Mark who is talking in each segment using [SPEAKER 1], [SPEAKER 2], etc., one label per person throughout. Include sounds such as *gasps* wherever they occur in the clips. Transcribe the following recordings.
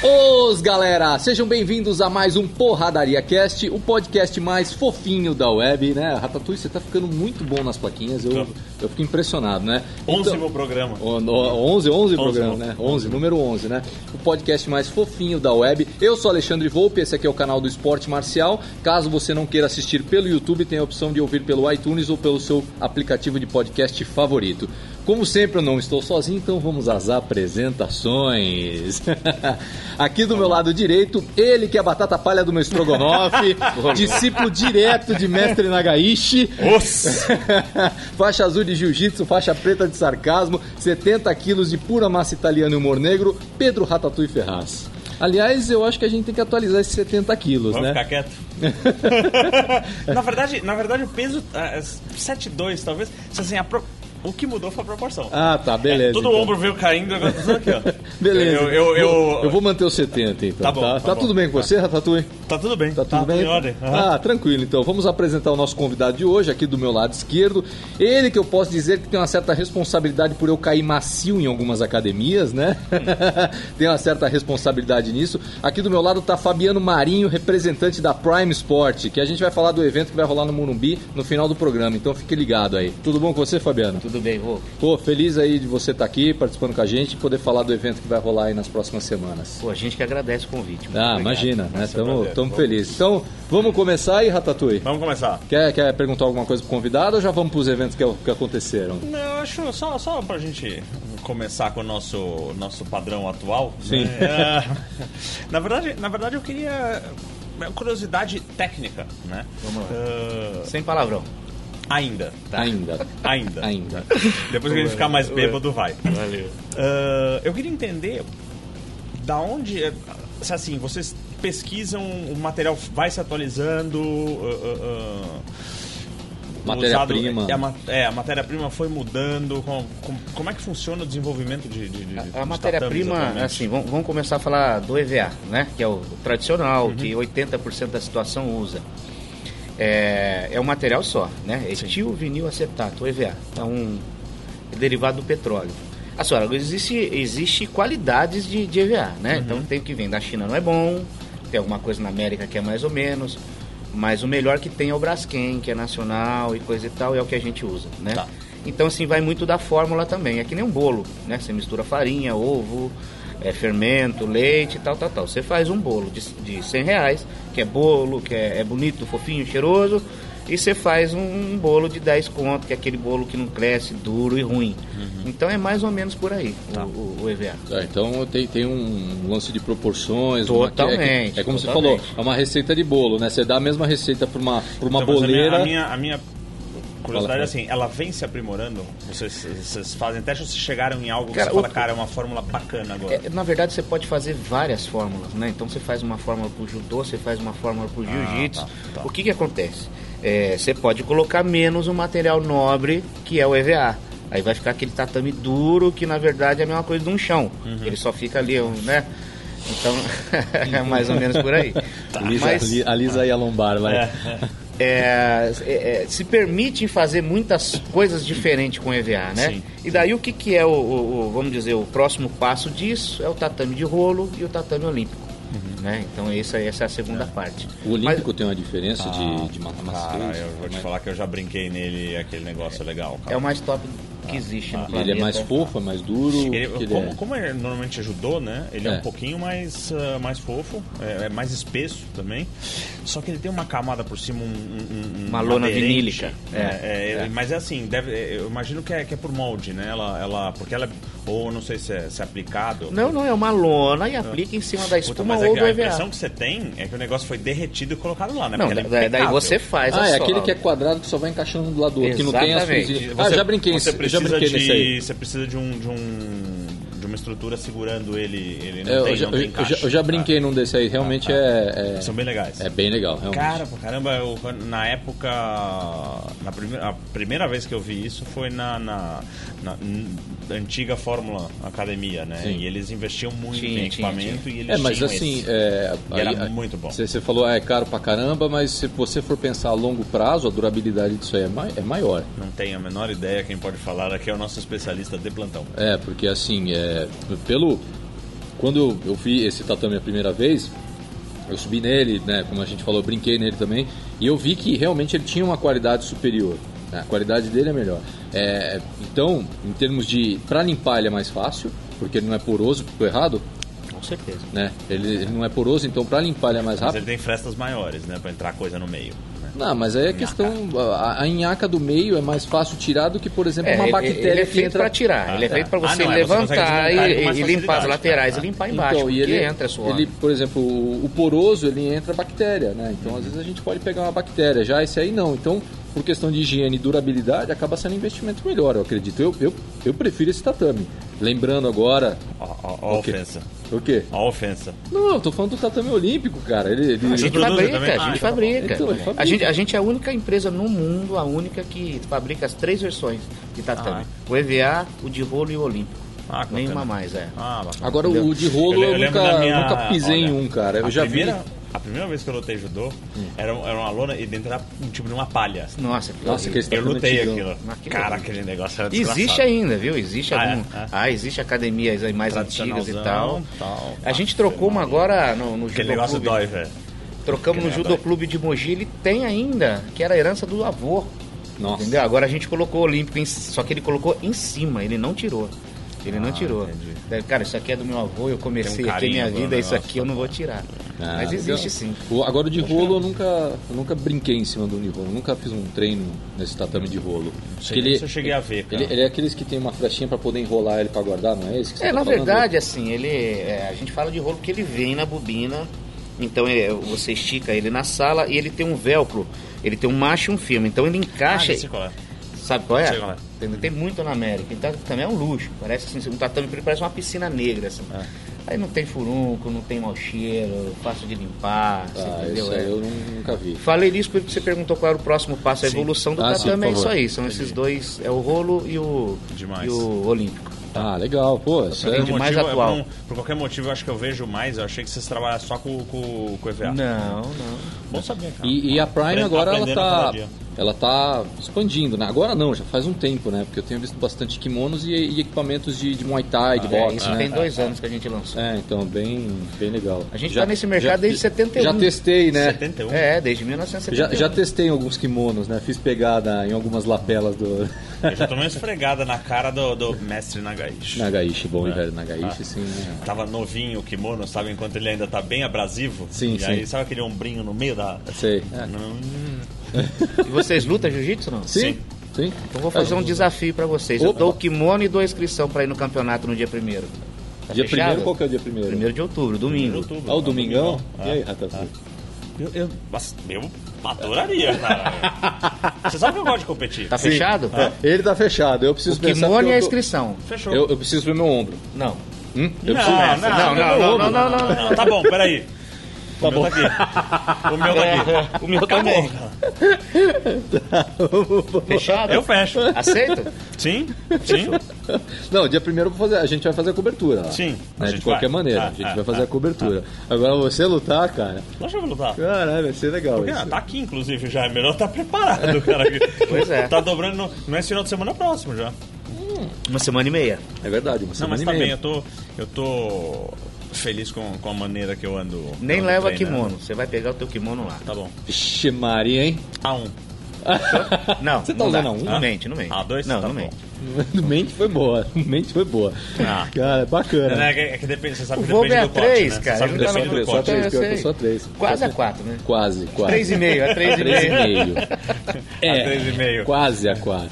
[SPEAKER 1] Os galera, sejam bem-vindos a mais um Porradaria Cast, o podcast mais fofinho da web, né? Ratatouille, você tá ficando muito bom nas plaquinhas, eu,
[SPEAKER 2] Tá.
[SPEAKER 1] eu fico impressionado, né?
[SPEAKER 2] Onze
[SPEAKER 1] Então-
[SPEAKER 2] meu programa.
[SPEAKER 1] O- no- 11, 11 programa,
[SPEAKER 2] não.
[SPEAKER 1] né? 11, número 11, né? O podcast mais fofinho da web. Eu sou Alexandre Volpe, esse aqui é o canal do Esporte Marcial. Caso você não queira assistir pelo YouTube, tem a opção de ouvir pelo iTunes ou pelo seu aplicativo de podcast favorito. Como sempre, eu não estou sozinho, então vamos às apresentações. *laughs* Aqui do meu lado direito, ele que é a batata palha do meu estrogonofe, discípulo direto de mestre Nagaishi.
[SPEAKER 2] Nossa!
[SPEAKER 1] *laughs* faixa azul de jiu-jitsu, faixa preta de sarcasmo, 70 quilos de pura massa italiana e humor negro, Pedro Ratatouille Ferraz. Aliás, eu acho que a gente tem que atualizar esses 70 quilos,
[SPEAKER 2] Vamos
[SPEAKER 1] né? *laughs*
[SPEAKER 2] ficar quieto. na, verdade, na verdade, o peso ah, é 7,2 talvez. Se, Assim, a pro- O que mudou foi a proporção.
[SPEAKER 1] Ah, tá, beleza.
[SPEAKER 2] É, todo
[SPEAKER 1] então.
[SPEAKER 2] o ombro veio caindo, agora tá só
[SPEAKER 1] *laughs*
[SPEAKER 2] aqui, ó.
[SPEAKER 1] Beleza.
[SPEAKER 2] Eu, eu, eu-
[SPEAKER 1] Eu vou manter os 70, então.
[SPEAKER 2] Tá bom, tá bom.
[SPEAKER 1] tudo bem com você, Ratatouille?
[SPEAKER 2] Tá tudo bem.
[SPEAKER 1] Tá tudo bem?
[SPEAKER 2] em ordem. Aham.
[SPEAKER 1] Ah, tranquilo então. Vamos apresentar o nosso convidado de hoje, aqui do meu lado esquerdo. Ele que eu posso dizer que tem uma certa responsabilidade por eu cair macio em algumas academias, né? *laughs* tem uma certa responsabilidade nisso. Aqui do meu lado tá Fabiano Marinho, representante da Prime Sport, que a gente vai falar do evento que vai rolar no Morumbi no final do programa. Então fique ligado aí. Tudo bom com você, Fabiano?
[SPEAKER 3] Tudo bem, vou.
[SPEAKER 1] Pô, feliz aí de você estar aqui participando com a gente e poder falar do evento que vai rolar aí nas próximas semanas.
[SPEAKER 3] Pô, a gente que agradece o convite. Muito
[SPEAKER 1] Ah,
[SPEAKER 3] obrigado.
[SPEAKER 1] imagina, né?
[SPEAKER 2] Nossa, prazer.
[SPEAKER 1] Estamos
[SPEAKER 2] Vamos.
[SPEAKER 1] felizes. Então, vamos começar aí, Ratatouille?
[SPEAKER 2] Vamos começar.
[SPEAKER 1] Quer, quer perguntar alguma coisa pro convidado ou já vamos pros eventos que, que aconteceram?
[SPEAKER 2] Não, eu acho só, só pra gente começar com o nosso, nosso padrão atual.
[SPEAKER 1] Sim.
[SPEAKER 2] né? É, na, verdade, na verdade, eu queria. uma Curiosidade técnica, né?
[SPEAKER 3] Vamos lá.
[SPEAKER 2] Ah,
[SPEAKER 3] Sem palavrão.
[SPEAKER 2] ainda.
[SPEAKER 1] Ainda.
[SPEAKER 2] Ainda.
[SPEAKER 1] Ainda.
[SPEAKER 2] Depois que ele ficar mais bêbado, vai.
[SPEAKER 3] Valeu.
[SPEAKER 2] Ah, eu queria entender da onde. eh, Se assim, vocês pesquisam, o material vai se atualizando. ah, ah, ah,
[SPEAKER 1] Matéria-prima.
[SPEAKER 2] usado- é, a ma- É, a matéria-prima foi mudando. com- com- como é que funciona o desenvolvimento de. de, de- dos
[SPEAKER 3] A, a
[SPEAKER 2] tatames
[SPEAKER 3] matéria-prima,
[SPEAKER 2] atualmente?
[SPEAKER 3] assim, vamos, vamos começar a falar do EVA, né? Que é o tradicional,
[SPEAKER 2] Uhum.
[SPEAKER 3] que 80% da situação usa. É, é um material só, né? Etil vinil acetato, EVA. É um derivado do petróleo. A senhora, agora existe, existe qualidades de, de EVA, né?
[SPEAKER 2] Uhum.
[SPEAKER 3] Então tem o que vem da China não é bom, tem alguma coisa na América que é mais ou menos, mas o melhor que tem é o Braskem, que é nacional e coisa e tal, e é o que a gente usa, né?
[SPEAKER 2] Tá.
[SPEAKER 3] Então, assim, vai muito da fórmula também. É que nem um bolo, né? Você mistura farinha, ovo, é, fermento, leite e tal, tal, tal. Você faz um bolo de, de 100 reais, que é bolo, que é, é bonito, fofinho, cheiroso. E você faz um, um bolo de 10 conto, que é aquele bolo que não cresce, duro e ruim. Então, é mais ou menos por aí
[SPEAKER 2] Tá.
[SPEAKER 3] o, o- o EVA.
[SPEAKER 1] Tá, então tem, tem um lance de proporções.
[SPEAKER 3] Totalmente,
[SPEAKER 1] uma- é, que- é como você falou,
[SPEAKER 3] totalmente.
[SPEAKER 1] é uma receita de bolo, né? Você dá a mesma receita pra uma, pra uma
[SPEAKER 2] Então, mas a minha-
[SPEAKER 1] boleira.
[SPEAKER 2] A minha, a minha
[SPEAKER 1] Fala, fala.
[SPEAKER 2] curiosidade é assim: ela vem se aprimorando? Vocês, vocês fazem teste ou vocês chegaram em algo que
[SPEAKER 3] Cara,
[SPEAKER 2] você fala,
[SPEAKER 3] o-
[SPEAKER 2] cara, é uma fórmula bacana agora?
[SPEAKER 3] É, na verdade, você pode fazer várias fórmulas, né? Então, você faz uma fórmula pro judô, você faz uma fórmula pro jiu-jitsu.
[SPEAKER 2] tá, tá.
[SPEAKER 3] O que que acontece? É, você pode colocar menos um material nobre, que é o EVA. Aí vai ficar aquele tatame duro, que na verdade é a mesma coisa de um chão.
[SPEAKER 2] Uhum.
[SPEAKER 3] Ele só fica ali, um, né? Então, *laughs*
[SPEAKER 2] Uhum.
[SPEAKER 3] é mais ou menos
[SPEAKER 2] *laughs*
[SPEAKER 3] por aí.
[SPEAKER 2] Tá.
[SPEAKER 1] Alisa, ali- alisa aí a lombar, vai.
[SPEAKER 2] É.
[SPEAKER 3] É, é, é, se permitem fazer muitas coisas diferentes com EVA, né?
[SPEAKER 2] Sim.
[SPEAKER 3] E daí o que, que é o, o- o- vamos dizer, o próximo passo disso é o tatame de rolo e o tatame olímpico. Né? Então essa, essa é a segunda parte.
[SPEAKER 1] O Olímpico tem uma diferença de, de mata
[SPEAKER 2] Ah, Cara, eu vou te falar que eu já brinquei nele e aquele negócio é legal.
[SPEAKER 3] Mas é
[SPEAKER 2] Cara.
[SPEAKER 3] o mais top que existe no
[SPEAKER 1] Ele
[SPEAKER 3] planeta.
[SPEAKER 1] é mais fofo, é mais duro.
[SPEAKER 2] Ele-
[SPEAKER 1] que ele
[SPEAKER 2] como,
[SPEAKER 1] é-
[SPEAKER 2] como ele normalmente ajudou, né? Ele é,
[SPEAKER 1] É.
[SPEAKER 2] um pouquinho mais, ah, mais fofo, é, é mais espesso também. Só que ele tem uma camada por cima, um, um- um-
[SPEAKER 3] Uma
[SPEAKER 2] um
[SPEAKER 3] lona
[SPEAKER 2] aderente,
[SPEAKER 3] vinílica.
[SPEAKER 2] né? É, é, Mas é assim, deve, é, eu imagino que é, que é por molde, né? Ela, ela, porque ela, é- ou não sei se é, se é aplicado.
[SPEAKER 3] Não, não, é uma lona e aplica em cima da
[SPEAKER 2] Puta,
[SPEAKER 3] espuma
[SPEAKER 2] mas é
[SPEAKER 3] ou
[SPEAKER 2] que
[SPEAKER 3] do
[SPEAKER 2] a
[SPEAKER 3] EVA.
[SPEAKER 2] impressão que você tem é que o negócio foi derretido e colocado lá, né?
[SPEAKER 3] Não,
[SPEAKER 2] Porque ela é
[SPEAKER 3] daí, daí
[SPEAKER 2] impecável.
[SPEAKER 3] você faz a
[SPEAKER 1] Ah, é
[SPEAKER 3] sola.
[SPEAKER 1] aquele que é quadrado que só vai encaixando um do lado do outro, que não tem as
[SPEAKER 3] Exatamente.
[SPEAKER 1] coisinhas. Ah,
[SPEAKER 2] Você-
[SPEAKER 1] já brinquei,
[SPEAKER 2] você
[SPEAKER 1] eu já
[SPEAKER 2] precisa
[SPEAKER 1] brinquei
[SPEAKER 2] de,
[SPEAKER 1] nesse aí.
[SPEAKER 2] Você precisa de um. De um de uma estrutura segurando ele, ele não
[SPEAKER 1] É, Eu,
[SPEAKER 2] tem,
[SPEAKER 1] já,
[SPEAKER 2] não tem
[SPEAKER 1] eu já-
[SPEAKER 2] encaixe,
[SPEAKER 1] eu já
[SPEAKER 2] tá? Ah,
[SPEAKER 1] brinquei num desse aí, realmente é,
[SPEAKER 2] São bem legais.
[SPEAKER 1] é, é bem legal, realmente.
[SPEAKER 2] Cara, pra caramba, eu, quando- na época. Na primeira, a primeira vez que eu vi isso foi na, na, na n- antiga Fórmula Academia, né?
[SPEAKER 1] Sim.
[SPEAKER 2] E eles investiam muito
[SPEAKER 3] Tinha,
[SPEAKER 2] em
[SPEAKER 3] tinha,
[SPEAKER 2] equipamento e eles
[SPEAKER 1] é, mas
[SPEAKER 2] tinham
[SPEAKER 1] assim,
[SPEAKER 2] esse.
[SPEAKER 1] é,
[SPEAKER 2] E era muito bom.
[SPEAKER 1] Você, você falou, ah, é caro pra caramba, mas se você for pensar a longo prazo, a durabilidade disso aí é, mai- é maior.
[SPEAKER 2] Não tenho a menor ideia quem pode falar aqui é o nosso especialista de plantão.
[SPEAKER 1] É, porque assim, é, pelo Quando eu, eu vi esse tatame a primeira vez, eu subi nele, né, como a gente falou, eu brinquei nele também, e eu vi que realmente ele tinha uma qualidade superior. né, A qualidade dele é melhor. É, então, em termos de. Para limpar, ele é mais fácil, porque ele não é poroso, tô errado,
[SPEAKER 3] Com certeza.
[SPEAKER 1] né? Ele, ele não é poroso, então para limpar, ele é mais
[SPEAKER 2] Mas
[SPEAKER 1] rápido.
[SPEAKER 2] ele tem frestas maiores, né? Pra entrar coisa no meio. né?
[SPEAKER 1] Não, mas aí a questão. A, a nhaca do meio é mais fácil tirar do que, por exemplo,
[SPEAKER 3] É,
[SPEAKER 1] uma
[SPEAKER 3] ele,
[SPEAKER 1] bactéria
[SPEAKER 3] ele é
[SPEAKER 1] que
[SPEAKER 3] feito
[SPEAKER 1] entra.
[SPEAKER 3] para tirar,
[SPEAKER 2] Ah,
[SPEAKER 3] ele é
[SPEAKER 2] tá.
[SPEAKER 3] feito para
[SPEAKER 2] Ah,
[SPEAKER 3] você
[SPEAKER 2] não, é, você
[SPEAKER 3] levantar
[SPEAKER 2] consegue
[SPEAKER 3] e,
[SPEAKER 2] desmontar ele com mais
[SPEAKER 3] e limpar as
[SPEAKER 2] facilidade,
[SPEAKER 3] laterais
[SPEAKER 2] tá?
[SPEAKER 3] e limpar embaixo,
[SPEAKER 1] Então, e
[SPEAKER 3] porque entra suor.
[SPEAKER 1] ele, por exemplo, o, o poroso ele entra bactéria, né? Então às vezes a gente pode pegar uma bactéria, já esse aí não. Então, por questão de higiene e durabilidade, acaba sendo um investimento melhor, eu acredito. Eu, eu, eu prefiro esse tatame. Lembrando agora.
[SPEAKER 2] Ó, ó, ó a
[SPEAKER 1] O quê?
[SPEAKER 2] ofensa.
[SPEAKER 1] O quê?
[SPEAKER 2] Ó a ofensa.
[SPEAKER 1] Não, eu tô falando do tatame olímpico, cara. Ele, ele-
[SPEAKER 3] A gente
[SPEAKER 2] produz
[SPEAKER 3] fabrica,
[SPEAKER 2] também?
[SPEAKER 3] a
[SPEAKER 2] Ah,
[SPEAKER 3] gente
[SPEAKER 2] então tá bom.
[SPEAKER 3] fabrica.
[SPEAKER 1] Então, ele fabrica.
[SPEAKER 3] A gente, a gente é a única empresa no mundo, a única que fabrica as três versões de tatame. O EVA, o de rolo e o olímpico.
[SPEAKER 2] Ah, que
[SPEAKER 3] Nenhuma
[SPEAKER 2] bacana.
[SPEAKER 3] mais, é.
[SPEAKER 2] Ah, bacana.
[SPEAKER 1] Agora o de rolo eu,
[SPEAKER 2] lembro
[SPEAKER 1] nunca,
[SPEAKER 2] da minha-
[SPEAKER 1] nunca pisei
[SPEAKER 2] olha,
[SPEAKER 1] em um, cara. Eu
[SPEAKER 2] a
[SPEAKER 1] já
[SPEAKER 2] primeira,
[SPEAKER 1] vi.
[SPEAKER 2] A primeira vez que eu lutei judô, era, um- era uma lona e dentro era um tipo de uma palha. assim.
[SPEAKER 3] Nossa, que
[SPEAKER 1] Nossa,
[SPEAKER 3] horrível.
[SPEAKER 1] que esse
[SPEAKER 2] Eu
[SPEAKER 1] tatame é
[SPEAKER 2] lutei
[SPEAKER 1] antigão.
[SPEAKER 2] aquilo.
[SPEAKER 3] Mas que
[SPEAKER 2] Cara,
[SPEAKER 3] horrível.
[SPEAKER 2] aquele negócio era desgraçado.
[SPEAKER 3] Existe ainda, viu? Existe
[SPEAKER 2] Ah,
[SPEAKER 3] algum...
[SPEAKER 2] é? É.
[SPEAKER 3] Ah, existe academias aí mais antigas e tal.
[SPEAKER 2] Tradicionalzão, tal.
[SPEAKER 3] A gente trocou uma agora no, no
[SPEAKER 2] Aquele
[SPEAKER 3] Judô
[SPEAKER 2] negócio
[SPEAKER 3] Clube.
[SPEAKER 2] dói, velho.
[SPEAKER 3] Trocamos no
[SPEAKER 2] Aquele
[SPEAKER 3] Judô
[SPEAKER 2] negócio
[SPEAKER 3] Clube de Mogi, ele tem ainda, que era a herança do avô.
[SPEAKER 1] Nossa.
[SPEAKER 3] Entendeu? Agora a gente colocou o Olímpico, em- só que ele colocou em cima, ele não tirou. Ele não tirou.
[SPEAKER 2] entendi.
[SPEAKER 3] Daí, Cara, isso aqui é do meu avô, eu comecei
[SPEAKER 2] Tem um
[SPEAKER 3] aqui a minha
[SPEAKER 2] carimbo,
[SPEAKER 3] vida,
[SPEAKER 2] um
[SPEAKER 3] isso aqui eu não vou tirar.
[SPEAKER 1] Ah,
[SPEAKER 3] Mas existe
[SPEAKER 1] legal.
[SPEAKER 3] sim.
[SPEAKER 1] O- agora o de rolo eu nunca, eu nunca brinquei em cima do de rolo, nunca fiz um treino nesse tatame de rolo.
[SPEAKER 2] sei
[SPEAKER 1] Que
[SPEAKER 2] nem se eu cheguei a ver, cara.
[SPEAKER 1] Ele, ele é aqueles que tem uma flechinha pra poder enrolar ele pra guardar, não é esse? Que você
[SPEAKER 3] É,
[SPEAKER 1] tá
[SPEAKER 3] na
[SPEAKER 1] falando?
[SPEAKER 3] verdade, assim, ele. é, a gente fala de rolo porque ele vem na bobina. Então ele- você estica ele na sala e ele tem um velcro. Ele tem um macho e um filme. Então ele encaixa.
[SPEAKER 2] Ah, sei qual é.
[SPEAKER 3] Sabe qual é?
[SPEAKER 2] Sei qual é.
[SPEAKER 3] Entendeu? Tem muito na América. Então também é um luxo. Parece assim, um tatame preto parece uma piscina negra. Assim.
[SPEAKER 1] Ah.
[SPEAKER 2] É.
[SPEAKER 3] Aí não tem furunco, não tem mau cheiro, fácil de limpar. você
[SPEAKER 1] Ah,
[SPEAKER 3] entendeu?
[SPEAKER 1] esse aí
[SPEAKER 3] É.
[SPEAKER 1] eu nu- nunca vi.
[SPEAKER 3] Falei isso porque você perguntou qual era o próximo passo, a
[SPEAKER 2] Sim.
[SPEAKER 3] evolução do
[SPEAKER 1] Ah, sim,
[SPEAKER 3] tatame
[SPEAKER 1] por
[SPEAKER 3] é isso
[SPEAKER 1] favor.
[SPEAKER 3] aí. São esses
[SPEAKER 2] Entendi.
[SPEAKER 3] dois, é o rolo e o,
[SPEAKER 2] Demais.
[SPEAKER 3] e o olímpico.
[SPEAKER 1] Ah, legal, pô. Isso
[SPEAKER 2] Por
[SPEAKER 1] é...
[SPEAKER 3] Entendi.
[SPEAKER 2] algum
[SPEAKER 3] mais
[SPEAKER 2] motivo,
[SPEAKER 3] atual.
[SPEAKER 2] é por um- por qualquer motivo, eu acho que eu vejo mais. Eu achei que vocês trabalham só com, com, com
[SPEAKER 1] Tá.
[SPEAKER 2] EVA.
[SPEAKER 3] Não, não.
[SPEAKER 2] Bom saber, cara.
[SPEAKER 1] E, e a Prime
[SPEAKER 2] Apre-
[SPEAKER 1] agora ela
[SPEAKER 2] aprendendo
[SPEAKER 1] tá,
[SPEAKER 2] cada dia.
[SPEAKER 1] ela tá expandindo, né? Agora não, já faz um tempo, né? Porque eu tenho visto bastante kimonos e, e equipamentos de, de Muay Thai, de
[SPEAKER 3] É,
[SPEAKER 1] boxe,
[SPEAKER 3] isso
[SPEAKER 1] né?
[SPEAKER 3] tem dois anos que a gente lançou.
[SPEAKER 1] É, então, bem, bem legal.
[SPEAKER 3] A gente tá nesse mercado desde 71.
[SPEAKER 1] Já testei, né?
[SPEAKER 2] 71.
[SPEAKER 3] É, desde
[SPEAKER 1] Já,
[SPEAKER 3] 1971.
[SPEAKER 1] já testei em alguns kimonos, né? Fiz pegada em algumas lapelas do *laughs*
[SPEAKER 2] Eu já tomei uma esfregada na cara do, do mestre Nagaishi.
[SPEAKER 1] Nagaishi, bom, hein, velho? Nagaishi, sim. né?
[SPEAKER 2] Tava novinho o kimono, sabe? Enquanto ele ainda tá bem abrasivo.
[SPEAKER 1] Sim,
[SPEAKER 2] e
[SPEAKER 1] sim.
[SPEAKER 2] aí, sabe aquele ombrinho no meio da...
[SPEAKER 1] Sei.
[SPEAKER 2] Não,
[SPEAKER 3] E vocês lutam jiu-jitsu não?
[SPEAKER 1] Sim, sim.
[SPEAKER 3] Eu vou fazer um desafio pra vocês. Eu
[SPEAKER 1] Opa.
[SPEAKER 3] dou o kimono e dou a inscrição pra ir no campeonato no dia 1 tá
[SPEAKER 1] Dia
[SPEAKER 3] fechado?
[SPEAKER 1] primeiro, qual que é o dia primeiro?
[SPEAKER 3] 1º de outubro,
[SPEAKER 2] em
[SPEAKER 3] domingo.
[SPEAKER 2] outubro.
[SPEAKER 1] Ah, o Domingão?
[SPEAKER 2] Ah.
[SPEAKER 1] E aí, Ratatu?
[SPEAKER 2] Eu, eu, mas eu adoraria, cara. Você sabe que eu gosto de competir.
[SPEAKER 3] Tá fechado?
[SPEAKER 2] Ah.
[SPEAKER 1] Ele tá fechado, eu preciso
[SPEAKER 3] O
[SPEAKER 1] pensar
[SPEAKER 3] kimono
[SPEAKER 1] porque
[SPEAKER 3] e a
[SPEAKER 1] eu tô-
[SPEAKER 3] inscrição.
[SPEAKER 2] Fechou.
[SPEAKER 1] Eu, eu preciso ver meu ombro.
[SPEAKER 3] Não.
[SPEAKER 1] Hum? Eu
[SPEAKER 2] não,
[SPEAKER 1] preciso...
[SPEAKER 2] não, não,
[SPEAKER 3] não,
[SPEAKER 2] não,
[SPEAKER 3] não, não, não, não.
[SPEAKER 2] Tá bom, peraí. o meu tá aqui. O meu tá aqui.
[SPEAKER 3] É, o meu
[SPEAKER 2] Acabou,
[SPEAKER 3] também.
[SPEAKER 2] cara.
[SPEAKER 3] Fechado?
[SPEAKER 2] Eu fecho.
[SPEAKER 3] *laughs* Aceito?
[SPEAKER 2] Sim, sim.
[SPEAKER 1] Não, dia primeiro eu vou fazer, a gente vai fazer a cobertura. lá.
[SPEAKER 2] Sim, a
[SPEAKER 1] Né, de
[SPEAKER 2] gente
[SPEAKER 1] qualquer
[SPEAKER 2] vai.
[SPEAKER 1] maneira,
[SPEAKER 2] Ah,
[SPEAKER 1] a gente
[SPEAKER 2] ah,
[SPEAKER 1] vai fazer
[SPEAKER 2] ah,
[SPEAKER 1] a cobertura. Agora você lutar, cara.
[SPEAKER 2] Deixa eu lutar.
[SPEAKER 1] Caralho, vai ser legal.
[SPEAKER 2] Ah,
[SPEAKER 1] Isso.
[SPEAKER 2] tá aqui, inclusive, já. É melhor estar preparado, cara.
[SPEAKER 3] Pois é.
[SPEAKER 2] Tá dobrando. No... Não é esse final de semana, é próximo já.
[SPEAKER 3] Uma semana e meia.
[SPEAKER 1] É verdade, você
[SPEAKER 2] Não, mas tá bem. Eu tô, eu tô feliz com, com a maneira que eu ando.
[SPEAKER 3] Nem
[SPEAKER 2] ando
[SPEAKER 3] leva
[SPEAKER 2] treinando.
[SPEAKER 3] kimono. Você vai pegar o teu kimono lá.
[SPEAKER 2] Tá bom.
[SPEAKER 1] Vixe Maria, hein?
[SPEAKER 2] A1.
[SPEAKER 3] Não,
[SPEAKER 1] Você tá
[SPEAKER 3] não
[SPEAKER 1] usando
[SPEAKER 3] dá.
[SPEAKER 1] a um?
[SPEAKER 3] Não mente, não mente.
[SPEAKER 2] Ah, dois?
[SPEAKER 3] Não,
[SPEAKER 2] Tá
[SPEAKER 3] não
[SPEAKER 2] bom.
[SPEAKER 3] mente.
[SPEAKER 1] *laughs* Mente foi boa, mente foi boa.
[SPEAKER 2] Ah.
[SPEAKER 1] Cara,
[SPEAKER 2] É,
[SPEAKER 1] bacana.
[SPEAKER 2] né, que- é que depende, você sabe
[SPEAKER 3] O
[SPEAKER 2] que
[SPEAKER 3] Volpe
[SPEAKER 2] depende
[SPEAKER 3] é
[SPEAKER 2] do corte,
[SPEAKER 3] 3,
[SPEAKER 2] né? Você
[SPEAKER 3] cara.
[SPEAKER 2] sabe que
[SPEAKER 3] ele tá
[SPEAKER 2] depende
[SPEAKER 3] no
[SPEAKER 2] do
[SPEAKER 1] três,
[SPEAKER 2] corte.
[SPEAKER 1] só três,
[SPEAKER 3] eu
[SPEAKER 1] pior que eu
[SPEAKER 3] sei.
[SPEAKER 1] sou três.
[SPEAKER 3] Quase
[SPEAKER 1] Só
[SPEAKER 3] a 4, né?
[SPEAKER 1] Quase, quase.
[SPEAKER 3] 3,5, é 3,5.
[SPEAKER 1] 3,5.
[SPEAKER 2] *laughs*
[SPEAKER 1] É.
[SPEAKER 2] A três e meio.
[SPEAKER 1] Quase a 4.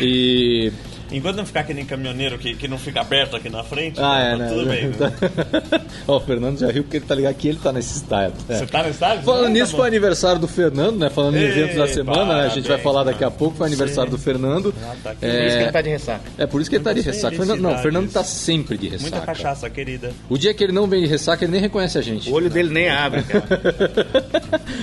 [SPEAKER 1] E.
[SPEAKER 2] Enquanto não ficar que nem caminhoneiro que, que não fica aberto aqui na frente,
[SPEAKER 1] Ah,
[SPEAKER 2] tá
[SPEAKER 1] é, né?
[SPEAKER 2] tudo bem. né?
[SPEAKER 1] *laughs* Ó, o Fernando já riu porque ele tá ligado que ele tá nesse style. né?
[SPEAKER 2] Você tá no estádio?
[SPEAKER 1] Falando
[SPEAKER 2] Ah,
[SPEAKER 1] nisso,
[SPEAKER 2] tá bom.
[SPEAKER 1] foi aniversário do Fernando, né? Falando em eventos da
[SPEAKER 2] Ei,
[SPEAKER 1] semana, né? A gente vai
[SPEAKER 2] parabéns,
[SPEAKER 1] falar daqui a
[SPEAKER 2] mano.
[SPEAKER 1] pouco, foi aniversário
[SPEAKER 2] Sim.
[SPEAKER 1] do Fernando.
[SPEAKER 2] Ah, tá aqui.
[SPEAKER 3] Por isso que ele
[SPEAKER 1] É,
[SPEAKER 3] tá de ressaca.
[SPEAKER 1] é por isso que ele tá de
[SPEAKER 2] Muitas
[SPEAKER 1] ressaca. Fernando- não, o Fernando tá
[SPEAKER 2] felicidades.
[SPEAKER 1] sempre de
[SPEAKER 2] Muita
[SPEAKER 1] ressaca.
[SPEAKER 2] cachaça, querida.
[SPEAKER 1] O dia que ele não vem de ressaca, ele nem reconhece a gente.
[SPEAKER 3] O olho dele nem abre, cara.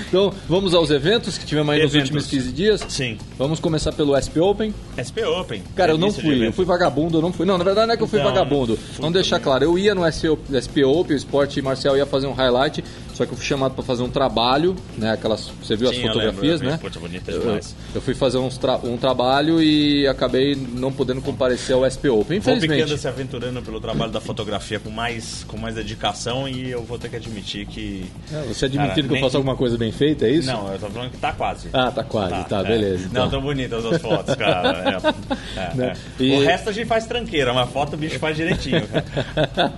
[SPEAKER 1] Então, vamos aos eventos que tivemos aí nos
[SPEAKER 2] Eventos.
[SPEAKER 1] últimos 15 dias.
[SPEAKER 2] Sim.
[SPEAKER 1] Vamos começar pelo SP Open.
[SPEAKER 2] SP Open.
[SPEAKER 1] Cara, eu não
[SPEAKER 2] delícia de
[SPEAKER 1] fui, eu
[SPEAKER 2] evento.
[SPEAKER 1] fui vagabundo, eu não fui. Não, na verdade não é que eu fui
[SPEAKER 2] Não,
[SPEAKER 1] vagabundo.
[SPEAKER 2] não fui
[SPEAKER 1] Vamos deixar
[SPEAKER 2] também.
[SPEAKER 1] claro, eu ia no SP Open, o esporte marcial ia fazer um highlight, Só que eu fui chamado para fazer um trabalho, né? Aquelas. Você viu
[SPEAKER 2] Sim,
[SPEAKER 1] as
[SPEAKER 2] eu
[SPEAKER 1] fotografias,
[SPEAKER 2] lembro,
[SPEAKER 1] né?
[SPEAKER 2] Putz, é bonita
[SPEAKER 1] Eu,
[SPEAKER 2] demais.
[SPEAKER 1] eu fui fazer uns tra- um trabalho e acabei não podendo comparecer ao SP Open,
[SPEAKER 2] Volpe que anda
[SPEAKER 1] infelizmente.
[SPEAKER 2] se aventurando pelo trabalho da fotografia com mais, com mais dedicação e eu vou ter que admitir que.
[SPEAKER 1] É, Você
[SPEAKER 2] Cara,
[SPEAKER 1] admitindo que eu
[SPEAKER 2] nem-
[SPEAKER 1] faço alguma coisa bem feita, é isso?
[SPEAKER 2] Não, eu tô falando que tá quase.
[SPEAKER 1] Ah, tá quase, tá,
[SPEAKER 2] é.
[SPEAKER 1] beleza.
[SPEAKER 2] Não,
[SPEAKER 1] então.
[SPEAKER 2] tão bonitas as fotos,
[SPEAKER 1] *laughs*
[SPEAKER 2] cara. É, é,
[SPEAKER 1] Né?
[SPEAKER 2] é.
[SPEAKER 1] E-
[SPEAKER 2] O resto a gente faz tranqueira, mas foto o bicho faz direitinho.
[SPEAKER 1] *laughs*
[SPEAKER 2] Cara.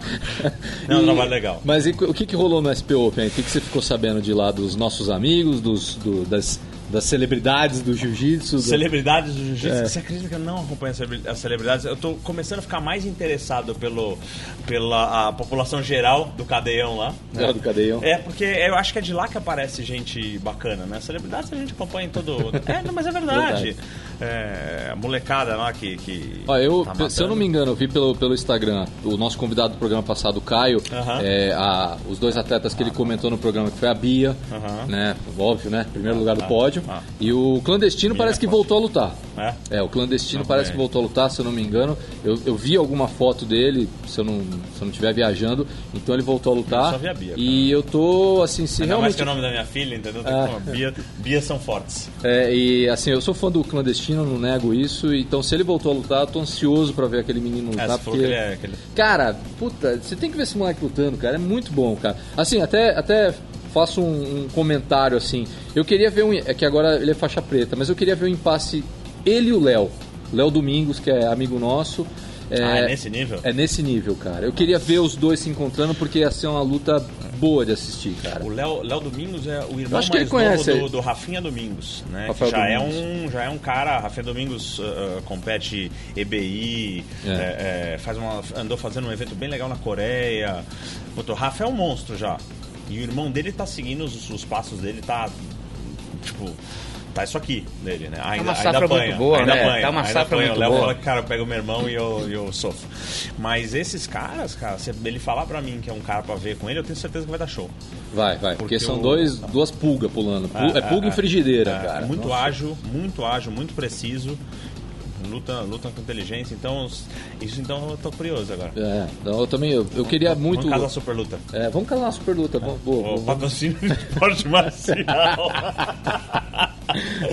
[SPEAKER 2] Não, um trabalho legal.
[SPEAKER 1] Mas e o que, que rolou no SP Open? aí? O que, que você ficou sabendo de lá dos nossos amigos, dos, do- das, das celebridades do jiu-jitsu? do-
[SPEAKER 2] Celebridades do jiu-jitsu.
[SPEAKER 1] É.
[SPEAKER 2] Você acredita que eu não acompanho as celebri- as celebridades? Eu tô começando a ficar mais interessado pelo, pela a população geral do cadeião lá.
[SPEAKER 1] Lá do cadeião.
[SPEAKER 2] É, porque eu acho que é de lá que aparece gente bacana, né? Celebridades a gente acompanha em todo. É, não, mas é verdade.
[SPEAKER 1] Verdade.
[SPEAKER 2] É, a molecada lá que. que
[SPEAKER 1] Ó, eu,
[SPEAKER 2] tá
[SPEAKER 1] se eu não
[SPEAKER 2] matando.
[SPEAKER 1] me engano, eu vi pelo, pelo Instagram o nosso convidado do programa passado, o Caio,
[SPEAKER 2] Aham.
[SPEAKER 1] é, a- os dois atletas que ele comentou no programa, que foi a Bia,
[SPEAKER 2] Aham.
[SPEAKER 1] né? Óbvio, né? Primeiro lugar do pódio.
[SPEAKER 2] ah.
[SPEAKER 1] E o clandestino parece que
[SPEAKER 2] pódio.
[SPEAKER 1] voltou a lutar.
[SPEAKER 2] É?
[SPEAKER 1] É, o clandestino
[SPEAKER 2] Não,
[SPEAKER 1] parece
[SPEAKER 2] é.
[SPEAKER 1] que voltou a lutar, se eu não me engano. Eu, eu vi alguma foto dele, se eu não se eu não estiver viajando, então ele voltou a lutar.
[SPEAKER 2] Eu só vi a Bia,
[SPEAKER 1] e eu tô assim, se
[SPEAKER 2] Ainda
[SPEAKER 1] realmente.
[SPEAKER 2] mais que é o nome da minha filha, entendeu? Tem
[SPEAKER 1] Ah.
[SPEAKER 2] que falar, Bia, Bia são fortes.
[SPEAKER 1] É, e assim, eu sou fã do clandestino, não nego isso. Então, se ele voltou a lutar, eu tô ansioso pra ver aquele menino
[SPEAKER 2] É,
[SPEAKER 1] lutar.
[SPEAKER 2] você
[SPEAKER 1] Tá, porque...
[SPEAKER 2] falou que ele é. que ele-
[SPEAKER 1] Cara, puta, você tem que ver esse moleque lutando, cara. É muito bom, cara. Assim, até, até faço um, um comentário assim. Eu queria ver um. É que agora ele é faixa preta, mas eu queria ver um impasse. Ele e o Léo. Léo Domingos, que é amigo nosso. É,
[SPEAKER 2] Ah, é nesse nível?
[SPEAKER 1] é nesse nível, cara. Eu queria ver os dois se encontrando porque ia ser uma luta boa de assistir, cara.
[SPEAKER 2] O Léo, Léo Domingos é o irmão
[SPEAKER 1] acho que
[SPEAKER 2] mais
[SPEAKER 1] ele conhece
[SPEAKER 2] novo
[SPEAKER 1] aí.
[SPEAKER 2] do, do Rafinha Domingos, né? Que
[SPEAKER 1] Rafael
[SPEAKER 2] já é
[SPEAKER 1] Domingos.
[SPEAKER 2] um já é um cara. Rafinha Domingos ah, ah, compete EBI,
[SPEAKER 1] É.
[SPEAKER 2] é, é, faz uma, andou fazendo um evento bem legal na Coreia. Puta, O Rafa é um monstro já. E o irmão dele tá seguindo os, os passos dele, tá tipo tá isso aqui dele, né? Ainda,
[SPEAKER 3] Tá uma safra
[SPEAKER 2] ainda
[SPEAKER 3] muito
[SPEAKER 2] apanha,
[SPEAKER 3] boa,
[SPEAKER 2] ainda
[SPEAKER 3] né?
[SPEAKER 2] apanha,
[SPEAKER 3] Tá uma
[SPEAKER 2] ainda
[SPEAKER 3] safra
[SPEAKER 2] apanha.
[SPEAKER 3] muito
[SPEAKER 2] o Léo
[SPEAKER 3] boa.
[SPEAKER 2] fala cara, eu pego meu irmão e eu, e eu sofro. Mas esses caras, cara, se ele falar pra mim que é um cara pra ver com ele, eu tenho certeza que vai dar show.
[SPEAKER 1] Vai, vai. Porque,
[SPEAKER 2] Porque
[SPEAKER 1] são
[SPEAKER 2] o-
[SPEAKER 1] dois, duas pulgas pulando. Pu-
[SPEAKER 2] Ah,
[SPEAKER 1] é pulga
[SPEAKER 2] ah,
[SPEAKER 1] em frigideira,
[SPEAKER 2] ah,
[SPEAKER 1] cara.
[SPEAKER 2] Muito
[SPEAKER 1] Nossa.
[SPEAKER 2] ágil, muito ágil, muito preciso. Luta, luta com inteligência, então os- isso então eu tô curioso agora.
[SPEAKER 1] É, então eu também. Eu, eu queria muito.
[SPEAKER 2] Vamos casar super luta.
[SPEAKER 1] É, vamos casar uma super luta. Vamos, boa,
[SPEAKER 2] O
[SPEAKER 1] boa,
[SPEAKER 2] patrocínio de esporte marcial.
[SPEAKER 1] *laughs*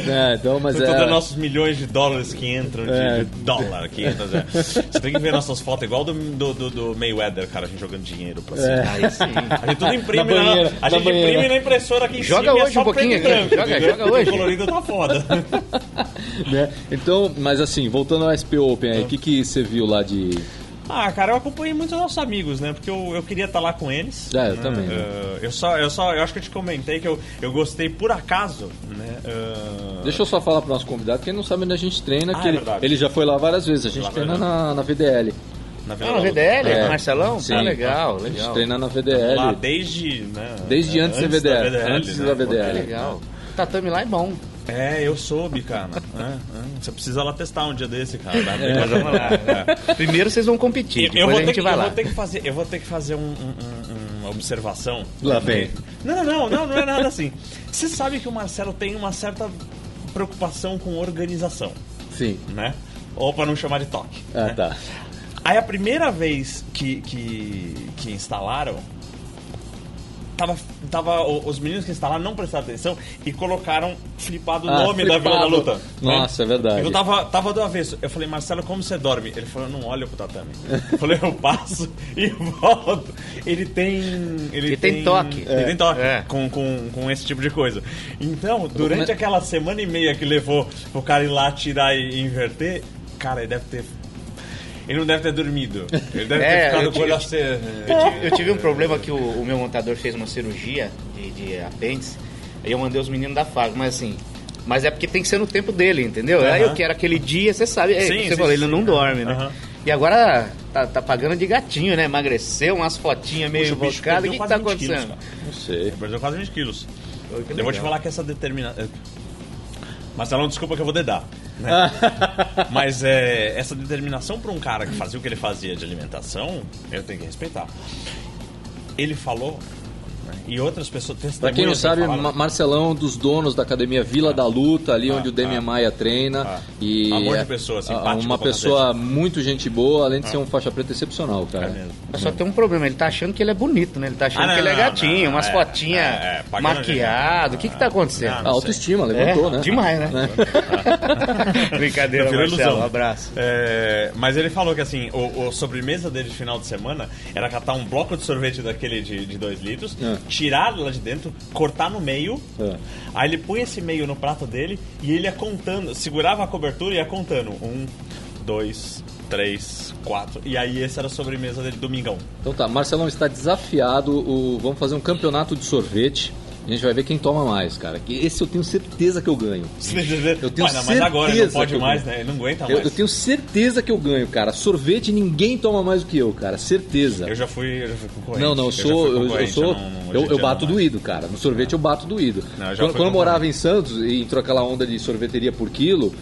[SPEAKER 1] É, então, mas
[SPEAKER 2] Mas todos
[SPEAKER 1] é.
[SPEAKER 2] nossos milhões de dólares que entram de,
[SPEAKER 1] É.
[SPEAKER 2] de dólar que entram. é. Você tem que ver nossas fotos igual do, do, do- do Mayweather, cara, a gente jogando dinheiro pra cima.
[SPEAKER 3] *laughs* Aí sim.
[SPEAKER 2] A gente tudo imprime
[SPEAKER 1] É. Na
[SPEAKER 2] na,
[SPEAKER 1] banheira,
[SPEAKER 2] a
[SPEAKER 1] na
[SPEAKER 2] gente
[SPEAKER 1] banheira.
[SPEAKER 2] imprime na impressora aqui em
[SPEAKER 3] Joga
[SPEAKER 2] cima. e é
[SPEAKER 3] hoje
[SPEAKER 2] só
[SPEAKER 3] um pouquinho
[SPEAKER 2] preto e
[SPEAKER 3] aqui.
[SPEAKER 2] branco,
[SPEAKER 3] Joga,
[SPEAKER 2] entendeu?
[SPEAKER 3] joga
[SPEAKER 2] Porque
[SPEAKER 3] hoje.
[SPEAKER 2] O colorido tá foda.
[SPEAKER 1] né? Então, mas assim, voltando ao SP Open aí, o que, que você viu lá de.
[SPEAKER 2] Ah, cara, eu acompanhei muitos nossos amigos, né? Porque eu, eu queria estar lá com eles.
[SPEAKER 1] É, eu
[SPEAKER 2] né?
[SPEAKER 1] também, né?
[SPEAKER 2] Eh, eu só, eu só, eu acho que eu te comentei que eu, eu gostei por acaso, né? eh,
[SPEAKER 1] Deixa eu só falar pro nosso convidado, quem não sabe onde a gente treina,
[SPEAKER 2] Ah,
[SPEAKER 1] que
[SPEAKER 2] é
[SPEAKER 1] ele,
[SPEAKER 2] verdade.
[SPEAKER 1] ele já foi lá várias vezes, a gente
[SPEAKER 2] Lá
[SPEAKER 1] treina
[SPEAKER 2] vai
[SPEAKER 1] na, na VDL.
[SPEAKER 2] na Vila
[SPEAKER 3] Ah, no
[SPEAKER 2] Lobos.
[SPEAKER 3] VDL,
[SPEAKER 1] É.
[SPEAKER 3] Marcelão?
[SPEAKER 1] Sim.
[SPEAKER 3] Tá legal,
[SPEAKER 1] A gente
[SPEAKER 3] legal.
[SPEAKER 1] treina na VDL.
[SPEAKER 2] Lá desde, né?
[SPEAKER 1] Desde
[SPEAKER 2] eh,
[SPEAKER 1] antes da VDL, antes da
[SPEAKER 2] né?
[SPEAKER 1] VDL.
[SPEAKER 3] Que Tá legal. Tatame lá é bom.
[SPEAKER 2] É, eu soube, cara. É, é. Você precisa lá testar um dia desse, cara.
[SPEAKER 1] É.
[SPEAKER 3] Mas vamos
[SPEAKER 1] *laughs*
[SPEAKER 3] lá. Primeiro vocês vão competir,
[SPEAKER 2] né? Eu,
[SPEAKER 3] depois
[SPEAKER 2] vou
[SPEAKER 3] a
[SPEAKER 2] ter
[SPEAKER 3] gente
[SPEAKER 2] que,
[SPEAKER 3] vai
[SPEAKER 2] eu
[SPEAKER 3] lá.
[SPEAKER 2] vou ter que fazer, eu vou ter que fazer um- um- um- uma observação.
[SPEAKER 1] Lá vem.
[SPEAKER 2] Não, não, não, não é nada assim. Você sabe que o Marcelo tem uma certa preocupação com organização,
[SPEAKER 1] Sim.
[SPEAKER 2] né? Ou pra não chamar de toque.
[SPEAKER 1] Ah,
[SPEAKER 2] né?
[SPEAKER 1] tá.
[SPEAKER 2] Aí a primeira vez que, que, que instalaram, tava, tava, o- os meninos que instalaram não prestaram atenção e colocaram flipado o
[SPEAKER 1] Ah,
[SPEAKER 2] nome da Vila da
[SPEAKER 1] flipado.
[SPEAKER 2] Luta. né?
[SPEAKER 1] Nossa, é verdade.
[SPEAKER 2] Eu tava, tava do avesso. Eu falei, Marcelo, como você dorme? Ele falou, eu não olho pro tatame. Eu falei, eu passo e *laughs* volto. Ele tem. Ele,
[SPEAKER 3] Ele tem toque.
[SPEAKER 2] Ele tem toque
[SPEAKER 3] É.
[SPEAKER 2] com, com, com esse tipo de coisa. Então, durante
[SPEAKER 1] come-
[SPEAKER 2] aquela semana e meia que levou o cara ir lá tirar e inverter, cara, ele deve ter. Ele não deve ter dormido. Ele deve
[SPEAKER 3] *laughs* É,
[SPEAKER 2] ter ficado
[SPEAKER 3] eu
[SPEAKER 2] com o olho
[SPEAKER 3] tive-
[SPEAKER 2] aceso.
[SPEAKER 3] Eu tive- Eu tive um problema que o, o meu montador fez uma cirurgia de, de apêndice. Aí eu mandei os meninos da fábrica, mas assim. Mas é porque tem que ser no tempo dele, entendeu? Aí eu
[SPEAKER 2] Aham.
[SPEAKER 3] quero aquele dia, você sabe. é,
[SPEAKER 2] Sim,
[SPEAKER 3] você
[SPEAKER 2] sim,
[SPEAKER 3] falou, ele
[SPEAKER 2] sim.
[SPEAKER 3] não dorme, né?
[SPEAKER 2] Aham.
[SPEAKER 3] E agora tá, tá pagando de gatinho, né? Emagreceu, umas fotinhas meio
[SPEAKER 2] Puxa, o bicho
[SPEAKER 3] invocadas. O
[SPEAKER 2] perdeu
[SPEAKER 3] que, que
[SPEAKER 2] quase
[SPEAKER 3] tá
[SPEAKER 2] 20 quilos,
[SPEAKER 3] acontecendo?
[SPEAKER 2] cara.
[SPEAKER 1] Não sei.
[SPEAKER 2] Ele perdeu quase 20 quilos.
[SPEAKER 3] Oi, que
[SPEAKER 2] Eu vou te
[SPEAKER 3] legal.
[SPEAKER 2] falar que essa determinação. Marcelão, desculpa que eu vou dedar. né?
[SPEAKER 1] *laughs*
[SPEAKER 2] Mas é, essa determinação para um cara que fazia o que ele fazia de alimentação, eu tenho que respeitar. Ele falou né? E outras pessoas
[SPEAKER 1] Pra
[SPEAKER 2] testemunham.
[SPEAKER 1] quem não sabe,
[SPEAKER 2] falaram-
[SPEAKER 1] Ma- Marcelão é um dos donos da academia Vila da Luta, ali onde o Demian Maia treina.
[SPEAKER 2] Ah.
[SPEAKER 1] E
[SPEAKER 2] Amor de
[SPEAKER 1] é
[SPEAKER 2] pessoa,
[SPEAKER 1] a-
[SPEAKER 2] simpático
[SPEAKER 1] Uma
[SPEAKER 2] pra cacete. Ah.
[SPEAKER 1] pessoa muito gente boa, além de ser um faixa preta excepcional, cara.
[SPEAKER 2] É mesmo.
[SPEAKER 3] Mas só tem um problema, ele tá achando que ele é bonito, né? Ele tá achando
[SPEAKER 2] Ah, não,
[SPEAKER 3] que ele é
[SPEAKER 2] não, não,
[SPEAKER 3] gatinho,
[SPEAKER 2] não,
[SPEAKER 3] umas
[SPEAKER 2] é,
[SPEAKER 3] fotinhas
[SPEAKER 2] é, é, pagando
[SPEAKER 3] maquiado. O que que tá acontecendo?
[SPEAKER 1] A autoestima, Ah, levantou,
[SPEAKER 3] É,
[SPEAKER 1] né?
[SPEAKER 3] Demais, né?
[SPEAKER 1] *laughs*
[SPEAKER 3] Brincadeira,
[SPEAKER 2] Não, virou
[SPEAKER 3] Marcelo.
[SPEAKER 2] é ilusão.
[SPEAKER 3] Um abraço.
[SPEAKER 2] É, mas ele falou que assim, o, o sobremesa dele de final de semana era catar um bloco de sorvete daquele de, de dois litros,
[SPEAKER 1] É.
[SPEAKER 2] tirar lá de dentro, cortar no meio,
[SPEAKER 1] É.
[SPEAKER 2] aí ele punha esse meio no prato dele e ele ia contando, segurava a cobertura e ia contando. Um, dois, três, quatro. E aí esse era a sobremesa dele domingão.
[SPEAKER 1] Então tá, Marcelão está desafiado. o- Vamos fazer um campeonato de sorvete. A gente vai ver quem toma mais, cara. Que Esse eu tenho certeza que eu ganho.
[SPEAKER 2] Eu
[SPEAKER 1] tenho
[SPEAKER 2] mas agora ele tá Ah,
[SPEAKER 1] certeza
[SPEAKER 2] não
[SPEAKER 1] que
[SPEAKER 2] pode
[SPEAKER 1] eu-
[SPEAKER 2] mais, né? Ele não aguenta
[SPEAKER 1] Eu,
[SPEAKER 2] mais.
[SPEAKER 1] eu tenho certeza que eu ganho, cara. Sorvete ninguém toma mais do que eu, cara. Certeza.
[SPEAKER 2] Eu já fui, eu já fui concorrente.
[SPEAKER 1] Não, não, eu
[SPEAKER 2] já
[SPEAKER 1] sou.
[SPEAKER 2] fui
[SPEAKER 1] Eu, eu
[SPEAKER 2] concorrente,
[SPEAKER 1] sou.
[SPEAKER 2] não- não- hoje em
[SPEAKER 1] Eu, eu
[SPEAKER 2] dia
[SPEAKER 1] bato
[SPEAKER 2] não mais.
[SPEAKER 1] doído, cara. No sorvete eu bato doído.
[SPEAKER 2] Não, eu
[SPEAKER 1] quando
[SPEAKER 2] já fui
[SPEAKER 1] quando eu
[SPEAKER 2] concorrente.
[SPEAKER 1] morava em Santos e entrou aquela onda de sorveteria por quilo,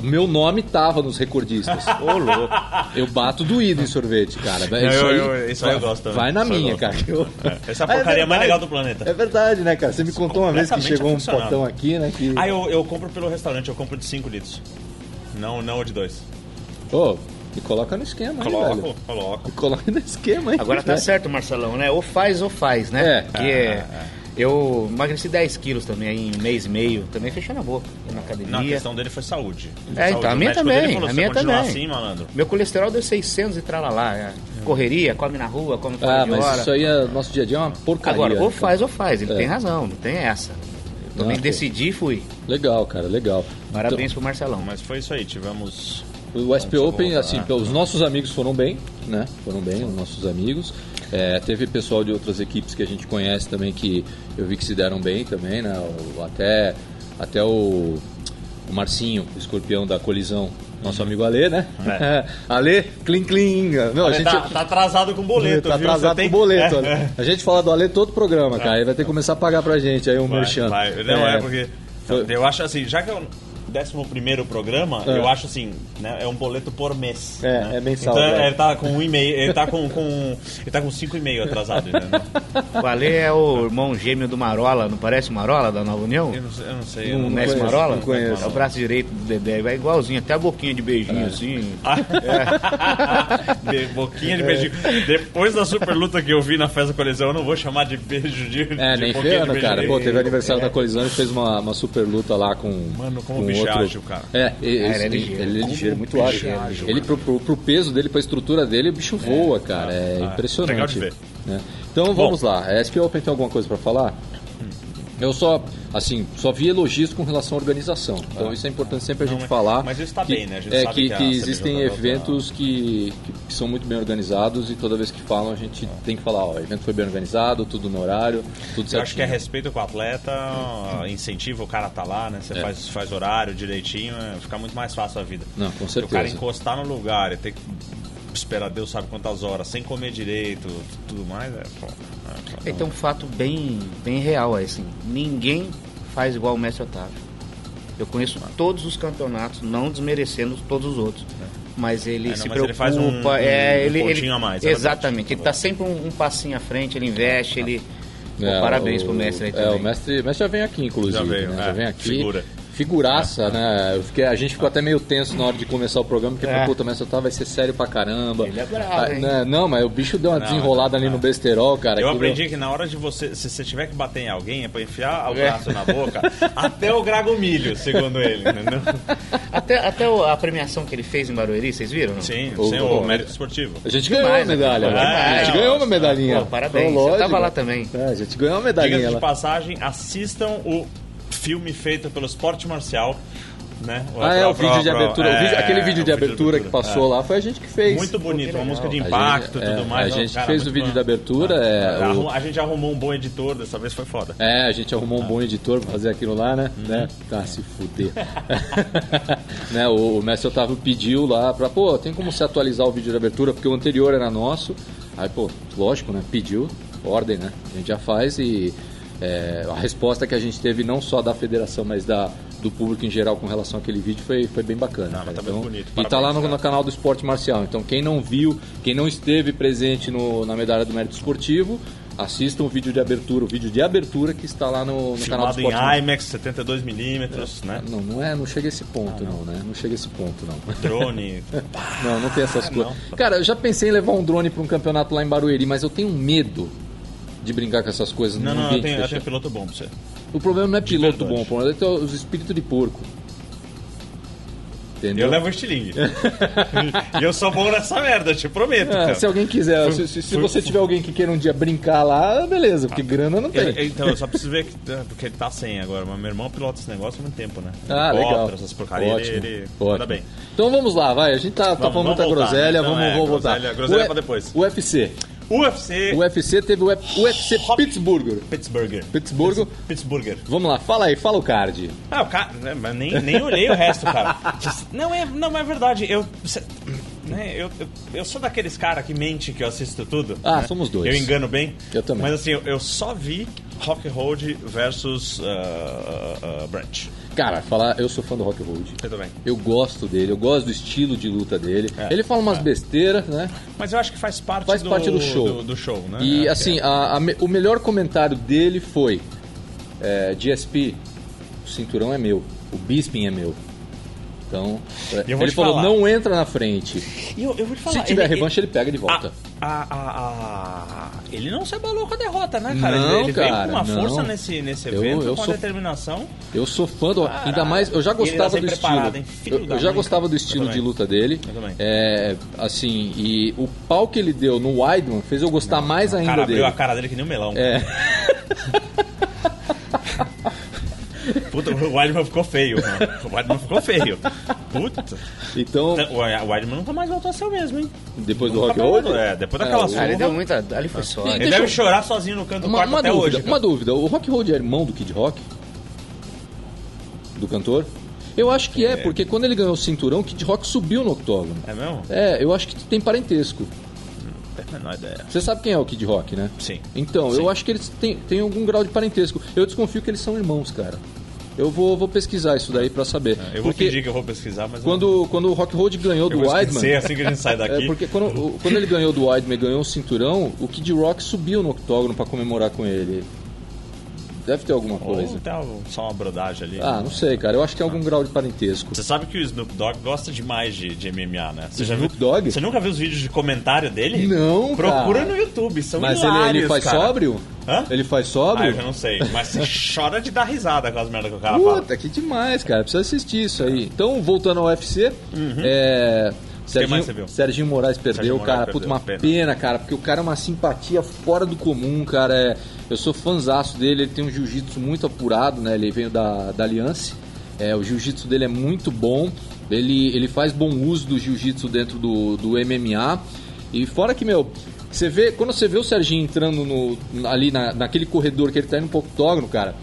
[SPEAKER 1] o meu nome tava nos
[SPEAKER 2] *laughs*
[SPEAKER 1] recordistas.
[SPEAKER 3] Ô, louco.
[SPEAKER 1] eu bato doído em sorvete, cara.
[SPEAKER 2] Não,
[SPEAKER 1] isso,
[SPEAKER 2] eu-
[SPEAKER 1] aí,
[SPEAKER 2] eu- isso aí eu
[SPEAKER 1] vai-
[SPEAKER 2] gosto também.
[SPEAKER 1] Vai na
[SPEAKER 2] Isso eu
[SPEAKER 1] minha,
[SPEAKER 2] gosto.
[SPEAKER 1] cara. que eu-
[SPEAKER 2] É, essa é a porcaria mais
[SPEAKER 1] verdade.
[SPEAKER 2] legal do planeta.
[SPEAKER 1] É verdade, né, cara? Você me contou uma vez que
[SPEAKER 2] completamente
[SPEAKER 1] chegou um
[SPEAKER 2] aficionado.
[SPEAKER 1] potão aqui, né? Que...
[SPEAKER 2] Ah, eu, eu compro pelo restaurante, eu compro de 5 litros. Não, não o de 2.
[SPEAKER 1] Ô, me coloca no esquema aí, velho.
[SPEAKER 2] Coloco, coloco.
[SPEAKER 1] Me coloca no esquema aí.
[SPEAKER 3] Agora tá
[SPEAKER 1] né?
[SPEAKER 3] certo, Marcelão, né? Ou faz ou faz, né?
[SPEAKER 1] É. ah.
[SPEAKER 3] Porque eu emagreci 10 quilos também aí em um mês e meio. Também fechei na boca, fui na academia.
[SPEAKER 2] Não, a questão dele foi saúde.
[SPEAKER 3] É,
[SPEAKER 2] saúde.
[SPEAKER 3] então, a
[SPEAKER 2] O
[SPEAKER 3] minha
[SPEAKER 2] médico
[SPEAKER 3] também,
[SPEAKER 2] dele falou,
[SPEAKER 3] a
[SPEAKER 2] "Se
[SPEAKER 3] minha
[SPEAKER 2] continuar
[SPEAKER 3] também."
[SPEAKER 2] assim, malandro.
[SPEAKER 3] Meu colesterol deu 600 e tralalá. É. Correria, come na rua, come fora
[SPEAKER 1] Ah,
[SPEAKER 3] de
[SPEAKER 1] mas
[SPEAKER 3] hora.
[SPEAKER 1] isso aí, é, nosso dia a dia é uma porcaria.
[SPEAKER 3] Agora, ou
[SPEAKER 1] cara.
[SPEAKER 3] faz ou faz. Ele
[SPEAKER 1] É.
[SPEAKER 3] tem razão, não tem essa. Eu também
[SPEAKER 1] Não,
[SPEAKER 3] decidi e fui.
[SPEAKER 1] Legal, cara, legal.
[SPEAKER 3] Parabéns pro Marcelão.
[SPEAKER 2] Mas foi isso aí, tivemos...
[SPEAKER 1] O SP
[SPEAKER 2] Vamos
[SPEAKER 1] Open,
[SPEAKER 2] voltar.
[SPEAKER 1] assim, os nossos amigos foram bem, né? Foram bem, os nossos amigos. É, teve pessoal de outras equipes que a gente conhece também que eu vi que se deram bem também, né? O- até até o, o Marcinho, o escorpião da colisão, nosso amigo Ale, né? *laughs*
[SPEAKER 2] É.
[SPEAKER 1] Ale, clean clean. Não, a gente
[SPEAKER 2] tá, tá atrasado com o boleto,
[SPEAKER 1] tá
[SPEAKER 2] viu?
[SPEAKER 1] atrasado
[SPEAKER 2] Você tem-
[SPEAKER 1] com o boleto.
[SPEAKER 2] É,
[SPEAKER 1] Ale.
[SPEAKER 2] é.
[SPEAKER 1] A gente fala do Ale todo o programa, cara. Ele vai ter que começar a pagar pra gente aí o
[SPEAKER 2] *laughs* Vai,
[SPEAKER 1] merchan.
[SPEAKER 2] vai. Não, é,
[SPEAKER 1] É.
[SPEAKER 2] porque...
[SPEAKER 1] Foi-
[SPEAKER 2] Eu acho assim, já que é o décimo primeiro programa,
[SPEAKER 1] É.
[SPEAKER 2] eu acho assim, né, é um boleto por mês.
[SPEAKER 1] É,
[SPEAKER 2] né?
[SPEAKER 1] é mensal,
[SPEAKER 2] Então
[SPEAKER 1] né?
[SPEAKER 2] ele tá com um e meio, ele tá com, com ele tá com cinco e meio atrasado, né?
[SPEAKER 1] *laughs*
[SPEAKER 3] O Ale é o irmão gêmeo do Marola, não parece o Marola da Nova União?
[SPEAKER 2] Eu não, sei- eu não sei.
[SPEAKER 1] Não
[SPEAKER 2] eu não-
[SPEAKER 3] Conhece o
[SPEAKER 1] conheço,
[SPEAKER 3] Marola?
[SPEAKER 1] não conheço. É.
[SPEAKER 3] É o braço direito do Dedé, vai igualzinho, até a boquinha de beijinho assim.
[SPEAKER 2] Be- boquinha É. de beijinho. Depois da super luta que eu vi na festa da colisão, eu não vou chamar de beijo de,
[SPEAKER 1] É,
[SPEAKER 2] de
[SPEAKER 1] nem
[SPEAKER 2] boquinha de
[SPEAKER 1] ferro,
[SPEAKER 2] beijinho.
[SPEAKER 1] cara. Pô, teve o aniversário da Colisão e fez uma, uma super luta lá com.
[SPEAKER 2] Mano, como
[SPEAKER 1] com
[SPEAKER 2] o bicho é
[SPEAKER 1] outro...
[SPEAKER 2] ágil, cara.
[SPEAKER 1] É, e-
[SPEAKER 3] Ah,
[SPEAKER 1] esse-
[SPEAKER 3] ele é ligeiro.
[SPEAKER 1] Ele é
[SPEAKER 2] Como
[SPEAKER 1] ligeiro,
[SPEAKER 2] o
[SPEAKER 1] muito
[SPEAKER 2] bicho
[SPEAKER 1] ágil.
[SPEAKER 2] é ágil,
[SPEAKER 1] ele, pro, pro, pro peso dele, pra estrutura dele, o bicho voa, cara. É,
[SPEAKER 2] é.
[SPEAKER 1] impressionante.
[SPEAKER 2] Legal de ver.
[SPEAKER 1] né? Então vamos lá. A SP Open tem alguma coisa pra falar? Eu só, assim, só vi elogios com relação à organização. Então isso é importante sempre a
[SPEAKER 2] Ah. Não,
[SPEAKER 1] gente
[SPEAKER 2] mas-
[SPEAKER 1] falar.
[SPEAKER 2] mas isso tá
[SPEAKER 1] que,
[SPEAKER 2] bem, né? A gente
[SPEAKER 1] é
[SPEAKER 2] sabe
[SPEAKER 1] que,
[SPEAKER 2] que a
[SPEAKER 1] que
[SPEAKER 2] CBJJ
[SPEAKER 1] existem
[SPEAKER 2] tá-
[SPEAKER 1] eventos que, que- que são muito bem organizados e toda vez que falam a gente tem que falar, ó, o evento foi bem organizado, tudo no horário, tudo certinho.
[SPEAKER 2] Eu acho que é respeito com o atleta, incentiva o cara a tá lá, né? Você
[SPEAKER 1] É.
[SPEAKER 2] faz, faz horário direitinho, é, fica muito mais fácil a vida.
[SPEAKER 1] Não, com
[SPEAKER 2] Se o cara
[SPEAKER 1] certeza.
[SPEAKER 2] encostar no lugar e ter que esperar Deus sabe quantas horas, sem comer direito, tudo mais, é foda. É
[SPEAKER 1] Tá
[SPEAKER 2] foda.
[SPEAKER 3] Ele tem um fato bem, bem real aí, assim. Ninguém faz igual o Mestre Otávio. Eu conheço
[SPEAKER 2] Ah.
[SPEAKER 3] todos os campeonatos, não desmerecendo todos os outros. Mas ele
[SPEAKER 2] É, não,
[SPEAKER 3] se
[SPEAKER 2] mas ele
[SPEAKER 3] preocupa,
[SPEAKER 2] faz um- um-
[SPEAKER 3] é,
[SPEAKER 2] um
[SPEAKER 3] ele, ele-
[SPEAKER 2] pontinho a mais, exatamente.
[SPEAKER 3] Exatamente. Ele tá sempre um, um passinho à frente, ele investe, ele. Pô,
[SPEAKER 1] É,
[SPEAKER 3] parabéns
[SPEAKER 1] o-
[SPEAKER 3] pro mestre aí
[SPEAKER 1] é,
[SPEAKER 3] também.
[SPEAKER 1] o mestre, o mestre já vem aqui, inclusive.
[SPEAKER 2] Já veio,
[SPEAKER 1] né?
[SPEAKER 2] é,
[SPEAKER 1] já vem aqui.
[SPEAKER 2] figura.
[SPEAKER 1] Figuraça, né? Eu fiquei- a gente ficou até meio tenso na hora de começar o programa, porque,
[SPEAKER 3] É.
[SPEAKER 1] puta, mas tá, vai ser sério pra caramba.
[SPEAKER 3] Ele é bravo,
[SPEAKER 1] Ah,
[SPEAKER 3] hein? tá.
[SPEAKER 1] né? Não, mas o bicho deu uma
[SPEAKER 2] Não,
[SPEAKER 1] desenrolada ali no besterol, cara.
[SPEAKER 2] Eu
[SPEAKER 1] aquilo-
[SPEAKER 2] aprendi que na hora de você, se você tiver que bater em alguém, é pra enfiar o braço na boca *laughs* até o gragomilho, segundo ele,
[SPEAKER 1] *laughs*
[SPEAKER 2] entendeu?
[SPEAKER 3] Até, até o- a premiação que ele fez em Barueri, vocês viram? não?
[SPEAKER 2] Sim,
[SPEAKER 1] O-
[SPEAKER 2] sem o,
[SPEAKER 1] o-
[SPEAKER 2] mérito esportivo.
[SPEAKER 1] A gente ganhou
[SPEAKER 3] Demais, É,
[SPEAKER 1] a medalha.
[SPEAKER 2] né?
[SPEAKER 1] a gente
[SPEAKER 2] Demais.
[SPEAKER 1] ganhou uma medalhinha.
[SPEAKER 3] Pô, parabéns,
[SPEAKER 1] Então,
[SPEAKER 3] eu
[SPEAKER 1] lógico.
[SPEAKER 3] tava lá também.
[SPEAKER 1] É, a gente ganhou uma medalhinha
[SPEAKER 2] Diga-se de
[SPEAKER 1] lá.
[SPEAKER 2] passagem, assistam o filme feito pelo Esporte Marcial, né?
[SPEAKER 1] Ah, é, o vídeo de abertura. o vídeo-
[SPEAKER 2] é,
[SPEAKER 1] aquele vídeo
[SPEAKER 2] o
[SPEAKER 1] de abertura que passou lá foi a gente que
[SPEAKER 2] É.
[SPEAKER 1] fez.
[SPEAKER 2] Muito bonito, uma música de
[SPEAKER 1] A gente-
[SPEAKER 2] impacto e
[SPEAKER 1] é,
[SPEAKER 2] tudo mais. um
[SPEAKER 1] A gente
[SPEAKER 2] Cara,
[SPEAKER 1] fez o
[SPEAKER 2] muito
[SPEAKER 1] vídeo
[SPEAKER 2] bom.
[SPEAKER 1] de abertura. é,
[SPEAKER 2] Ah,
[SPEAKER 1] o-
[SPEAKER 2] arrum- A gente arrumou um bom editor, dessa vez foi foda.
[SPEAKER 1] É, a gente arrumou um bom editor pra fazer aquilo lá,
[SPEAKER 2] Uhum.
[SPEAKER 1] né? né? Tá, se fuder. *laughs* né? O, o mestre Otávio pediu lá pra, pô, tem como se atualizar o vídeo de abertura, porque o anterior era nosso. Aí, pô, lógico, né? Pediu, ordem, né? A gente já faz e é, a resposta que a gente teve, não só da federação, mas da, do público em geral com relação àquele vídeo, foi, foi bem bacana.
[SPEAKER 2] Ah, mas
[SPEAKER 1] cara.
[SPEAKER 2] tá bem bonito,
[SPEAKER 1] e tá lá
[SPEAKER 2] parabéns,
[SPEAKER 1] no,
[SPEAKER 2] cara.
[SPEAKER 1] no canal do Esporte Marcial. Então, quem não viu, quem não esteve presente no- na medalha do mérito esportivo, assistam o vídeo de abertura, o vídeo de abertura que está lá no, no canal do
[SPEAKER 2] Filmado
[SPEAKER 1] Esporte.
[SPEAKER 2] em IMAX, 72mm, né?
[SPEAKER 1] Não, não é, não chega a esse ponto,
[SPEAKER 2] Ah,
[SPEAKER 1] não. né? Não chega a esse ponto, não.
[SPEAKER 2] *laughs*
[SPEAKER 1] *laughs*
[SPEAKER 2] Drone. pá.
[SPEAKER 1] Não, não tem essas
[SPEAKER 2] Ah,
[SPEAKER 1] coisas.
[SPEAKER 2] não.
[SPEAKER 1] Cara, eu já pensei em levar um drone para um campeonato lá em Barueri, mas eu tenho medo de brincar com essas coisas
[SPEAKER 2] Não,
[SPEAKER 1] num
[SPEAKER 2] não, eu
[SPEAKER 1] ambiente
[SPEAKER 2] tenho, eu tenho
[SPEAKER 1] fechado.
[SPEAKER 2] piloto bom pra você.
[SPEAKER 1] O problema não é piloto
[SPEAKER 2] verdade.
[SPEAKER 1] bom, o problema é ter os espíritos de porco. Entendeu?
[SPEAKER 2] Eu levo
[SPEAKER 1] *laughs*
[SPEAKER 2] o estilingue. *laughs* e eu sou bom nessa merda, eu te prometo.
[SPEAKER 1] Ah,
[SPEAKER 2] cara.
[SPEAKER 1] se alguém quiser, se, se- se
[SPEAKER 2] É. foi- Ah,
[SPEAKER 1] você tiver alguém que queira um dia brincar lá, beleza, porque grana não
[SPEAKER 2] Eu-
[SPEAKER 1] tem.
[SPEAKER 2] eu- então, eu só preciso ver que, porque ele tá sem agora, mas meu irmão pilota esse negócio há muito tempo, né?
[SPEAKER 1] Ah, legal.
[SPEAKER 2] Helicóptero, Essas porcarias, ele, ele manda bem.
[SPEAKER 1] Então vamos lá, vai. A gente tá tapando
[SPEAKER 2] vamos
[SPEAKER 1] muita
[SPEAKER 2] voltar,
[SPEAKER 1] groselha,
[SPEAKER 2] né? Então,
[SPEAKER 1] vamos,
[SPEAKER 2] é,
[SPEAKER 1] vamos voltar.
[SPEAKER 2] groselha- groselha
[SPEAKER 1] U-
[SPEAKER 2] pra depois. *laughs*
[SPEAKER 1] UFC.
[SPEAKER 2] UFC
[SPEAKER 1] UFC teve o F- UFC
[SPEAKER 2] Hop.
[SPEAKER 1] Pittsburgh.
[SPEAKER 2] Pittsburgher.
[SPEAKER 1] Pittsburgh.
[SPEAKER 2] Pittsburgher.
[SPEAKER 1] Vamos lá, fala aí, fala o card.
[SPEAKER 2] Ah, o cara. né, Mas nem, nem olhei o resto, cara. Não é, não, mas é verdade. Eu, cê- né, eu, eu, eu sou daqueles caras que mente que eu assisto tudo.
[SPEAKER 1] Ah,
[SPEAKER 2] né?
[SPEAKER 1] somos dois.
[SPEAKER 2] Eu engano bem.
[SPEAKER 1] Eu também.
[SPEAKER 2] Mas assim, eu, eu só vi Rock Road versus ah, ah, Branch.
[SPEAKER 1] Cara, falar, eu sou fã do Rock Road.
[SPEAKER 2] Eu também.
[SPEAKER 1] Eu gosto dele, eu gosto do estilo de luta dele.
[SPEAKER 2] É,
[SPEAKER 1] ele fala umas
[SPEAKER 2] é.
[SPEAKER 1] besteiras, né?
[SPEAKER 2] Mas eu acho que faz parte,
[SPEAKER 1] Faz
[SPEAKER 2] do,
[SPEAKER 1] parte do show.
[SPEAKER 2] Do, do show, né?
[SPEAKER 1] E
[SPEAKER 2] É,
[SPEAKER 1] assim, a- a me- o melhor comentário dele foi: é, GSP, o cinturão é meu, o Bisping é meu. Então, é,
[SPEAKER 2] Eu vou
[SPEAKER 1] ele
[SPEAKER 2] te
[SPEAKER 1] falou:
[SPEAKER 2] falar.
[SPEAKER 1] não entra na frente.
[SPEAKER 2] E eu, eu vou te falar,
[SPEAKER 1] assim, Se tiver
[SPEAKER 2] ele- Ah.
[SPEAKER 1] revanche, ele pega de volta.
[SPEAKER 2] A- a- a- a- Ele não se abalou com a derrota, né, cara?
[SPEAKER 1] Não,
[SPEAKER 2] ele ele veio
[SPEAKER 1] cara,
[SPEAKER 2] com uma
[SPEAKER 1] não.
[SPEAKER 2] força nesse, nesse
[SPEAKER 1] Eu-
[SPEAKER 2] evento,
[SPEAKER 1] eu
[SPEAKER 2] com
[SPEAKER 1] sou-
[SPEAKER 2] uma determinação.
[SPEAKER 1] Eu sou fã do.
[SPEAKER 2] Caralho.
[SPEAKER 1] Ainda mais, eu já
[SPEAKER 2] E Ah, ele tá
[SPEAKER 1] gostava
[SPEAKER 2] sempre
[SPEAKER 1] do
[SPEAKER 2] preparado,
[SPEAKER 1] estilo.
[SPEAKER 2] hein? Filho
[SPEAKER 1] Eu,
[SPEAKER 2] da
[SPEAKER 1] eu já
[SPEAKER 2] mãe.
[SPEAKER 1] gostava do
[SPEAKER 2] Eu
[SPEAKER 1] estilo de
[SPEAKER 2] também.
[SPEAKER 1] luta dele.
[SPEAKER 2] Eu também.
[SPEAKER 1] É, assim, e o pau que ele deu no Weidman fez eu gostar mais
[SPEAKER 2] O
[SPEAKER 1] ainda
[SPEAKER 2] cara
[SPEAKER 1] dele.
[SPEAKER 2] abriu a cara dele que nem um melão.
[SPEAKER 1] É.
[SPEAKER 2] *laughs* Puta, o Weidman ficou feio, mano. O Weidman ficou feio. Puta.
[SPEAKER 1] Então,
[SPEAKER 2] O Weidman nunca mais voltou a ser o mesmo, hein?
[SPEAKER 1] depois do
[SPEAKER 2] Nunca
[SPEAKER 1] Rock
[SPEAKER 2] mais
[SPEAKER 1] Road.
[SPEAKER 2] voltou. É, depois daquela
[SPEAKER 1] É, o-
[SPEAKER 2] surra.
[SPEAKER 3] Ah, ele
[SPEAKER 2] Ele,
[SPEAKER 3] deu muita. Ali foi só.
[SPEAKER 1] Tem-
[SPEAKER 3] né?
[SPEAKER 1] deixa
[SPEAKER 2] deve
[SPEAKER 1] eu-
[SPEAKER 2] chorar sozinho no canto do
[SPEAKER 1] Uma,
[SPEAKER 2] quarto
[SPEAKER 1] uma
[SPEAKER 2] até
[SPEAKER 1] dúvida,
[SPEAKER 2] hoje. cara.
[SPEAKER 1] uma dúvida. O Rock Road é irmão do Kid Rock? Do cantor? Eu acho que é, porque quando ele ganhou o cinturão, o Kid Rock subiu no octógono.
[SPEAKER 2] É mesmo?
[SPEAKER 1] É, eu acho que tem parentesco.
[SPEAKER 2] É. Menor ideia.
[SPEAKER 1] Você sabe quem é o Kid Rock, né?
[SPEAKER 2] Sim.
[SPEAKER 1] Então,
[SPEAKER 2] Sim.
[SPEAKER 1] eu acho que eles têm, têm algum grau de parentesco. Eu desconfio que eles são irmãos, cara. Eu vou, vou pesquisar isso daí pra saber.
[SPEAKER 2] É, Eu vou
[SPEAKER 1] porque
[SPEAKER 2] fingir que eu vou pesquisar, mas eu-
[SPEAKER 1] quando, quando o Rock Road ganhou
[SPEAKER 2] eu
[SPEAKER 1] do
[SPEAKER 2] vou esquecer
[SPEAKER 1] Weidman...
[SPEAKER 2] assim que a gente sai daqui.
[SPEAKER 1] É, porque quando, o- quando ele ganhou do Weidman e ganhou o cinturão, o Kid Rock subiu no octógono pra comemorar com ele. Deve ter alguma coisa.
[SPEAKER 2] Ou tem uma- só uma brodagem ali.
[SPEAKER 1] Ah, não sei, cara. Eu acho que é algum grau de parentesco.
[SPEAKER 2] Você sabe que o Snoop Dogg gosta demais de, de MMA, né? Você já
[SPEAKER 1] Snoop
[SPEAKER 2] viu,
[SPEAKER 1] Dogg?
[SPEAKER 2] Você nunca viu os vídeos de comentário dele?
[SPEAKER 1] Não,
[SPEAKER 2] Procura
[SPEAKER 1] cara.
[SPEAKER 2] no YouTube, são
[SPEAKER 1] Mas ele,
[SPEAKER 2] hilários,
[SPEAKER 1] ele faz
[SPEAKER 2] cara.
[SPEAKER 1] sóbrio?
[SPEAKER 2] Hã?
[SPEAKER 1] Ele faz
[SPEAKER 2] Ah, eu já
[SPEAKER 1] sóbrio?
[SPEAKER 2] não sei. Mas
[SPEAKER 1] *laughs*
[SPEAKER 2] você chora de dar risada com as merdas que o cara fala.
[SPEAKER 1] Puta, que demais, cara. Precisa assistir isso aí. Então, voltando ao UFC, é...
[SPEAKER 2] Uhum. mais você
[SPEAKER 1] Serginho,
[SPEAKER 2] viu?
[SPEAKER 1] Serginho Moraes perdeu,
[SPEAKER 2] Moraes
[SPEAKER 1] cara.
[SPEAKER 2] perdeu,
[SPEAKER 1] Puta, uma
[SPEAKER 2] pena.
[SPEAKER 1] pena, cara, porque o cara é uma simpatia fora do comum, cara. É, eu sou fãzaço dele, ele tem um jiu-jitsu muito apurado, né? Ele veio da, da Aliança. É, o jiu-jitsu dele é muito bom. Ele, ele faz bom uso do jiu-jitsu dentro do, do MMA. E fora que, meu, você vê, quando você vê o Serginho entrando no, ali na, naquele corredor que ele tá indo pro octógono, cara.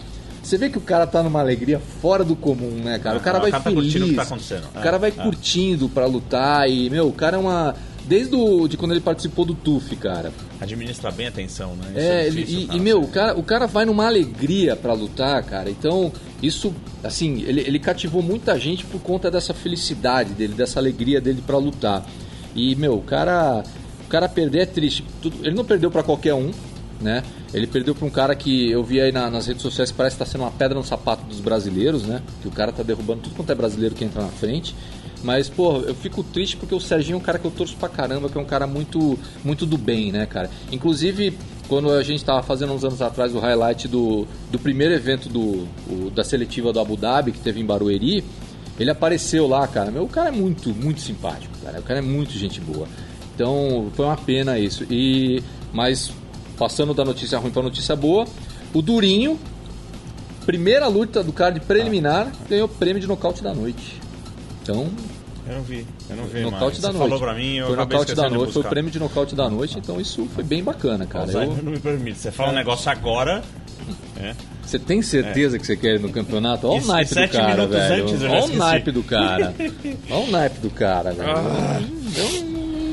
[SPEAKER 1] Você vê que o cara tá numa alegria fora do comum, né, cara? O
[SPEAKER 2] Ah,
[SPEAKER 1] cara
[SPEAKER 2] o
[SPEAKER 1] vai
[SPEAKER 2] cara tá
[SPEAKER 1] feliz.
[SPEAKER 2] curtindo o que tá acontecendo.
[SPEAKER 1] O cara
[SPEAKER 2] É,
[SPEAKER 1] vai
[SPEAKER 2] é.
[SPEAKER 1] curtindo curtindo pra lutar e, meu, o cara é uma. Desde o, de quando ele participou do TUF, cara.
[SPEAKER 2] Administra bem a atenção, né? Isso
[SPEAKER 1] É, ele-
[SPEAKER 2] difícil,
[SPEAKER 1] e,
[SPEAKER 2] cara.
[SPEAKER 1] e, meu, o cara, o cara vai numa alegria pra lutar, cara. Então, isso, assim, ele, ele cativou muita gente por conta dessa felicidade dele, dessa alegria dele pra lutar. E, meu, o cara, o cara perder é triste. Tudo- Ele não perdeu pra qualquer um, né? Ele perdeu pra um cara que eu vi aí na- nas redes sociais que parece que tá sendo uma pedra no sapato dos brasileiros, né? Que o cara tá derrubando tudo quanto é brasileiro que entra na frente. Mas, pô, eu fico triste porque o Serginho é um cara que eu torço pra caramba, que é um cara muito, muito do bem, né, cara? Inclusive, quando a gente tava fazendo uns anos atrás o highlight do, do primeiro evento do, o- da seletiva do Abu Dhabi, que teve em Barueri, ele apareceu lá, cara. Meu, o cara é muito, muito simpático, cara. O cara é muito gente boa. Então, foi uma pena isso. E, mas, passando da notícia ruim pra notícia boa, o Durinho, primeira luta do card preliminar, ganhou o prêmio de nocaute da noite. Então,
[SPEAKER 2] Eu não vi, eu não vi mais.
[SPEAKER 1] nocaute da
[SPEAKER 2] Você
[SPEAKER 1] noite.
[SPEAKER 2] falou pra mim, eu
[SPEAKER 1] foi
[SPEAKER 2] acabei
[SPEAKER 1] nocaute da
[SPEAKER 2] esquecendo de
[SPEAKER 1] noite, foi o
[SPEAKER 2] buscar.
[SPEAKER 1] prêmio de nocaute da noite, então isso foi bem bacana, cara. Eu-
[SPEAKER 2] Alzheimer não me permite. Você fala um negócio agora. É.
[SPEAKER 1] você tem certeza que você quer ir no campeonato? Olha
[SPEAKER 2] E-
[SPEAKER 1] o
[SPEAKER 2] e
[SPEAKER 1] naipe do
[SPEAKER 2] sete
[SPEAKER 1] cara,
[SPEAKER 2] minutos
[SPEAKER 1] velho.
[SPEAKER 2] antes eu já
[SPEAKER 1] Olha o
[SPEAKER 2] esqueci.
[SPEAKER 1] naipe do cara. Olha o naipe do cara, velho. Eu não,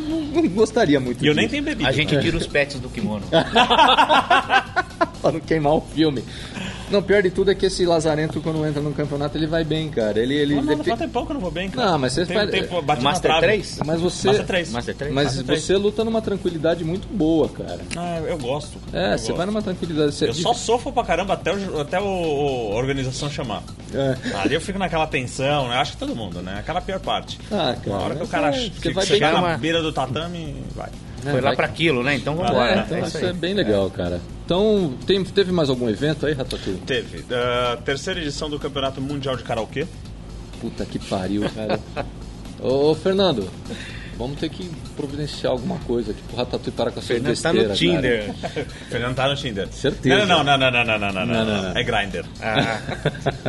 [SPEAKER 1] não- não gostaria muito
[SPEAKER 2] Ah. E eu nem
[SPEAKER 1] disso,
[SPEAKER 2] tenho
[SPEAKER 1] *laughs*
[SPEAKER 2] bebido.
[SPEAKER 3] A gente tira os pets do kimono.
[SPEAKER 1] pra não queimar o filme. Não, pior de tudo é que esse Lazarento, quando entra no campeonato, ele vai bem, cara. Ele, ele,
[SPEAKER 2] Não, não,
[SPEAKER 1] ele
[SPEAKER 2] não
[SPEAKER 1] tem-
[SPEAKER 2] faz tempão que eu não vou bem, cara.
[SPEAKER 1] Não, mas você
[SPEAKER 2] tem,
[SPEAKER 1] faz-
[SPEAKER 2] tem, bate na
[SPEAKER 3] Master
[SPEAKER 2] trave.
[SPEAKER 3] 3?
[SPEAKER 1] Mas você.
[SPEAKER 2] Master 3.
[SPEAKER 3] Master 3?
[SPEAKER 1] Mas
[SPEAKER 2] Master três.
[SPEAKER 1] você luta numa tranquilidade muito boa, cara.
[SPEAKER 2] Ah, eu gosto. cara,
[SPEAKER 1] É,
[SPEAKER 2] eu
[SPEAKER 1] você
[SPEAKER 2] gosto.
[SPEAKER 1] vai numa tranquilidade. Você... é
[SPEAKER 2] Eu só sofro pra caramba até, o, até o, o- a organização chamar.
[SPEAKER 1] É.
[SPEAKER 2] Ali eu fico naquela tensão, né? Acho que todo mundo, né? Aquela pior parte.
[SPEAKER 1] Ah, cara.
[SPEAKER 2] Na hora que o
[SPEAKER 1] mas
[SPEAKER 2] cara
[SPEAKER 1] é, você
[SPEAKER 2] che-
[SPEAKER 1] vai bem.
[SPEAKER 2] chegar na
[SPEAKER 3] Chama.
[SPEAKER 2] beira do tatame, vai.
[SPEAKER 3] Foi lá
[SPEAKER 1] vai-
[SPEAKER 3] pra aquilo, né? Então vamos
[SPEAKER 2] É,
[SPEAKER 3] embora.
[SPEAKER 1] É,
[SPEAKER 3] né?
[SPEAKER 1] então
[SPEAKER 3] É
[SPEAKER 1] isso
[SPEAKER 3] isso aí.
[SPEAKER 1] é bem legal, cara. Então, tem- teve mais algum evento aí, Ratatouille?
[SPEAKER 2] Teve. ah, terceira edição do Campeonato Mundial
[SPEAKER 1] *laughs*
[SPEAKER 2] de Karaokê.
[SPEAKER 1] Puta que pariu, cara. ô, ô, Fernando, vamos ter que providenciar alguma coisa. Tipo, o Ratatouille para com a sua
[SPEAKER 3] Fernando tá
[SPEAKER 1] besteira,
[SPEAKER 3] no
[SPEAKER 1] cara.
[SPEAKER 3] Tinder.
[SPEAKER 2] Fernando tá no Tinder.
[SPEAKER 1] Certeza.
[SPEAKER 2] Não, não, não, não, não, não, não, não,
[SPEAKER 1] Não,
[SPEAKER 2] não,
[SPEAKER 1] não.
[SPEAKER 2] É Grindr.
[SPEAKER 3] Ah,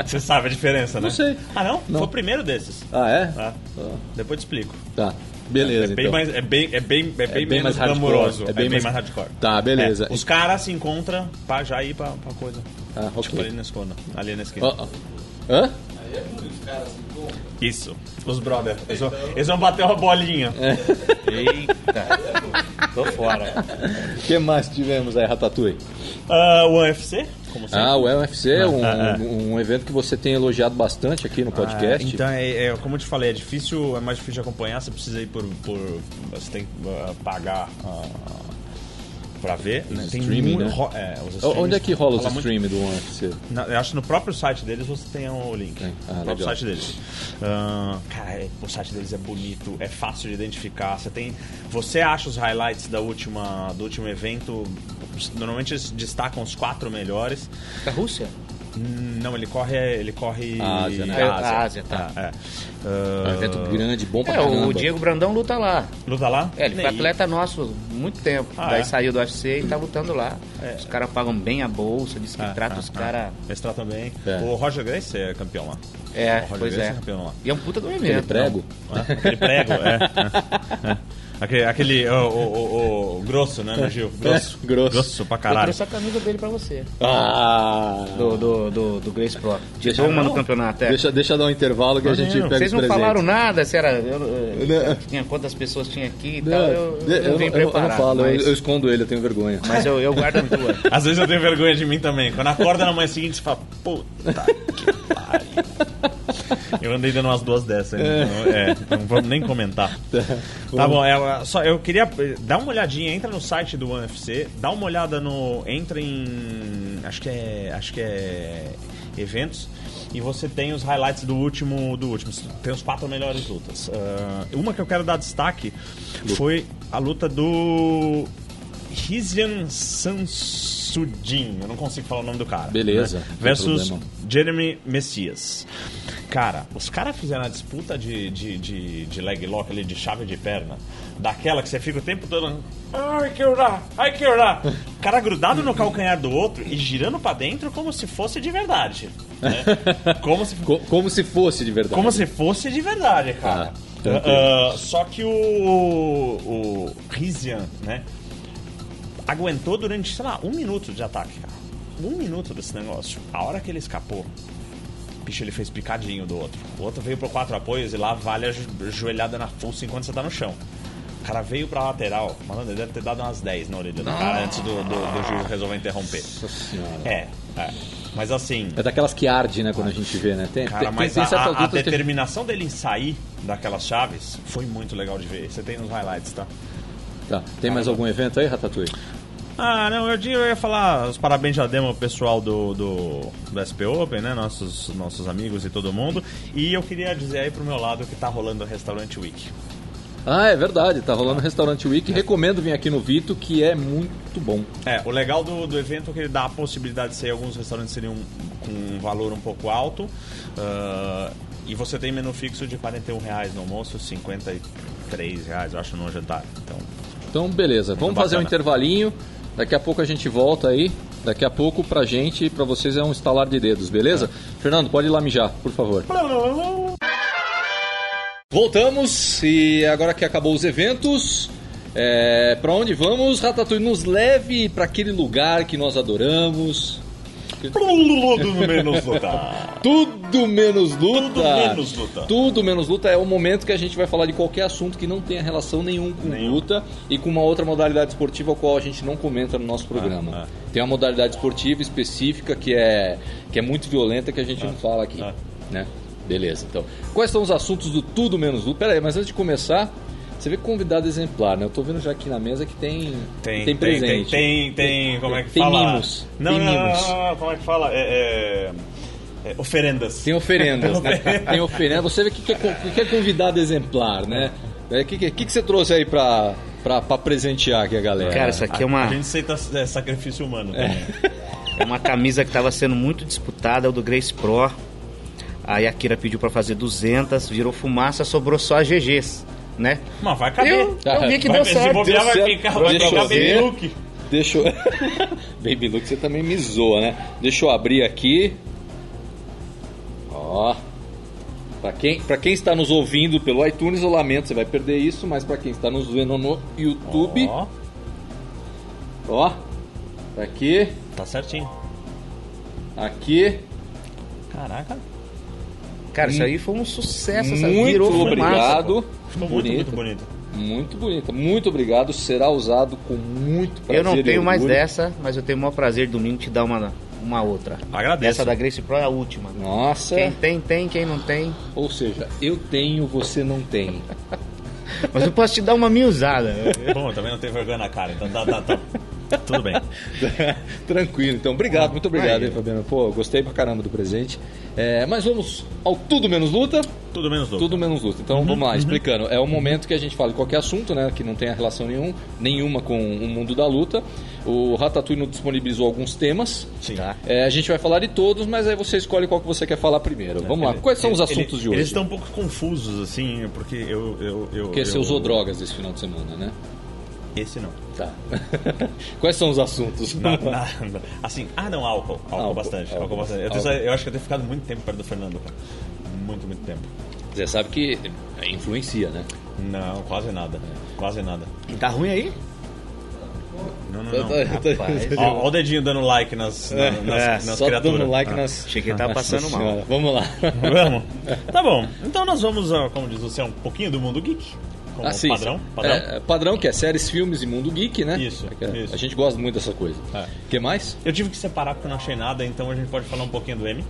[SPEAKER 2] Você sabe a diferença, né?
[SPEAKER 1] Não sei.
[SPEAKER 2] Ah, não?
[SPEAKER 1] Não.
[SPEAKER 2] Foi o primeiro desses.
[SPEAKER 1] Ah, é?
[SPEAKER 2] Ah,
[SPEAKER 1] Ah,
[SPEAKER 2] Depois te explico.
[SPEAKER 1] Tá, beleza,
[SPEAKER 2] É bem,
[SPEAKER 1] então.
[SPEAKER 2] mais, é bem, é bem, é
[SPEAKER 1] bem
[SPEAKER 2] bem
[SPEAKER 1] mais
[SPEAKER 2] menos
[SPEAKER 1] hardcore,
[SPEAKER 2] glamouroso.
[SPEAKER 1] é bem
[SPEAKER 2] É bem,
[SPEAKER 1] mais-
[SPEAKER 2] mais... hardcore.
[SPEAKER 1] Tá, beleza.
[SPEAKER 2] É, os caras se encontram pra já ir pra, pra coisa.
[SPEAKER 1] Ah, ok.
[SPEAKER 2] Tipo ali na esquina. Ali na esquina.
[SPEAKER 1] Ó, ó. Hã?
[SPEAKER 2] Isso. Os brothers. Eles vão, eles vão bater uma bolinha.
[SPEAKER 1] É.
[SPEAKER 3] eita. Tô fora.
[SPEAKER 1] O que mais tivemos aí, Ratatouille?
[SPEAKER 2] Ah, o UFC, como sempre.
[SPEAKER 1] Ah, o UFC é um,
[SPEAKER 2] Ah, ah.
[SPEAKER 1] um evento que você tem elogiado bastante aqui no podcast.
[SPEAKER 2] Ah, então, é, é, como eu te falei, é difícil, é mais difícil de acompanhar, você precisa ir por. por você tem que ah, pagar ah, pra ver. né? Tem
[SPEAKER 1] streaming,
[SPEAKER 2] muito-
[SPEAKER 1] né?
[SPEAKER 2] ro- é, os
[SPEAKER 1] O- Onde é que rola os
[SPEAKER 2] rola muito-
[SPEAKER 1] streams do UFC?
[SPEAKER 2] Na- eu acho que no próprio site deles você tem o link.
[SPEAKER 1] Tem. Ah,
[SPEAKER 2] no próprio
[SPEAKER 1] legal.
[SPEAKER 2] site deles. Ah, cara, é- o site deles é bonito, é fácil de identificar. Você tem, você acha os highlights da última, do último evento. Normalmente eles destacam os quatro melhores.
[SPEAKER 3] Da É Rússia?
[SPEAKER 2] Hum, Não, ele corre, ele corre
[SPEAKER 1] A Ásia, né?
[SPEAKER 2] a
[SPEAKER 3] A Ásia, tá.
[SPEAKER 2] Ah, é.
[SPEAKER 1] É um
[SPEAKER 2] Ah,
[SPEAKER 1] evento grande, bom pra
[SPEAKER 3] É,
[SPEAKER 1] caramba.
[SPEAKER 3] o Diego Brandão luta lá.
[SPEAKER 2] Luta lá?
[SPEAKER 3] É, ele foi
[SPEAKER 2] E-
[SPEAKER 3] atleta nosso muito tempo.
[SPEAKER 2] Ah,
[SPEAKER 3] Daí
[SPEAKER 2] é?
[SPEAKER 3] saiu do UFC e tá lutando lá.
[SPEAKER 2] É.
[SPEAKER 3] Os caras pagam bem a bolsa, diz que
[SPEAKER 2] Ah,
[SPEAKER 3] trata
[SPEAKER 2] ah,
[SPEAKER 3] os
[SPEAKER 2] ah.
[SPEAKER 3] caras.
[SPEAKER 2] Eles tratam bem.
[SPEAKER 1] É.
[SPEAKER 2] O Roger Grace é campeão lá.
[SPEAKER 3] É,
[SPEAKER 2] O Roger
[SPEAKER 3] pois
[SPEAKER 2] Grace
[SPEAKER 3] é.
[SPEAKER 2] campeão lá.
[SPEAKER 3] E é um puta do evento.
[SPEAKER 1] Aquele
[SPEAKER 3] né?
[SPEAKER 1] prego?
[SPEAKER 2] Ah, Aquele prego, é. é, é. Aquele, aquele o, o- o- o grosso, né, meu Gil? Grosso.
[SPEAKER 1] É, grosso.
[SPEAKER 2] Grosso pra
[SPEAKER 3] Eu
[SPEAKER 2] caralho.
[SPEAKER 3] trouxe a camisa dele pra você.
[SPEAKER 1] Ah!
[SPEAKER 3] Do, do, do, do Grace Pro.
[SPEAKER 1] Deixa-
[SPEAKER 3] Deixa uma
[SPEAKER 2] não.
[SPEAKER 3] no campeonato, é.
[SPEAKER 1] Deixa, deixa eu dar um intervalo que a gente
[SPEAKER 2] Maneiro.
[SPEAKER 1] pega
[SPEAKER 3] Vocês
[SPEAKER 1] os
[SPEAKER 3] não
[SPEAKER 1] presentes.
[SPEAKER 3] falaram nada, se era. Eu, eu-
[SPEAKER 1] *laughs* Não.
[SPEAKER 3] tinha quantas pessoas tinha aqui e
[SPEAKER 1] Não,
[SPEAKER 3] tal. Tá, Eu, eu,
[SPEAKER 1] eu
[SPEAKER 3] vim
[SPEAKER 1] não- eu
[SPEAKER 3] preparado.
[SPEAKER 1] não falo, eu-
[SPEAKER 3] mas,
[SPEAKER 1] eu escondo ele, eu tenho vergonha.
[SPEAKER 3] mas eu, eu guardo a tua.
[SPEAKER 1] *laughs*
[SPEAKER 2] Às vezes eu tenho vergonha de mim também. Quando acorda na manhã seguinte, você fala, puta que pariu. Eu andei dando umas duas dessas. ainda, então, é, não vamos nem comentar. Tá bom, é, só, eu queria eh, dar uma olhadinha, entra no site do UFC, dá uma olhada no. Entra em. Acho que é. Acho que é. Eventos. E você tem os highlights do último. Do último. Tem os quatro melhores lutas. Ah, uma que eu quero dar destaque foi a luta do. Rizian Sansudin. Eu não consigo falar o nome do cara.
[SPEAKER 1] Beleza,
[SPEAKER 2] né?
[SPEAKER 1] não tem
[SPEAKER 2] Versus
[SPEAKER 1] problema.
[SPEAKER 2] Jeremy Messias. Cara, os caras fizeram a disputa de, de, de, de leg lock ali, de chave de perna, daquela que você fica o tempo todo. Ai, que orar! Ai, que orar! O cara grudado no calcanhar do outro e girando pra dentro como se fosse de verdade. né? Como se
[SPEAKER 1] Co- como se fosse de verdade.
[SPEAKER 2] como se fosse de verdade, cara.
[SPEAKER 1] Ah, tranquilo.
[SPEAKER 2] Ah, só que o, o Rizian, né? Aguentou durante, sei lá, um minuto de ataque, cara. Um minuto desse negócio. A hora que ele escapou, bicho, ele fez picadinho do outro. O outro veio pro quatro apoios e lá vale a jo- joelhada na fuça enquanto você tá no chão. O cara veio pra lateral, malandro, ele deve ter dado umas 10 na orelha do cara antes do, do, do juiz resolver interromper.
[SPEAKER 1] Nossa senhora.
[SPEAKER 2] É, é. Mas assim.
[SPEAKER 1] É daquelas que arde, né, quando a gente vê, né? Tem,
[SPEAKER 2] Cara,
[SPEAKER 1] tem-
[SPEAKER 2] mas
[SPEAKER 1] tem
[SPEAKER 2] a,
[SPEAKER 1] certas
[SPEAKER 2] a- a
[SPEAKER 1] lutas que-
[SPEAKER 2] determinação dele em sair daquelas chaves foi muito legal de ver. Você tem nos highlights, tá?
[SPEAKER 1] Tá, tem mais algum evento aí, Ratatouille?
[SPEAKER 2] Ah, não, eu, digo- eu ia falar os parabéns já demos ao pessoal do, do, do SP Open, né? Nossos, nossos amigos e todo mundo. E eu queria dizer aí pro meu lado que tá rolando o Restaurante Week.
[SPEAKER 1] Ah, é verdade, tá rolando o Restaurante Week. Recomendo vir aqui no Vito, que é muito bom.
[SPEAKER 2] É, o legal do, do evento é que ele dá a possibilidade de ser alguns restaurantes seriam com um valor um pouco alto. ah, e você tem menu fixo de R$ 41 reais no almoço, R$ 53 reais, eu acho, no jantar. Então,
[SPEAKER 1] Então, beleza, vamos fazer um
[SPEAKER 2] bacana.
[SPEAKER 1] intervalinho. Daqui a pouco a gente volta aí. Daqui a pouco pra gente, e pra vocês é um estalar de dedos, beleza?
[SPEAKER 2] Tá.
[SPEAKER 1] Fernando, pode ir lá mijar, por favor. Voltamos e agora que acabou os eventos, é, para onde vamos, Ratatouille? Nos leve para aquele lugar que nós adoramos. que.
[SPEAKER 2] Tudo menos lutar.
[SPEAKER 1] Tudo menos luta.
[SPEAKER 2] Tudo menos luta.
[SPEAKER 1] Tudo menos luta é o momento que a gente vai falar de qualquer assunto que não tenha relação nenhum com
[SPEAKER 2] Nenhum.
[SPEAKER 1] luta e com uma outra modalidade esportiva a qual a gente não comenta no nosso
[SPEAKER 2] Ah,
[SPEAKER 1] programa. Tem uma modalidade esportiva específica que é que é muito violenta que a gente não fala aqui,
[SPEAKER 2] Ah.
[SPEAKER 1] né? Beleza. Então, quais são os assuntos do tudo menos luta? Pera aí, mas antes de começar, você vê que convidado exemplar, né? Eu tô vendo já aqui na mesa que tem
[SPEAKER 2] Tem, tem, tem, tem,
[SPEAKER 1] presente.
[SPEAKER 2] tem, como é que
[SPEAKER 1] Tem
[SPEAKER 2] fala?
[SPEAKER 1] mimos.
[SPEAKER 2] Não,
[SPEAKER 1] Tem
[SPEAKER 2] não, não,
[SPEAKER 1] mimos.
[SPEAKER 2] não, não, não, como é que fala? É, é, é, oferendas.
[SPEAKER 1] Tem oferendas, né? Tem oferendas. Você vê o que, que, é, con- que é convidado exemplar, né? O que, que, que que você trouxe aí pra, pra, pra presentear aqui a galera?
[SPEAKER 3] Cara, essa aqui é uma,
[SPEAKER 1] Ah,
[SPEAKER 2] A gente aceita é, sacrifício humano também.
[SPEAKER 3] é uma camisa que estava sendo muito disputada, o do Grace Pro. Aí a Kira pediu para fazer 200, virou fumaça, sobrou só as GGs, né?
[SPEAKER 2] Mas vai caber.
[SPEAKER 3] Eu, eu vi que
[SPEAKER 2] vai
[SPEAKER 3] deu certo.
[SPEAKER 2] bobear,
[SPEAKER 1] deu
[SPEAKER 2] vai
[SPEAKER 1] certo.
[SPEAKER 2] ficar, vai
[SPEAKER 1] Deixa
[SPEAKER 2] ficar
[SPEAKER 1] eu ver.
[SPEAKER 2] bem look.
[SPEAKER 1] Deixa eu... *laughs* Baby Luke, você também me zoa, né? Deixa eu abrir aqui. Ó. Pra quem, pra quem está nos ouvindo pelo iTunes, eu lamento, você vai perder isso, mas pra quem está nos vendo no YouTube, ó,
[SPEAKER 2] Ó,
[SPEAKER 1] tá aqui,
[SPEAKER 2] tá certinho.
[SPEAKER 1] aqui,
[SPEAKER 2] Caraca.
[SPEAKER 3] Cara, isso aí foi um sucesso, essa
[SPEAKER 1] muito
[SPEAKER 3] virou fumaça.
[SPEAKER 1] obrigado.
[SPEAKER 3] pô.
[SPEAKER 2] Ficou
[SPEAKER 1] Bonita.
[SPEAKER 2] muito, muito bonito.
[SPEAKER 1] Muito bonita, muito obrigado. Será usado com muito prazer.
[SPEAKER 3] Eu não
[SPEAKER 1] e
[SPEAKER 3] tenho mais
[SPEAKER 1] orgulho.
[SPEAKER 3] dessa, mas eu tenho o maior prazer domingo te dar uma, uma outra.
[SPEAKER 2] Agradeço.
[SPEAKER 3] Essa da Grace Pro é a última.
[SPEAKER 1] Nossa,
[SPEAKER 3] Quem tem, tem, quem não tem.
[SPEAKER 1] ou seja, eu tenho, você não tem. *laughs*
[SPEAKER 3] Mas eu posso te dar uma miusada.
[SPEAKER 2] É Bom, eu também não tenho vergonha na cara, então tá, tá, tá. Tudo bem.
[SPEAKER 1] Tranquilo, então. Obrigado, muito obrigado,
[SPEAKER 3] Aí.
[SPEAKER 1] hein, Fabiano. Pô, gostei pra caramba do presente. É, mas vamos ao tudo menos luta.
[SPEAKER 2] Tudo menos louco.
[SPEAKER 1] Tudo menos luta. Então vamos lá, explicando. É o momento que a gente fala de qualquer assunto, né? Que não tenha relação nenhum, nenhuma com o mundo da luta. O Ratatouille nos disponibilizou alguns temas.
[SPEAKER 2] Sim.
[SPEAKER 3] Tá.
[SPEAKER 1] É, a gente vai falar de todos, mas aí você escolhe qual que você quer falar
[SPEAKER 3] É,
[SPEAKER 1] primeiro. Vamos lá, quais são os
[SPEAKER 2] Ele-
[SPEAKER 1] assuntos de hoje?
[SPEAKER 2] Eles estão um pouco confusos, assim, porque eu. eu, eu
[SPEAKER 1] Porque você
[SPEAKER 2] eu-
[SPEAKER 1] usou drogas esse final de semana, né?
[SPEAKER 2] Esse não.
[SPEAKER 1] Tá. *laughs* Quais são os assuntos?
[SPEAKER 2] Na- na- assim, ah não, álcool. Álcool,
[SPEAKER 1] Álcool,
[SPEAKER 2] bastante.
[SPEAKER 1] álcool,
[SPEAKER 2] Álcool, bastante. Eu, tenho-
[SPEAKER 1] álcool.
[SPEAKER 2] eu acho que eu tenho ficado muito tempo perto do Fernando, cara. Muito, muito tempo.
[SPEAKER 1] Você sabe que influencia, né?
[SPEAKER 2] Não, quase nada. Quase nada.
[SPEAKER 3] Tá ruim aí?
[SPEAKER 2] Não, não, é não.
[SPEAKER 3] rapaz.
[SPEAKER 2] Ó, ó o dedinho dando like nas, na- nas,
[SPEAKER 3] É,
[SPEAKER 2] nas
[SPEAKER 1] Só
[SPEAKER 2] criaturas.
[SPEAKER 1] dando like
[SPEAKER 2] Tá
[SPEAKER 1] nas.
[SPEAKER 3] Achei que ele tava
[SPEAKER 1] Nossa
[SPEAKER 3] passando mal.
[SPEAKER 1] Senhora, Vamos lá.
[SPEAKER 2] Vamos?
[SPEAKER 1] *laughs*
[SPEAKER 2] Tá bom. Então nós vamos, ó, como diz você, um pouquinho do mundo geek. Como
[SPEAKER 1] Assim,
[SPEAKER 2] padrão.
[SPEAKER 1] é,
[SPEAKER 2] Padrão.
[SPEAKER 1] é, padrão, que é séries, filmes e mundo geek, né?
[SPEAKER 2] Isso,
[SPEAKER 1] É que a-
[SPEAKER 2] isso.
[SPEAKER 1] A gente gosta muito dessa coisa. O
[SPEAKER 2] É.
[SPEAKER 1] que mais?
[SPEAKER 2] Eu tive que separar porque eu não achei nada, então a gente pode falar um pouquinho do M.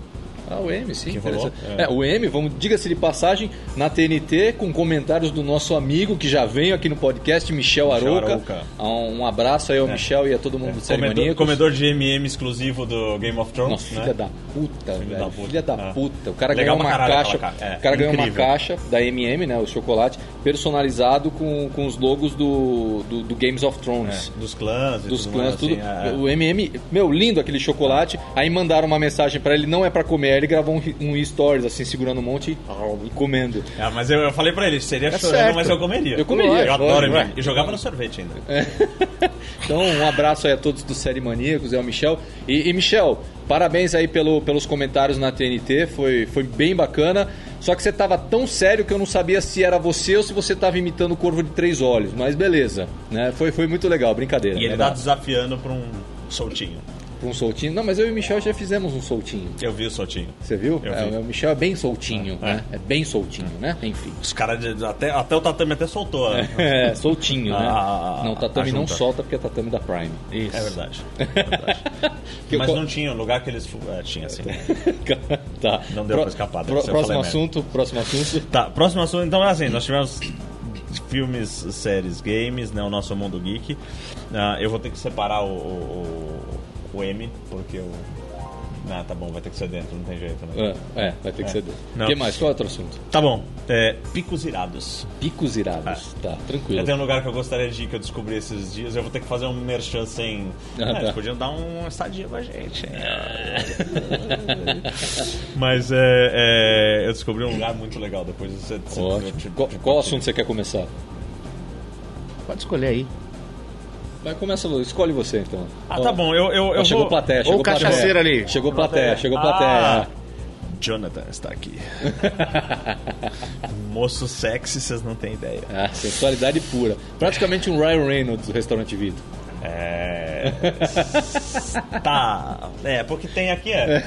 [SPEAKER 1] Ah, o M, sim.
[SPEAKER 2] Que rolou?
[SPEAKER 1] interessante.
[SPEAKER 2] É.
[SPEAKER 1] É, o M, vamos, diga-se de passagem, na TNT, com comentários do nosso amigo que já veio aqui no podcast, Michel
[SPEAKER 2] Michel
[SPEAKER 1] Arouca.
[SPEAKER 2] Arouca. É.
[SPEAKER 1] Ah, Um abraço aí ao Michel e a todo mundo do Série
[SPEAKER 2] Comedor,
[SPEAKER 1] Maníacos.
[SPEAKER 2] comedor de MM exclusivo do Game of Thrones.
[SPEAKER 1] Nossa,
[SPEAKER 2] né?
[SPEAKER 1] filha da puta, velho.
[SPEAKER 2] da puta.
[SPEAKER 1] filha da
[SPEAKER 2] É.
[SPEAKER 1] puta. O cara ganhou
[SPEAKER 2] Legal
[SPEAKER 1] uma
[SPEAKER 2] pra caralho
[SPEAKER 1] caixa.
[SPEAKER 2] aquela ca- é,
[SPEAKER 1] o cara ganhou uma
[SPEAKER 2] incrível.
[SPEAKER 1] caixa da MM, né? O chocolate, personalizado com, com os logos do, do, do Games of Thrones.
[SPEAKER 2] É, dos clãs e
[SPEAKER 1] Dos
[SPEAKER 2] tudo
[SPEAKER 1] clãs,
[SPEAKER 2] mais,
[SPEAKER 1] tudo.
[SPEAKER 2] assim, é.
[SPEAKER 1] O MM, meu, lindo aquele chocolate. Aí mandaram uma mensagem pra ele, não é pra comer. Aí ele gravou um, um stories, assim, segurando um monte e, e comendo.
[SPEAKER 2] Ah, mas eu, eu falei pra ele, seria chorando,
[SPEAKER 3] certo.
[SPEAKER 2] mas eu comeria.
[SPEAKER 1] Tá Eu comeria,
[SPEAKER 2] Eu adoro
[SPEAKER 1] lógico,
[SPEAKER 2] MM.
[SPEAKER 1] é.
[SPEAKER 2] E jogava no sorvete ainda.
[SPEAKER 1] Então, um abraço aí a todos do Série Maníacos, é o Michel. E, e, Michel, parabéns aí pelo, pelos comentários na TNT, foi, foi bem bacana. Só que você tava tão sério que eu não sabia se era você ou se você tava imitando o Corvo de Três Olhos, mas beleza, né? Foi, foi muito legal, brincadeira.
[SPEAKER 2] E ele
[SPEAKER 1] né?
[SPEAKER 2] tá desafiando pra um soltinho.
[SPEAKER 1] Pra um soltinho. Não, mas eu e o Michel já fizemos um soltinho.
[SPEAKER 2] Eu vi o soltinho.
[SPEAKER 1] Você viu?
[SPEAKER 2] Eu
[SPEAKER 1] É,
[SPEAKER 2] vi.
[SPEAKER 1] o Michel é bem soltinho,
[SPEAKER 2] É.
[SPEAKER 1] né? É bem soltinho, né? Enfim.
[SPEAKER 2] Os caras, de- até, até o tatame até soltou. né?
[SPEAKER 1] *laughs* É, soltinho, né?
[SPEAKER 2] Ah,
[SPEAKER 1] não, tatame
[SPEAKER 2] a
[SPEAKER 1] não
[SPEAKER 2] junta.
[SPEAKER 1] solta porque é tatame da Prime. *laughs*
[SPEAKER 3] Isso.
[SPEAKER 2] É verdade. É verdade.
[SPEAKER 1] Que
[SPEAKER 2] mas
[SPEAKER 1] co-
[SPEAKER 2] não tinha o lugar que eles... fu- É, tinha, sim.
[SPEAKER 1] tá.
[SPEAKER 2] Não deu pra escapar dessa, eu
[SPEAKER 1] próximo
[SPEAKER 2] falei merda.
[SPEAKER 1] assunto, próximo assunto.
[SPEAKER 2] Tá, próximo assunto. Então, assim, nós tivemos filmes, séries, games, né? O nosso mundo geek. Ah, eu vou ter que separar o, o, o- o M, porque o... Ah, tá bom, vai ter que ser dentro, não tem jeito, né?
[SPEAKER 1] É, é, vai ter que ser dele. O
[SPEAKER 2] Não.
[SPEAKER 1] que mais? Qual é outro assunto?
[SPEAKER 2] Tá bom. É, picos irados.
[SPEAKER 1] Picos irados. Tá,
[SPEAKER 2] Eu
[SPEAKER 1] tranquilo.
[SPEAKER 2] tenho um lugar que eu gostaria de ir que eu descobri esses dias. Eu vou ter que fazer um merchan sem.
[SPEAKER 1] Ah,
[SPEAKER 2] Ah,
[SPEAKER 1] tá.
[SPEAKER 2] Eles podiam dar um estadia pra
[SPEAKER 1] *laughs*
[SPEAKER 2] gente. hein? Mas é, é, eu descobri um lugar muito legal depois. Você, tipo, você- eu te-
[SPEAKER 1] Ótimo. Qual,
[SPEAKER 2] te-
[SPEAKER 1] qual
[SPEAKER 2] te-
[SPEAKER 1] assunto você quer começar?
[SPEAKER 3] Pode escolher aí.
[SPEAKER 1] Vai, começa, Lu. Escolhe você, então.
[SPEAKER 2] Ah, tá bom. Eu, eu, eu
[SPEAKER 1] Ó, chegou
[SPEAKER 2] vou...
[SPEAKER 1] plateia, chegou
[SPEAKER 3] Ou o cachaceiro
[SPEAKER 1] plateia.
[SPEAKER 3] ali.
[SPEAKER 1] Chegou plateia, chegou plateia.
[SPEAKER 2] Ah, Jonathan está
[SPEAKER 1] *laughs*
[SPEAKER 2] aqui. Moço sexy, vocês não têm ideia.
[SPEAKER 1] Ah, sensualidade pura. Praticamente um Ryan Reynolds do Restaurante Vito.
[SPEAKER 2] É, tá. É, porque tem
[SPEAKER 1] *laughs*
[SPEAKER 2] aqui, é.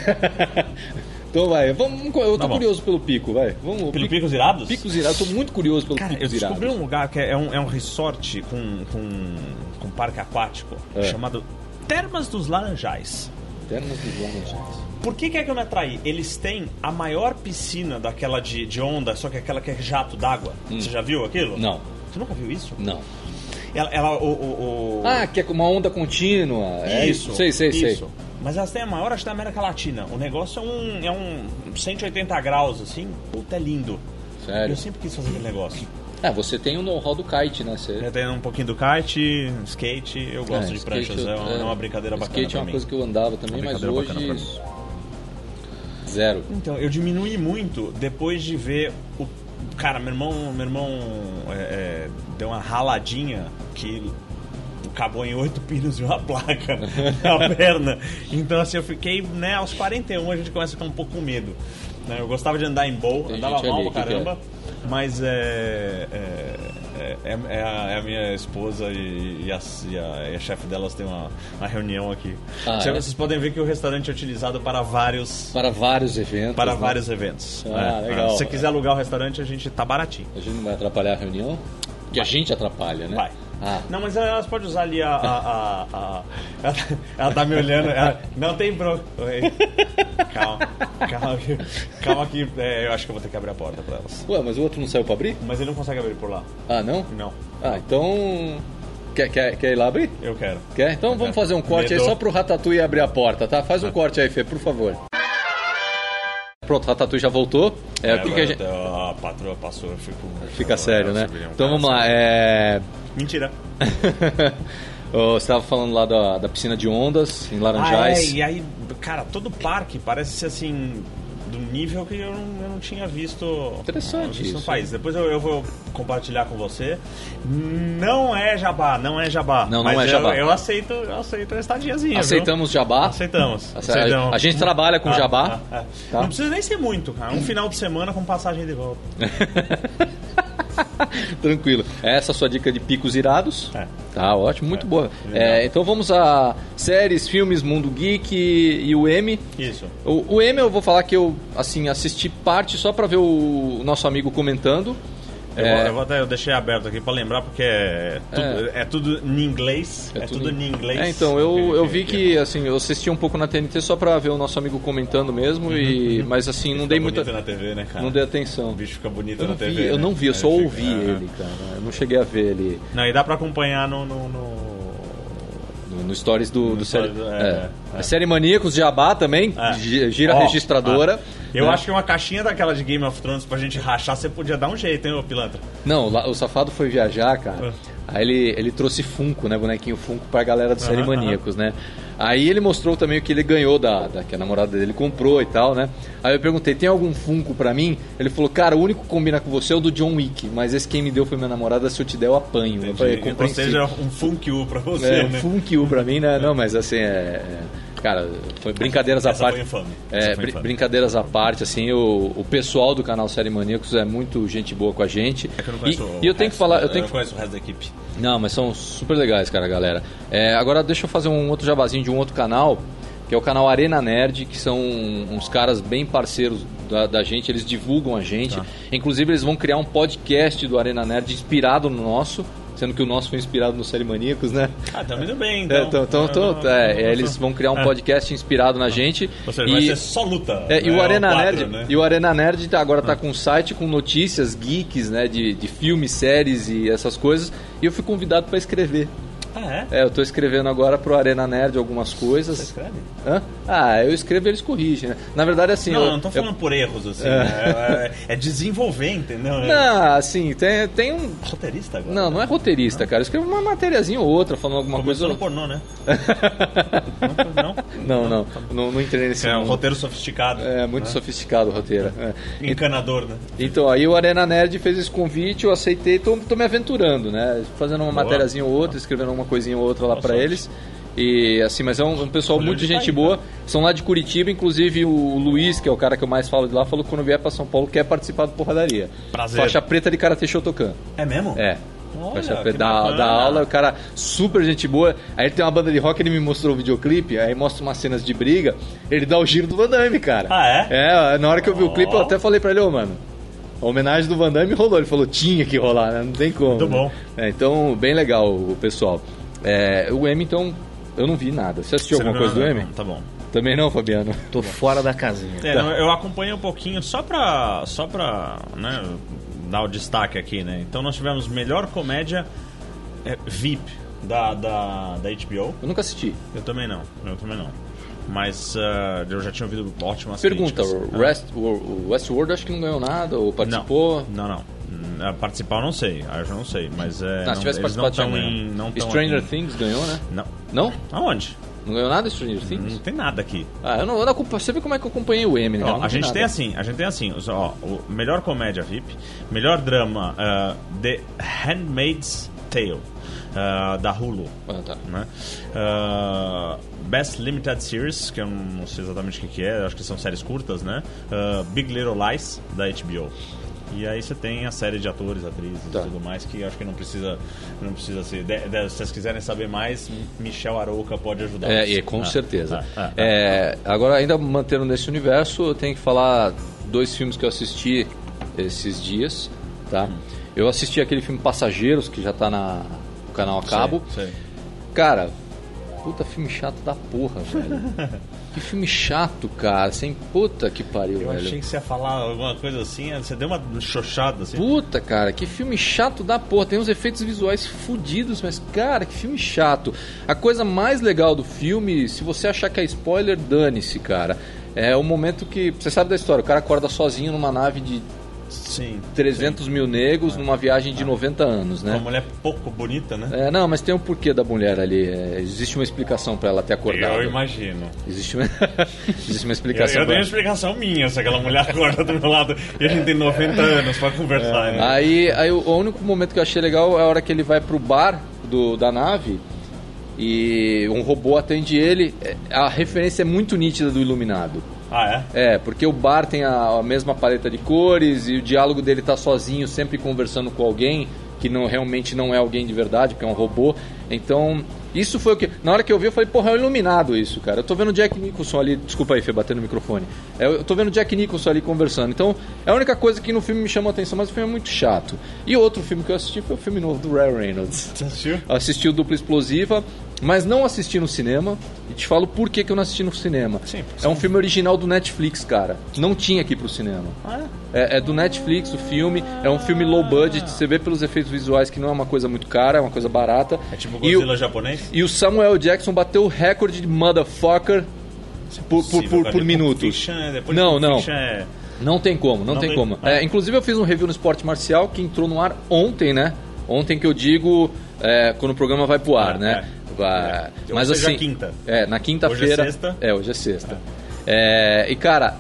[SPEAKER 1] Então vai, vamos, eu tô
[SPEAKER 2] Tá bom.
[SPEAKER 1] curioso pelo pico, vai. Vamos,
[SPEAKER 2] Pelo Picos Irados?
[SPEAKER 1] Picos irados, tô muito curioso pelo
[SPEAKER 2] Cara,
[SPEAKER 1] pico
[SPEAKER 2] eu
[SPEAKER 1] Picos
[SPEAKER 2] descobri
[SPEAKER 1] irados.
[SPEAKER 2] um lugar que é um, é um resort com, com, com parque aquático
[SPEAKER 1] É.
[SPEAKER 2] chamado Termas dos Laranjais.
[SPEAKER 1] Termas dos Laranjais.
[SPEAKER 2] Por que, que é que eu me atraí? Eles têm a maior piscina daquela de, de onda, só que aquela que é jato d'água. Você já viu aquilo?
[SPEAKER 1] Hum. Não.
[SPEAKER 2] Você nunca viu isso?
[SPEAKER 1] Não.
[SPEAKER 2] Ela, ela- o, o- o-
[SPEAKER 1] Ah, que é uma onda contínua. É isso. Sei, sei, sei.
[SPEAKER 2] Mas elas têm a maior, acho, da América Latina. O negócio é um, é um 180 graus, assim. Puta, é lindo.
[SPEAKER 1] Sério.
[SPEAKER 2] Eu sempre quis fazer aquele negócio.
[SPEAKER 1] Ah, você tem o know-how do kite, né? Você...
[SPEAKER 2] Já tem um pouquinho do kite, skate, eu gosto
[SPEAKER 1] É,
[SPEAKER 2] de
[SPEAKER 1] skate
[SPEAKER 2] pranchas,
[SPEAKER 1] eu-
[SPEAKER 2] é, uma, é uma brincadeira bacana
[SPEAKER 1] Skate é
[SPEAKER 2] pra
[SPEAKER 1] uma
[SPEAKER 2] mim.
[SPEAKER 1] coisa que eu andava também,
[SPEAKER 2] Uma
[SPEAKER 1] mas
[SPEAKER 2] brincadeira
[SPEAKER 1] hoje...
[SPEAKER 2] bacana pra mim.
[SPEAKER 1] isso- Zero.
[SPEAKER 2] Então, eu diminui muito depois de ver o. Cara, meu irmão, meu irmão é, é, deu uma raladinha que acabou em oito *laughs* pinos e uma
[SPEAKER 1] *laughs*
[SPEAKER 2] placa na perna. Então, assim, eu fiquei, né, aos 41 a gente começa a ficar um pouco com medo. né? Eu gostava de andar em bowl,
[SPEAKER 1] Tem
[SPEAKER 2] andava
[SPEAKER 1] gente
[SPEAKER 2] mal
[SPEAKER 1] ali,
[SPEAKER 2] pra
[SPEAKER 1] que que é?
[SPEAKER 2] caramba, mas é. é é, é- é a, é a minha esposa e, e a, e a- e a chefe delas tem uma, uma reunião aqui.
[SPEAKER 1] Ah,
[SPEAKER 2] Vocês-
[SPEAKER 1] é?
[SPEAKER 2] Vocês podem ver que o restaurante é utilizado para vários
[SPEAKER 1] Para vários eventos.
[SPEAKER 2] para
[SPEAKER 1] né?
[SPEAKER 2] vários eventos.
[SPEAKER 1] Ah,
[SPEAKER 2] É,
[SPEAKER 1] legal.
[SPEAKER 2] é. Se você quiser alugar o restaurante, a gente tá baratinho.
[SPEAKER 1] A gente não vai atrapalhar a reunião? Que a gente atrapalha, né?
[SPEAKER 2] Vai.
[SPEAKER 1] Ah,
[SPEAKER 2] Não, mas é, elas podem usar ali a. a- a- a- Ela, tá- ela tá me olhando. ela- Não tem bronca. Oi. Calma, calma que. Calma que. é, eu acho que eu vou ter que abrir a porta pra elas.
[SPEAKER 1] ué, mas o outro não saiu pra abrir?
[SPEAKER 2] Mas ele não consegue abrir por lá.
[SPEAKER 1] Ah, não?
[SPEAKER 2] Não.
[SPEAKER 1] Ah, então... Quer, quer, quer ir lá abrir?
[SPEAKER 2] Eu quero.
[SPEAKER 1] Quer? Então vamos fazer um corte aí
[SPEAKER 2] Uhum. Medo. Ah.
[SPEAKER 1] só pro Ratatouille abrir a porta, tá? Faz um corte aí, Fê, por favor. Pronto, o Ratatouille já voltou. É, o que, que a
[SPEAKER 2] agora
[SPEAKER 1] gente...
[SPEAKER 2] tá- eu- a patroa passou, eu fico.
[SPEAKER 1] Fica sério,
[SPEAKER 2] eu
[SPEAKER 1] né?
[SPEAKER 2] subiria um
[SPEAKER 1] Então
[SPEAKER 2] cara,
[SPEAKER 1] vamos lá, é...
[SPEAKER 2] assim. Mentira.
[SPEAKER 1] *laughs* Ô, Você estava falando lá da, da piscina de ondas, em
[SPEAKER 2] Ah, é,
[SPEAKER 1] Laranjais.
[SPEAKER 2] e aí, cara, todo parque parece ser assim. Do nível que eu não, eu não tinha visto,
[SPEAKER 1] Interessante
[SPEAKER 2] visto
[SPEAKER 1] isso.
[SPEAKER 2] no
[SPEAKER 1] né?
[SPEAKER 2] país. Depois eu, eu vou compartilhar com você. Não é jabá, não é jabá.
[SPEAKER 1] Não, não
[SPEAKER 2] Mas
[SPEAKER 1] é
[SPEAKER 2] eu-
[SPEAKER 1] jabá.
[SPEAKER 2] Eu aceito, eu aceito a estadiazinha. viu?
[SPEAKER 1] Aceitamos jabá.
[SPEAKER 2] Aceitamos.
[SPEAKER 1] A-
[SPEAKER 2] aceitamos.
[SPEAKER 1] a- a gente trabalha com jabá,
[SPEAKER 2] ah, ah.
[SPEAKER 1] tá?
[SPEAKER 2] Não precisa nem ser muito, cara. Um final de semana com passagem de volta.
[SPEAKER 1] Tranquilo. Essa é a sua dica de picos irados.
[SPEAKER 2] É.
[SPEAKER 1] Tá ótimo, muito
[SPEAKER 2] É,
[SPEAKER 1] boa.
[SPEAKER 2] legal.
[SPEAKER 1] É, então vamos a séries, filmes, mundo geek e o M.
[SPEAKER 2] Isso.
[SPEAKER 1] O, o M eu vou falar que eu assim assisti parte só pra ver o, nosso amigo comentando.
[SPEAKER 2] Eu,
[SPEAKER 1] É.
[SPEAKER 2] vou, eu vou até eu deixei aberto aqui pra lembrar, porque é tudo, é. tudo em inglês. É, tudo em inglês.
[SPEAKER 1] É, então, eu, eu vi
[SPEAKER 2] é
[SPEAKER 1] que, assim, eu assisti um pouco na TNT só pra ver o nosso amigo comentando mesmo, e, mas assim, não dei
[SPEAKER 2] Fica Uhum. bonito
[SPEAKER 1] muita.
[SPEAKER 2] na TV, né, cara?
[SPEAKER 1] Não dei atenção.
[SPEAKER 2] O bicho fica bonito
[SPEAKER 1] Eu não
[SPEAKER 2] na TV.
[SPEAKER 1] vi, eu
[SPEAKER 2] né? é.
[SPEAKER 1] não vi, eu
[SPEAKER 2] Aí
[SPEAKER 1] só
[SPEAKER 2] fica-
[SPEAKER 1] ouvi
[SPEAKER 2] Aham.
[SPEAKER 1] ele, cara. Eu não cheguei a ver ele
[SPEAKER 2] Não, e dá pra acompanhar no. no, no-
[SPEAKER 1] no, no stories do, do série.
[SPEAKER 2] stories do- é,
[SPEAKER 1] é.
[SPEAKER 2] é.
[SPEAKER 1] A série Maníacos Jabá também,
[SPEAKER 2] É.
[SPEAKER 1] gi- gira
[SPEAKER 2] Ó,
[SPEAKER 1] registradora.
[SPEAKER 2] ah, eu
[SPEAKER 1] né?
[SPEAKER 2] acho que uma caixinha daquela de Game of Thrones pra gente rachar, você podia dar um jeito, hein, ô pilantra?
[SPEAKER 1] Não, lá- o Safado foi viajar, cara.
[SPEAKER 2] Ah.
[SPEAKER 1] Aí ele, ele trouxe Funko, né? Bonequinho Funko pra galera do Série
[SPEAKER 2] Aham,
[SPEAKER 1] Maníacos, né? Aí ele mostrou também o que ele ganhou da, da que a namorada dele comprou e tal, né? Aí eu perguntei, tem algum Funko pra mim? Ele falou, cara, o único que combina com você é o do John Wick, mas esse quem me deu foi minha namorada, se eu te der eu apanho. Eu falei,
[SPEAKER 2] Ou
[SPEAKER 1] compreensível.
[SPEAKER 2] seja, um funk U pra você,
[SPEAKER 1] É, um
[SPEAKER 2] né?
[SPEAKER 1] funk U pra mim, né? Não, mas assim, é. é, Cara, foi brincadeiras à
[SPEAKER 2] Essa
[SPEAKER 1] parte.
[SPEAKER 2] foi infame.
[SPEAKER 1] É,
[SPEAKER 2] Essa foi
[SPEAKER 1] brin-
[SPEAKER 2] infame.
[SPEAKER 1] brincadeiras à parte, assim, o, o pessoal do canal Série Maníacos é muito gente boa com a gente.
[SPEAKER 2] É que eu não
[SPEAKER 1] e,
[SPEAKER 2] conheço o
[SPEAKER 1] e eu tenho
[SPEAKER 2] resto,
[SPEAKER 1] que falar, eu
[SPEAKER 2] né?
[SPEAKER 1] tenho
[SPEAKER 2] não
[SPEAKER 1] que-
[SPEAKER 2] conheço o resto da equipe.
[SPEAKER 1] Não, mas são super legais, cara, galera. É, agora deixa eu fazer um outro jabazinho de um outro canal, que é o canal Arena Nerd, que são uns caras bem parceiros da, da gente, eles divulgam a gente.
[SPEAKER 2] Tá.
[SPEAKER 1] Inclusive, eles vão criar um podcast do Arena Nerd inspirado no nosso, sendo que o nosso foi inspirado no Série Maníacos, né?
[SPEAKER 2] Ah, tá indo bem, então.
[SPEAKER 1] É, então, então,
[SPEAKER 2] Eu não-
[SPEAKER 1] então, é,
[SPEAKER 2] eu não-
[SPEAKER 1] eles vão criar um
[SPEAKER 2] É.
[SPEAKER 1] podcast inspirado na gente.
[SPEAKER 2] Ou seja,
[SPEAKER 1] e,
[SPEAKER 2] vai ser só luta.
[SPEAKER 1] é, e
[SPEAKER 2] né?
[SPEAKER 1] o Arena
[SPEAKER 2] quadro,
[SPEAKER 1] Nerd,
[SPEAKER 2] né? Ah.
[SPEAKER 1] e o Arena Nerd tá- agora tá com um site com notícias geeks, né, de, de filmes, séries e essas coisas. E eu fui convidado para escrever.
[SPEAKER 2] Ah, é?
[SPEAKER 1] É, eu tô escrevendo agora pro Arena Nerd algumas
[SPEAKER 2] Você
[SPEAKER 1] coisas.
[SPEAKER 2] escreve?
[SPEAKER 1] Hã? Ah, eu escrevo e eles corrigem, né? Na verdade, assim.
[SPEAKER 2] Não,
[SPEAKER 1] eu,
[SPEAKER 2] eu não tô falando por erros, assim. né? É, é desenvolver, entendeu?
[SPEAKER 1] eu-
[SPEAKER 2] É
[SPEAKER 1] não, assim, tem, tem um.
[SPEAKER 2] Roteirista agora.
[SPEAKER 1] Não,
[SPEAKER 2] né?
[SPEAKER 1] não é roteirista, cara. Eu escrevo uma matériazinha ou outra falando alguma
[SPEAKER 2] Começou no
[SPEAKER 1] coisa.
[SPEAKER 2] pornô,
[SPEAKER 1] *laughs*
[SPEAKER 2] né? não,
[SPEAKER 1] Não, não, não, não entrei nesse.
[SPEAKER 2] É um
[SPEAKER 1] mundo.
[SPEAKER 2] roteiro Ah. sofisticado. né?
[SPEAKER 1] É muito sofisticado o roteiro. é.
[SPEAKER 2] Encanador, né?
[SPEAKER 1] Então, aí o Arena Nerd fez esse convite, eu aceitei, tô, tô me aventurando, né? Fazendo uma
[SPEAKER 2] Boa.
[SPEAKER 1] matériazinha ou outra, escrevendo uma coisinha ou outra lá
[SPEAKER 2] Boa
[SPEAKER 1] pra
[SPEAKER 2] sorte.
[SPEAKER 1] eles. E assim, mas é um, um pessoal
[SPEAKER 2] Olha
[SPEAKER 1] muito
[SPEAKER 2] onde tá
[SPEAKER 1] gente
[SPEAKER 2] aí,
[SPEAKER 1] boa. São lá de Curitiba, inclusive o Luiz, que é o cara que eu mais falo de lá, falou que quando vier pra São Paulo quer participar do Porradaria.
[SPEAKER 2] Prazer.
[SPEAKER 1] Faixa preta de Karate Shotokan.
[SPEAKER 2] É mesmo?
[SPEAKER 1] É.
[SPEAKER 2] Olha,
[SPEAKER 1] Faixa
[SPEAKER 2] que
[SPEAKER 1] preta, da,
[SPEAKER 2] bacana.
[SPEAKER 1] da aula, o cara super gente boa. Aí ele tem uma banda de rock, ele me mostrou o videoclipe, aí mostra umas cenas de briga, ele dá o giro do Van Damme, cara.
[SPEAKER 2] Ah, é?
[SPEAKER 1] É, na hora que eu vi
[SPEAKER 2] Ó.
[SPEAKER 1] o clipe, eu até falei pra ele, ô, mano, a homenagem do Van Damme rolou. Ele falou, tinha que rolar, né? Não tem como.
[SPEAKER 2] Muito
[SPEAKER 1] né?
[SPEAKER 2] bom.
[SPEAKER 1] É, então, bem legal o pessoal. É, o M, então, eu não vi nada. Você assistiu
[SPEAKER 2] Você não
[SPEAKER 1] alguma coisa
[SPEAKER 2] viu
[SPEAKER 1] do
[SPEAKER 2] nada?
[SPEAKER 1] M? Tá.
[SPEAKER 2] Não, Tá bom.
[SPEAKER 1] Também não, Fabiano.
[SPEAKER 3] Tô fora da casinha.
[SPEAKER 2] É, não, eu acompanhei um pouquinho só pra, só pra né, dar o destaque aqui, né? Então nós tivemos melhor comédia é, VIP da, da, da HBO.
[SPEAKER 1] Eu nunca assisti.
[SPEAKER 2] Eu também não, eu também não. Mas ah, eu já tinha ouvido ótimas
[SPEAKER 1] Pergunta,
[SPEAKER 2] críticas.
[SPEAKER 1] o, Rest, o Westworld acho que não ganhou nada, ou participou.
[SPEAKER 2] Não, não. não. Ah, Participar eu não sei, ah, eu já não sei, mas é.
[SPEAKER 1] Ah, se tivesse
[SPEAKER 2] eles
[SPEAKER 1] participado,
[SPEAKER 2] não
[SPEAKER 1] tinha
[SPEAKER 2] tão
[SPEAKER 1] ganho.
[SPEAKER 2] em, não tão
[SPEAKER 1] Stranger
[SPEAKER 2] aqui.
[SPEAKER 1] Things ganhou, né?
[SPEAKER 2] Não.
[SPEAKER 1] Não?
[SPEAKER 2] Aonde?
[SPEAKER 1] Não ganhou nada Stranger Things?
[SPEAKER 2] Não tem nada aqui.
[SPEAKER 1] Ah, eu não, eu não acompa- você vê como é que eu acompanhei o M, né?
[SPEAKER 2] Ó,
[SPEAKER 1] Eu não
[SPEAKER 2] a
[SPEAKER 1] vi
[SPEAKER 2] gente
[SPEAKER 1] nada.
[SPEAKER 2] tem assim, a gente tem assim, os- ó, o melhor comédia VIP, melhor drama ah, The Handmaid's Tale ah, da Hulu,
[SPEAKER 1] Ah, tá.
[SPEAKER 2] né? Ah, Best Limited Series, que eu não sei exatamente o que que é, acho que são séries curtas, né? Ah, Big Little Lies da HBO. E aí você tem a série de atores, atrizes
[SPEAKER 1] Tá.
[SPEAKER 2] e tudo mais que acho que não precisa, não precisa ser. de- de- se vocês quiserem saber mais, Michel Arouca pode ajudar.
[SPEAKER 1] É, e com
[SPEAKER 2] Ah,
[SPEAKER 1] certeza.
[SPEAKER 2] ah, ah, ah.
[SPEAKER 1] É, agora, ainda mantendo nesse universo, eu tenho que falar dois filmes que eu assisti esses dias, tá?
[SPEAKER 2] Hum.
[SPEAKER 1] Eu assisti aquele filme Passageiros, que já tá na, no canal a cabo.
[SPEAKER 2] Sei, sei.
[SPEAKER 1] Cara, puta filme chato da porra,
[SPEAKER 2] *laughs*
[SPEAKER 1] velho. que filme chato, cara. Sem puta que pariu,
[SPEAKER 2] Eu
[SPEAKER 1] velho.
[SPEAKER 2] achei que você ia falar alguma coisa assim, aí você deu uma xoxada assim.
[SPEAKER 1] Puta, cara, que filme chato da porra. Tem uns efeitos visuais fodidos, mas, cara, que filme chato. A coisa mais legal do filme, se você achar que é spoiler, dane-se, cara. É o momento que. Você sabe da história, o cara acorda sozinho numa nave de
[SPEAKER 2] Sim.
[SPEAKER 1] 300 mil negros
[SPEAKER 2] É.
[SPEAKER 1] numa viagem de 90 anos,
[SPEAKER 2] Uma
[SPEAKER 1] né?
[SPEAKER 2] mulher pouco bonita, né?
[SPEAKER 1] É, não, mas tem um porquê da mulher ali. é, existe uma explicação pra ela ter acordado.
[SPEAKER 2] Eu imagino.
[SPEAKER 1] Existe uma, *laughs* existe uma
[SPEAKER 2] Eu,
[SPEAKER 1] explicação pra
[SPEAKER 2] eu dei uma
[SPEAKER 1] ela.
[SPEAKER 2] explicação minha se aquela é mulher *laughs* acorda do meu lado e a gente tem 90 anos pra conversar, né?
[SPEAKER 1] Aí, aí o o único momento que eu achei legal é a hora que ele vai pro bar do, da nave e um robô atende ele. É, A referência é muito nítida do Iluminado.
[SPEAKER 2] Ah, é?
[SPEAKER 1] É, porque o bar tem a, a mesma paleta de cores e o diálogo dele tá sozinho, sempre conversando com alguém que não realmente não é alguém de verdade, porque é um robô. Então, isso foi o que. Na hora que eu vi, eu falei, porra, é o iluminado isso, cara. Eu tô vendo o Jack Nicholson ali. Desculpa aí, Fê, batendo no microfone. É, Eu tô vendo o Jack Nicholson ali conversando. Então, é a única coisa que no filme me chamou a atenção, mas o filme é muito chato. E outro filme que eu assisti foi o filme novo do Ryan Reynolds
[SPEAKER 2] Você assistiu?
[SPEAKER 1] assisti o Dupla Explosiva, mas não assisti no cinema. E te falo por que, que eu não assisti no cinema.
[SPEAKER 2] Sim, porque
[SPEAKER 1] é um filme original do Netflix, cara. Não tinha aqui pro cinema.
[SPEAKER 2] Ah, é? Ah.
[SPEAKER 1] É, é do Netflix o filme, é um filme low budget, você vê pelos efeitos visuais que não é uma coisa muito cara, é uma coisa barata.
[SPEAKER 2] É tipo
[SPEAKER 1] e,
[SPEAKER 2] Godzilla
[SPEAKER 1] o,
[SPEAKER 2] japonês?
[SPEAKER 1] e o Samuel Jackson bateu o recorde de motherfucker por, por,
[SPEAKER 2] Sim,
[SPEAKER 1] por-
[SPEAKER 2] cara,
[SPEAKER 1] por
[SPEAKER 2] Pulp
[SPEAKER 1] minuto.
[SPEAKER 2] Fiction, é- depois de
[SPEAKER 1] Não,
[SPEAKER 2] Pulp
[SPEAKER 1] não.
[SPEAKER 2] Fiction é-
[SPEAKER 1] Não tem como, não,
[SPEAKER 2] Não
[SPEAKER 1] tem,
[SPEAKER 2] tem-
[SPEAKER 1] como.
[SPEAKER 2] é.
[SPEAKER 1] É, inclusive eu fiz um review no Esporte Marcial que entrou no ar ontem, né? Ontem que eu digo é, quando o programa vai pro ar,
[SPEAKER 2] É,
[SPEAKER 1] né? Vai-
[SPEAKER 2] É. Ou
[SPEAKER 1] Mas
[SPEAKER 2] seja,
[SPEAKER 1] assim,
[SPEAKER 2] quinta.
[SPEAKER 1] É, na quinta-feira.
[SPEAKER 2] Hoje é sexta.
[SPEAKER 1] É, hoje é sexta. É, e cara,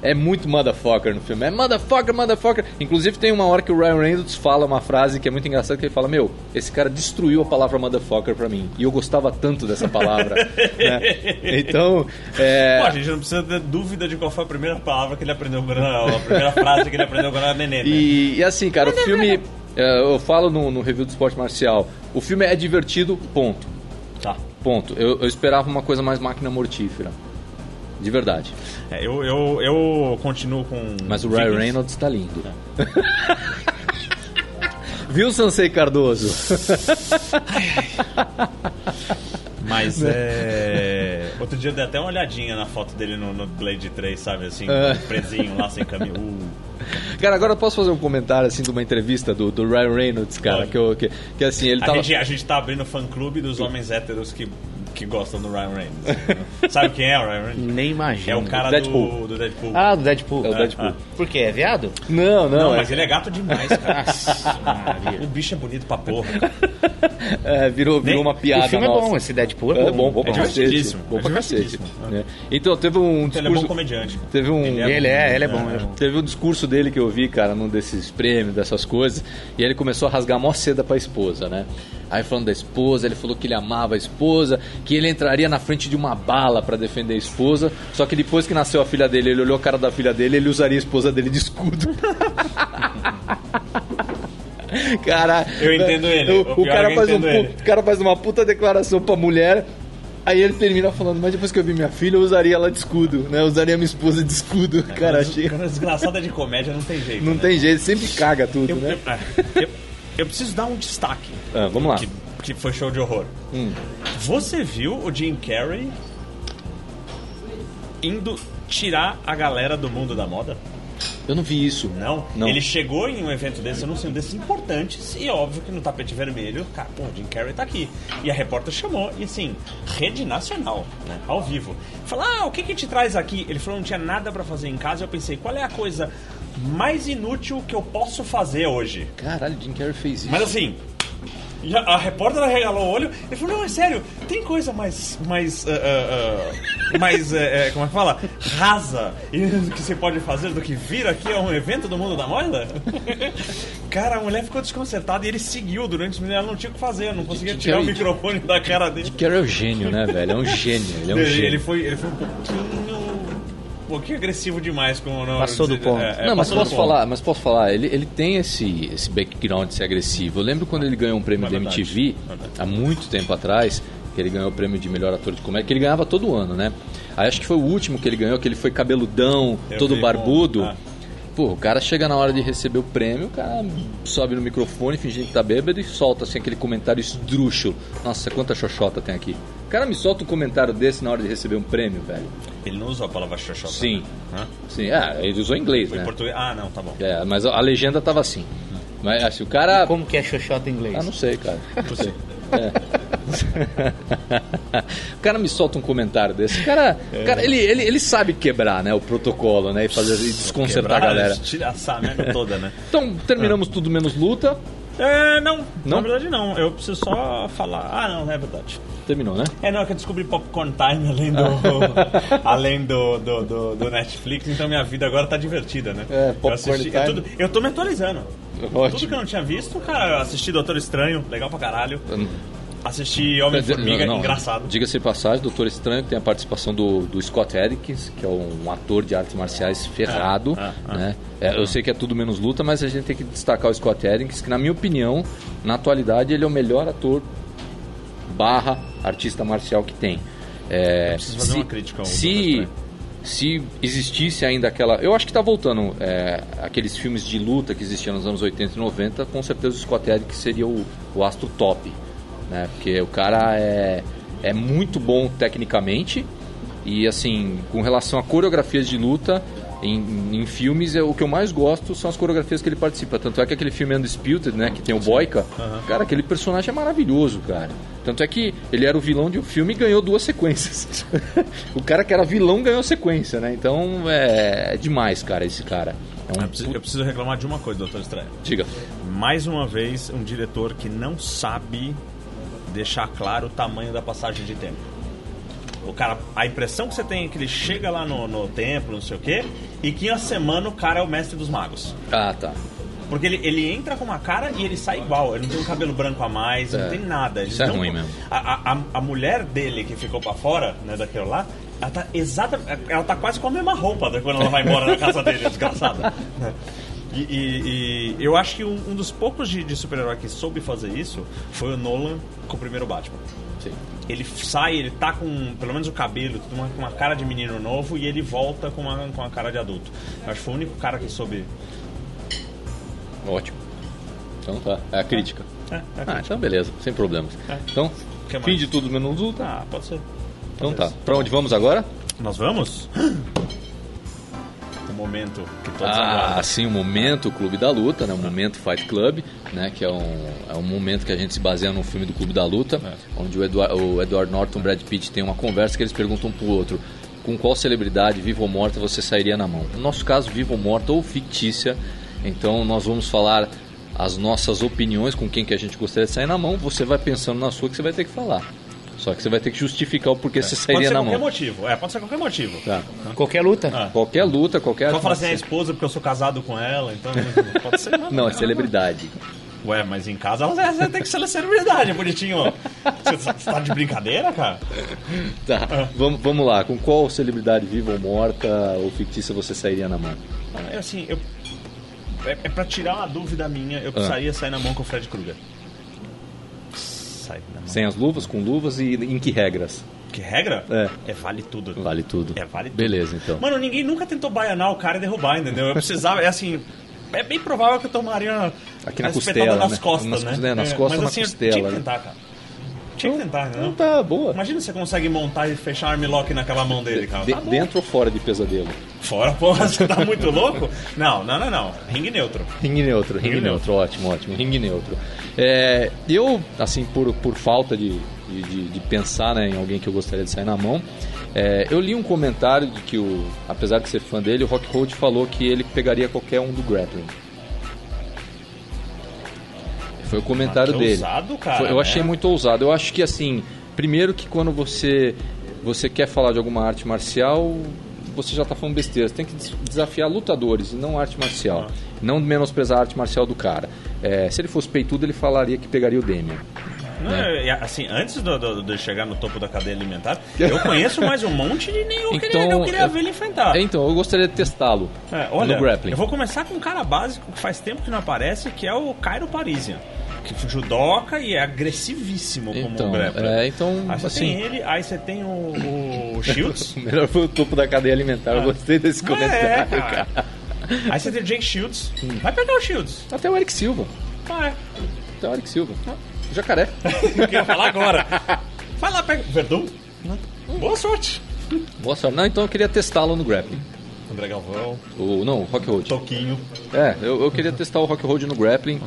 [SPEAKER 1] é muito motherfucker no filme. É motherfucker, motherfucker. Inclusive tem uma hora que o Ryan Reynolds fala uma frase que é muito engraçada que ele fala: "Meu, esse cara destruiu a palavra motherfucker pra mim e eu gostava tanto dessa
[SPEAKER 2] *laughs*
[SPEAKER 1] palavra". né? Então, é,
[SPEAKER 2] Pô, a gente não precisa ter dúvida de qual foi a primeira palavra que ele aprendeu quando era, a primeira frase que ele aprendeu quando era neném. né?
[SPEAKER 1] E, e assim, cara, o filme. é, Eu falo no, no review do esporte marcial. O filme é divertido, ponto.
[SPEAKER 2] Tá.
[SPEAKER 1] Ponto. Eu, eu esperava uma coisa mais máquina mortífera. De verdade.
[SPEAKER 2] É, eu, eu, eu continuo com.
[SPEAKER 1] Mas o Ryan
[SPEAKER 2] Vikings.
[SPEAKER 1] Reynolds tá lindo. *laughs* Viu, Sansei Cardoso? *laughs*
[SPEAKER 2] Mas é. Outro dia eu dei até uma olhadinha na foto dele no, no Blade 3, sabe? Assim,
[SPEAKER 1] Ah.
[SPEAKER 2] presinho lá sem camisa. Uh,
[SPEAKER 1] Cara, agora eu posso fazer um comentário assim de uma entrevista do, do Ryan Reynolds, cara,
[SPEAKER 2] Pode.
[SPEAKER 1] que, eu, que, que assim, ele
[SPEAKER 2] a,
[SPEAKER 1] tava.
[SPEAKER 2] gente, a gente tá abrindo fã clube dos homens héteros que, que gostam do Ryan
[SPEAKER 1] *laughs*
[SPEAKER 2] Reynolds. né? sabe quem é o Ryan Reynolds?
[SPEAKER 3] Nem imagino.
[SPEAKER 2] É o cara
[SPEAKER 1] Deadpool.
[SPEAKER 2] Do, do Deadpool.
[SPEAKER 3] Ah, do Deadpool.
[SPEAKER 1] É o Deadpool.
[SPEAKER 3] Por quê? É viado?
[SPEAKER 1] Não, não.
[SPEAKER 2] Não,
[SPEAKER 1] é-
[SPEAKER 2] mas ele é gato demais,
[SPEAKER 1] *laughs*
[SPEAKER 2] cara.
[SPEAKER 3] Maria.
[SPEAKER 2] o bicho é bonito pra porra. cara.
[SPEAKER 1] é, virou, virou
[SPEAKER 2] Nem-
[SPEAKER 1] uma piada.
[SPEAKER 3] o filme
[SPEAKER 1] nossa.
[SPEAKER 3] é bom, esse Deadpool é
[SPEAKER 1] É
[SPEAKER 3] bom.
[SPEAKER 1] bom, bom pra cacete.
[SPEAKER 2] divertidíssimo,
[SPEAKER 1] Bom
[SPEAKER 2] é
[SPEAKER 1] pra cacete.
[SPEAKER 2] divertidíssimo,
[SPEAKER 1] né? Então, teve um
[SPEAKER 2] Ele é bom
[SPEAKER 1] discurso.
[SPEAKER 2] comediante.
[SPEAKER 1] Teve um.
[SPEAKER 2] Ele
[SPEAKER 3] Ele é, ele é bom, ele é bom.
[SPEAKER 1] Teve um discurso dele que eu vi, cara, num desses prêmios, dessas coisas, e ele começou a rasgar mó seda pra esposa, né? Aí falando da esposa, ele falou que ele amava a esposa, que ele entraria na frente de uma bala pra defender a esposa, só que depois que nasceu a filha dele, ele olhou
[SPEAKER 3] *laughs*
[SPEAKER 1] a cara da filha dele, ele usaria a esposa dele de escudo. cara,
[SPEAKER 2] Eu entendo ele. O
[SPEAKER 1] O,
[SPEAKER 2] pior é
[SPEAKER 1] cara
[SPEAKER 2] que eu
[SPEAKER 1] faz um,
[SPEAKER 2] entendo ele.
[SPEAKER 1] pu- o cara faz uma puta declaração pra mulher. Aí ele termina falando, mas depois que eu vi minha filha, eu usaria ela de escudo, né? Eu usaria minha esposa de escudo. É, Cara, achei.
[SPEAKER 2] Cara, desgraçada de comédia não tem jeito.
[SPEAKER 1] Não
[SPEAKER 2] né?
[SPEAKER 1] tem jeito, sempre caga tudo,
[SPEAKER 2] Eu, ah,
[SPEAKER 1] né?
[SPEAKER 2] eu- eu- eu preciso dar um destaque.
[SPEAKER 1] Ah, vamos lá. Hum.
[SPEAKER 2] Que, que foi show de horror. Você viu o Jim Carrey indo tirar a galera do mundo da moda?
[SPEAKER 1] Eu não vi isso.
[SPEAKER 2] Não.
[SPEAKER 1] Não.
[SPEAKER 2] Ele chegou em um evento desse, anunciando desses importantes, e é óbvio que no tapete vermelho, cara, pô, o Jim Carrey tá aqui. E a repórter chamou, e assim, rede nacional, né, ao vivo. Falou, ah, o que que te traz aqui? Ele falou, não tinha nada pra fazer em casa, e eu pensei, qual é a coisa mais inútil que eu posso fazer hoje?
[SPEAKER 1] Caralho, Jim Carrey fez isso.
[SPEAKER 2] Mas assim. e a- A repórter arregalou o olho e falou: Não, é sério, tem coisa mais. mais. ah, ah, ah, mais. eh, eh, como é que fala? rasa e *laughs* que você pode fazer do que vir aqui a um evento do mundo da moda? *laughs* cara, a mulher ficou desconcertada e ele seguiu durante os minutos, ela não tinha o que fazer, não conseguia
[SPEAKER 1] que
[SPEAKER 2] tirar o
[SPEAKER 1] é-
[SPEAKER 2] microfone da cara dele.
[SPEAKER 1] Jim Carrey é um gênio, né, velho? É um gênio, ele é um
[SPEAKER 2] Ele,
[SPEAKER 1] gênio.
[SPEAKER 2] ele foi, ele foi um pouquinho. um pouquinho agressivo demais com o.
[SPEAKER 3] Passou do ponto.
[SPEAKER 2] é,
[SPEAKER 1] não, mas posso
[SPEAKER 2] falar
[SPEAKER 1] falar, mas posso falar, ele, ele tem esse, esse background de ser agressivo. Eu lembro quando ele ganhou um prêmio
[SPEAKER 2] É
[SPEAKER 1] da
[SPEAKER 2] verdade,
[SPEAKER 1] MTV,
[SPEAKER 2] é verdade.
[SPEAKER 1] há muito tempo atrás, que ele ganhou o prêmio de melhor ator de comédia, que ele ganhava todo ano, né? Aí acho que foi o último que ele ganhou, que ele foi cabeludão,
[SPEAKER 2] Eu
[SPEAKER 1] todo
[SPEAKER 2] vi,
[SPEAKER 1] barbudo.
[SPEAKER 2] bom, ah.
[SPEAKER 1] Pô, o cara chega na hora de receber o prêmio, o cara sobe no microfone fingindo que tá bêbado e solta assim aquele comentário esdrúxulo. Nossa, quanta xoxota tem aqui. O cara me solta um comentário desse na hora de receber um prêmio, velho.
[SPEAKER 2] Ele não usou a palavra xoxota.
[SPEAKER 1] Sim.
[SPEAKER 2] né? Hã?
[SPEAKER 1] Sim, ah, ele usou em inglês,
[SPEAKER 2] Foi em
[SPEAKER 1] né?
[SPEAKER 2] português. Ah, não, tá bom.
[SPEAKER 1] É, mas a legenda tava assim. Mas assim, o cara.
[SPEAKER 3] Como que é xoxota em inglês?
[SPEAKER 1] Ah, não sei, cara. *laughs* Não sei. É. o cara me solta um comentário desse. O cara, o
[SPEAKER 2] É.
[SPEAKER 1] cara ele, ele, ele sabe quebrar, né? O protocolo, né? E fazer e desconcertar a
[SPEAKER 2] Quebrar, *laughs*
[SPEAKER 1] galera.
[SPEAKER 2] Tira essa merda toda, né?
[SPEAKER 1] Então, terminamos tudo menos luta.
[SPEAKER 2] *laughs* É, não,
[SPEAKER 1] Não?
[SPEAKER 2] Na verdade, não. Eu preciso só falar. Ah, não, é verdade.
[SPEAKER 1] Terminou, né?
[SPEAKER 2] É, não, é que eu descobri Popcorn Time além *laughs* do, além do, do, do- do Netflix, então minha vida agora tá divertida, né?
[SPEAKER 1] É,
[SPEAKER 2] Eu
[SPEAKER 1] Popcorn Time.
[SPEAKER 2] Eu, tudo- eu tô me atualizando. Tudo que eu
[SPEAKER 1] Ótimo.
[SPEAKER 2] não tinha visto, cara, eu assisti Doutor Estranho, legal pra caralho. Assisti Homem-Formiga,
[SPEAKER 1] Não, não.
[SPEAKER 2] engraçado.
[SPEAKER 1] Diga-se de passagem, Doutor Estranho tem a participação do, do Scott Adkins, que é um ator de artes marciais ferrado.
[SPEAKER 2] Ah, ah, ah.
[SPEAKER 1] né? É, eu sei que é tudo menos luta, mas a gente tem que destacar o Scott Adkins, que na minha opinião, na atualidade, ele é o melhor ator barra artista marcial que tem. É,
[SPEAKER 2] preciso fazer uma crítica ao Doutor
[SPEAKER 1] se,
[SPEAKER 2] Estranho.
[SPEAKER 1] se existisse ainda aquela. Eu acho que tá voltando é, aqueles filmes de luta que existiam nos anos 80 e 90, com certeza o Scott Adkins seria o, o astro top. Né? Porque o cara é, é muito bom tecnicamente e, assim, com relação a coreografias de luta. Em, em filmes, é, o que eu mais gosto são as coreografias que ele participa. Tanto é que aquele filme Undisputed, né? Que tem o Boyka. Cara, aquele personagem é maravilhoso, cara. Tanto é que ele era o vilão de um filme e ganhou duas sequências. *laughs* o cara que era vilão ganhou sequência, né? Então é, é demais, cara, esse cara. É um
[SPEAKER 2] Eu preciso, eu preciso reclamar de uma coisa, Doutor Estranho.
[SPEAKER 1] Diga.
[SPEAKER 2] Mais uma vez, um diretor que não sabe deixar claro o tamanho da passagem de tempo. O cara, a impressão que você tem é que ele chega lá no, no templo, não sei o quê, e que em uma semana o cara é o mestre dos magos.
[SPEAKER 1] Ah, tá.
[SPEAKER 2] Porque ele, ele entra com uma cara e ele sai igual. Ele não tem um cabelo branco a mais,
[SPEAKER 1] É.
[SPEAKER 2] não tem nada. Ele
[SPEAKER 1] Isso é
[SPEAKER 2] não-
[SPEAKER 1] ruim mesmo.
[SPEAKER 2] A, a, a- a mulher dele que ficou pra fora, né, daquele lá, ela tá exatamente. Ela tá quase com a mesma roupa da quando ela vai embora da casa dele, *laughs* desgraçada. né? E, e- e eu acho que um, um dos poucos de, de super-herói que soube fazer isso foi o Nolan com o primeiro Batman.
[SPEAKER 1] Sim.
[SPEAKER 2] Ele sai, ele tá com pelo menos o cabelo, tudo, uma, com uma cara de menino novo e ele volta com uma, com uma cara de adulto. Eu acho que foi o único cara que soube.
[SPEAKER 1] Ótimo. Então tá. É a crítica.
[SPEAKER 2] É, é
[SPEAKER 1] Ah, então beleza, sem problemas. Então,
[SPEAKER 2] Que mais?
[SPEAKER 1] fim de tudo menos luta.
[SPEAKER 2] Ah, pode ser.
[SPEAKER 1] Então tá. Pra onde vamos agora?
[SPEAKER 2] Nós vamos? *gasps* O momento que todos
[SPEAKER 1] Ah,
[SPEAKER 2] aguardam.
[SPEAKER 1] sim, o momento Clube da Luta, né? O momento Fight Club, né? Que é um, é um momento que a gente se baseia num filme do Clube da Luta,
[SPEAKER 2] É.
[SPEAKER 1] onde o Edward, o Edward Norton e o Brad Pitt tem uma conversa que eles perguntam um pro outro com qual celebridade, viva ou morta, você sairia na mão. No nosso caso, viva ou morta ou fictícia. Então nós vamos falar as nossas opiniões com quem que a gente gostaria de sair na mão. Você vai pensando na sua que você vai ter que falar. Só que você vai ter que justificar o porquê você
[SPEAKER 2] É. Pode
[SPEAKER 1] sairia
[SPEAKER 2] ser
[SPEAKER 1] na
[SPEAKER 2] qualquer
[SPEAKER 1] mão.
[SPEAKER 2] motivo. É, pode ser qualquer motivo.
[SPEAKER 1] Tá.
[SPEAKER 3] Qualquer luta.
[SPEAKER 2] Ah.
[SPEAKER 1] Qualquer luta, qualquer.
[SPEAKER 2] Só falar assim, é a esposa porque eu sou casado com ela, então pode ser.
[SPEAKER 1] Não, é celebridade.
[SPEAKER 2] Ué, mas em casa ela- é, você tem que ser celebridade, bonitinho. Você você tá de brincadeira, cara?
[SPEAKER 1] Tá,
[SPEAKER 2] Ah.
[SPEAKER 1] vamos, vamos lá. Com qual celebridade viva ou morta ou fictícia você sairia na mão?
[SPEAKER 2] Ah, eu, Assim, eu É, é pra tirar uma dúvida minha,
[SPEAKER 1] Ah.
[SPEAKER 2] eu precisaria sair na mão com o Fred Krueger. Sair na mão.
[SPEAKER 1] Sem as luvas, com luvas e em que regras?
[SPEAKER 2] Que regra?
[SPEAKER 1] É.
[SPEAKER 2] vale tudo.
[SPEAKER 1] Vale tudo.
[SPEAKER 2] É, vale tudo.
[SPEAKER 1] Beleza, então.
[SPEAKER 2] Mano, ninguém nunca tentou baianar o cara e derrubar, entendeu? Eu precisava, é assim. É bem provável que eu tomaria uma
[SPEAKER 1] Aqui na
[SPEAKER 2] uma espetada
[SPEAKER 1] costela,
[SPEAKER 2] nas
[SPEAKER 1] né?
[SPEAKER 2] costas,
[SPEAKER 1] Nas-
[SPEAKER 2] né?
[SPEAKER 1] né, nas
[SPEAKER 2] É,
[SPEAKER 1] costas,
[SPEAKER 2] mas,
[SPEAKER 1] na
[SPEAKER 2] assim, eu Tinha
[SPEAKER 1] costela,
[SPEAKER 2] que
[SPEAKER 1] né?
[SPEAKER 2] tentar, cara. Tinha que tentar, né?
[SPEAKER 1] Então
[SPEAKER 2] entendeu?
[SPEAKER 1] tá, boa.
[SPEAKER 2] Imagina se você consegue montar e fechar armlock naquela mão dele, cara.
[SPEAKER 1] De-
[SPEAKER 2] Tá bom.
[SPEAKER 1] dentro ou fora de pesadelo?
[SPEAKER 2] Fora, porra, *laughs* você tá muito louco? Não, não, não, não. Ringue neutro.
[SPEAKER 1] Ring neutro, ring
[SPEAKER 2] Ringue
[SPEAKER 1] neutro, ótimo, ótimo, ring neutro. É, eu, assim, por, por falta de, de- de, de pensar né, em alguém que eu gostaria de sair na mão, é, eu li um comentário de que, o, apesar de ser fã dele, o Rock Hold falou que ele pegaria qualquer um do grappling. Foi o comentário
[SPEAKER 2] Ah, que
[SPEAKER 1] dele.
[SPEAKER 2] ousado, cara,
[SPEAKER 1] Foi- eu
[SPEAKER 2] né?
[SPEAKER 1] achei muito ousado. Eu acho que, assim, primeiro que quando você, você quer falar de alguma arte marcial, você já está falando besteira. Você tem que des- desafiar lutadores e não arte marcial.
[SPEAKER 2] Ah.
[SPEAKER 1] Não menosprezar a arte marcial do cara. É, se ele fosse peitudo, ele falaria que pegaria o Demian. né?
[SPEAKER 2] Não, e, assim, antes do- do- de chegar no topo da cadeia alimentar,
[SPEAKER 1] *laughs*
[SPEAKER 2] eu conheço mais um monte de nenhum que
[SPEAKER 1] Então,
[SPEAKER 2] ele- eu queria
[SPEAKER 1] eu-
[SPEAKER 2] ver ele enfrentar.
[SPEAKER 1] Então, eu gostaria de testá-lo
[SPEAKER 2] Ah. É, olha,
[SPEAKER 1] no grappling.
[SPEAKER 2] eu vou começar com um cara básico que faz tempo que não aparece, que é o Cairo Parisian. Que é judoca e é agressivíssimo como
[SPEAKER 1] Então,
[SPEAKER 2] um grappler.
[SPEAKER 1] é, então,
[SPEAKER 2] aí você
[SPEAKER 1] assim-
[SPEAKER 2] tem ele, aí você tem o, o Shields.
[SPEAKER 1] *laughs* Melhor foi o topo da cadeia alimentar. Eu gostei desse
[SPEAKER 2] Ah. é,
[SPEAKER 1] comentário,
[SPEAKER 2] cara. Aí você tem o Jake Shields. Vai pegar o Shields.
[SPEAKER 1] Até o Eric Silva.
[SPEAKER 2] Ah, é.
[SPEAKER 1] Até o Eric Silva.
[SPEAKER 2] Ah.
[SPEAKER 1] Jacaré.
[SPEAKER 2] Eu queria falar agora. Vai lá, pega. Verdun? Boa sorte.
[SPEAKER 1] Boa sorte. Não, então eu queria testá-lo no grappling.
[SPEAKER 2] André Galvão,
[SPEAKER 1] O, não, Rock Hold.
[SPEAKER 2] Toquinho.
[SPEAKER 1] É, eu, eu queria testar o Rock Road no grappling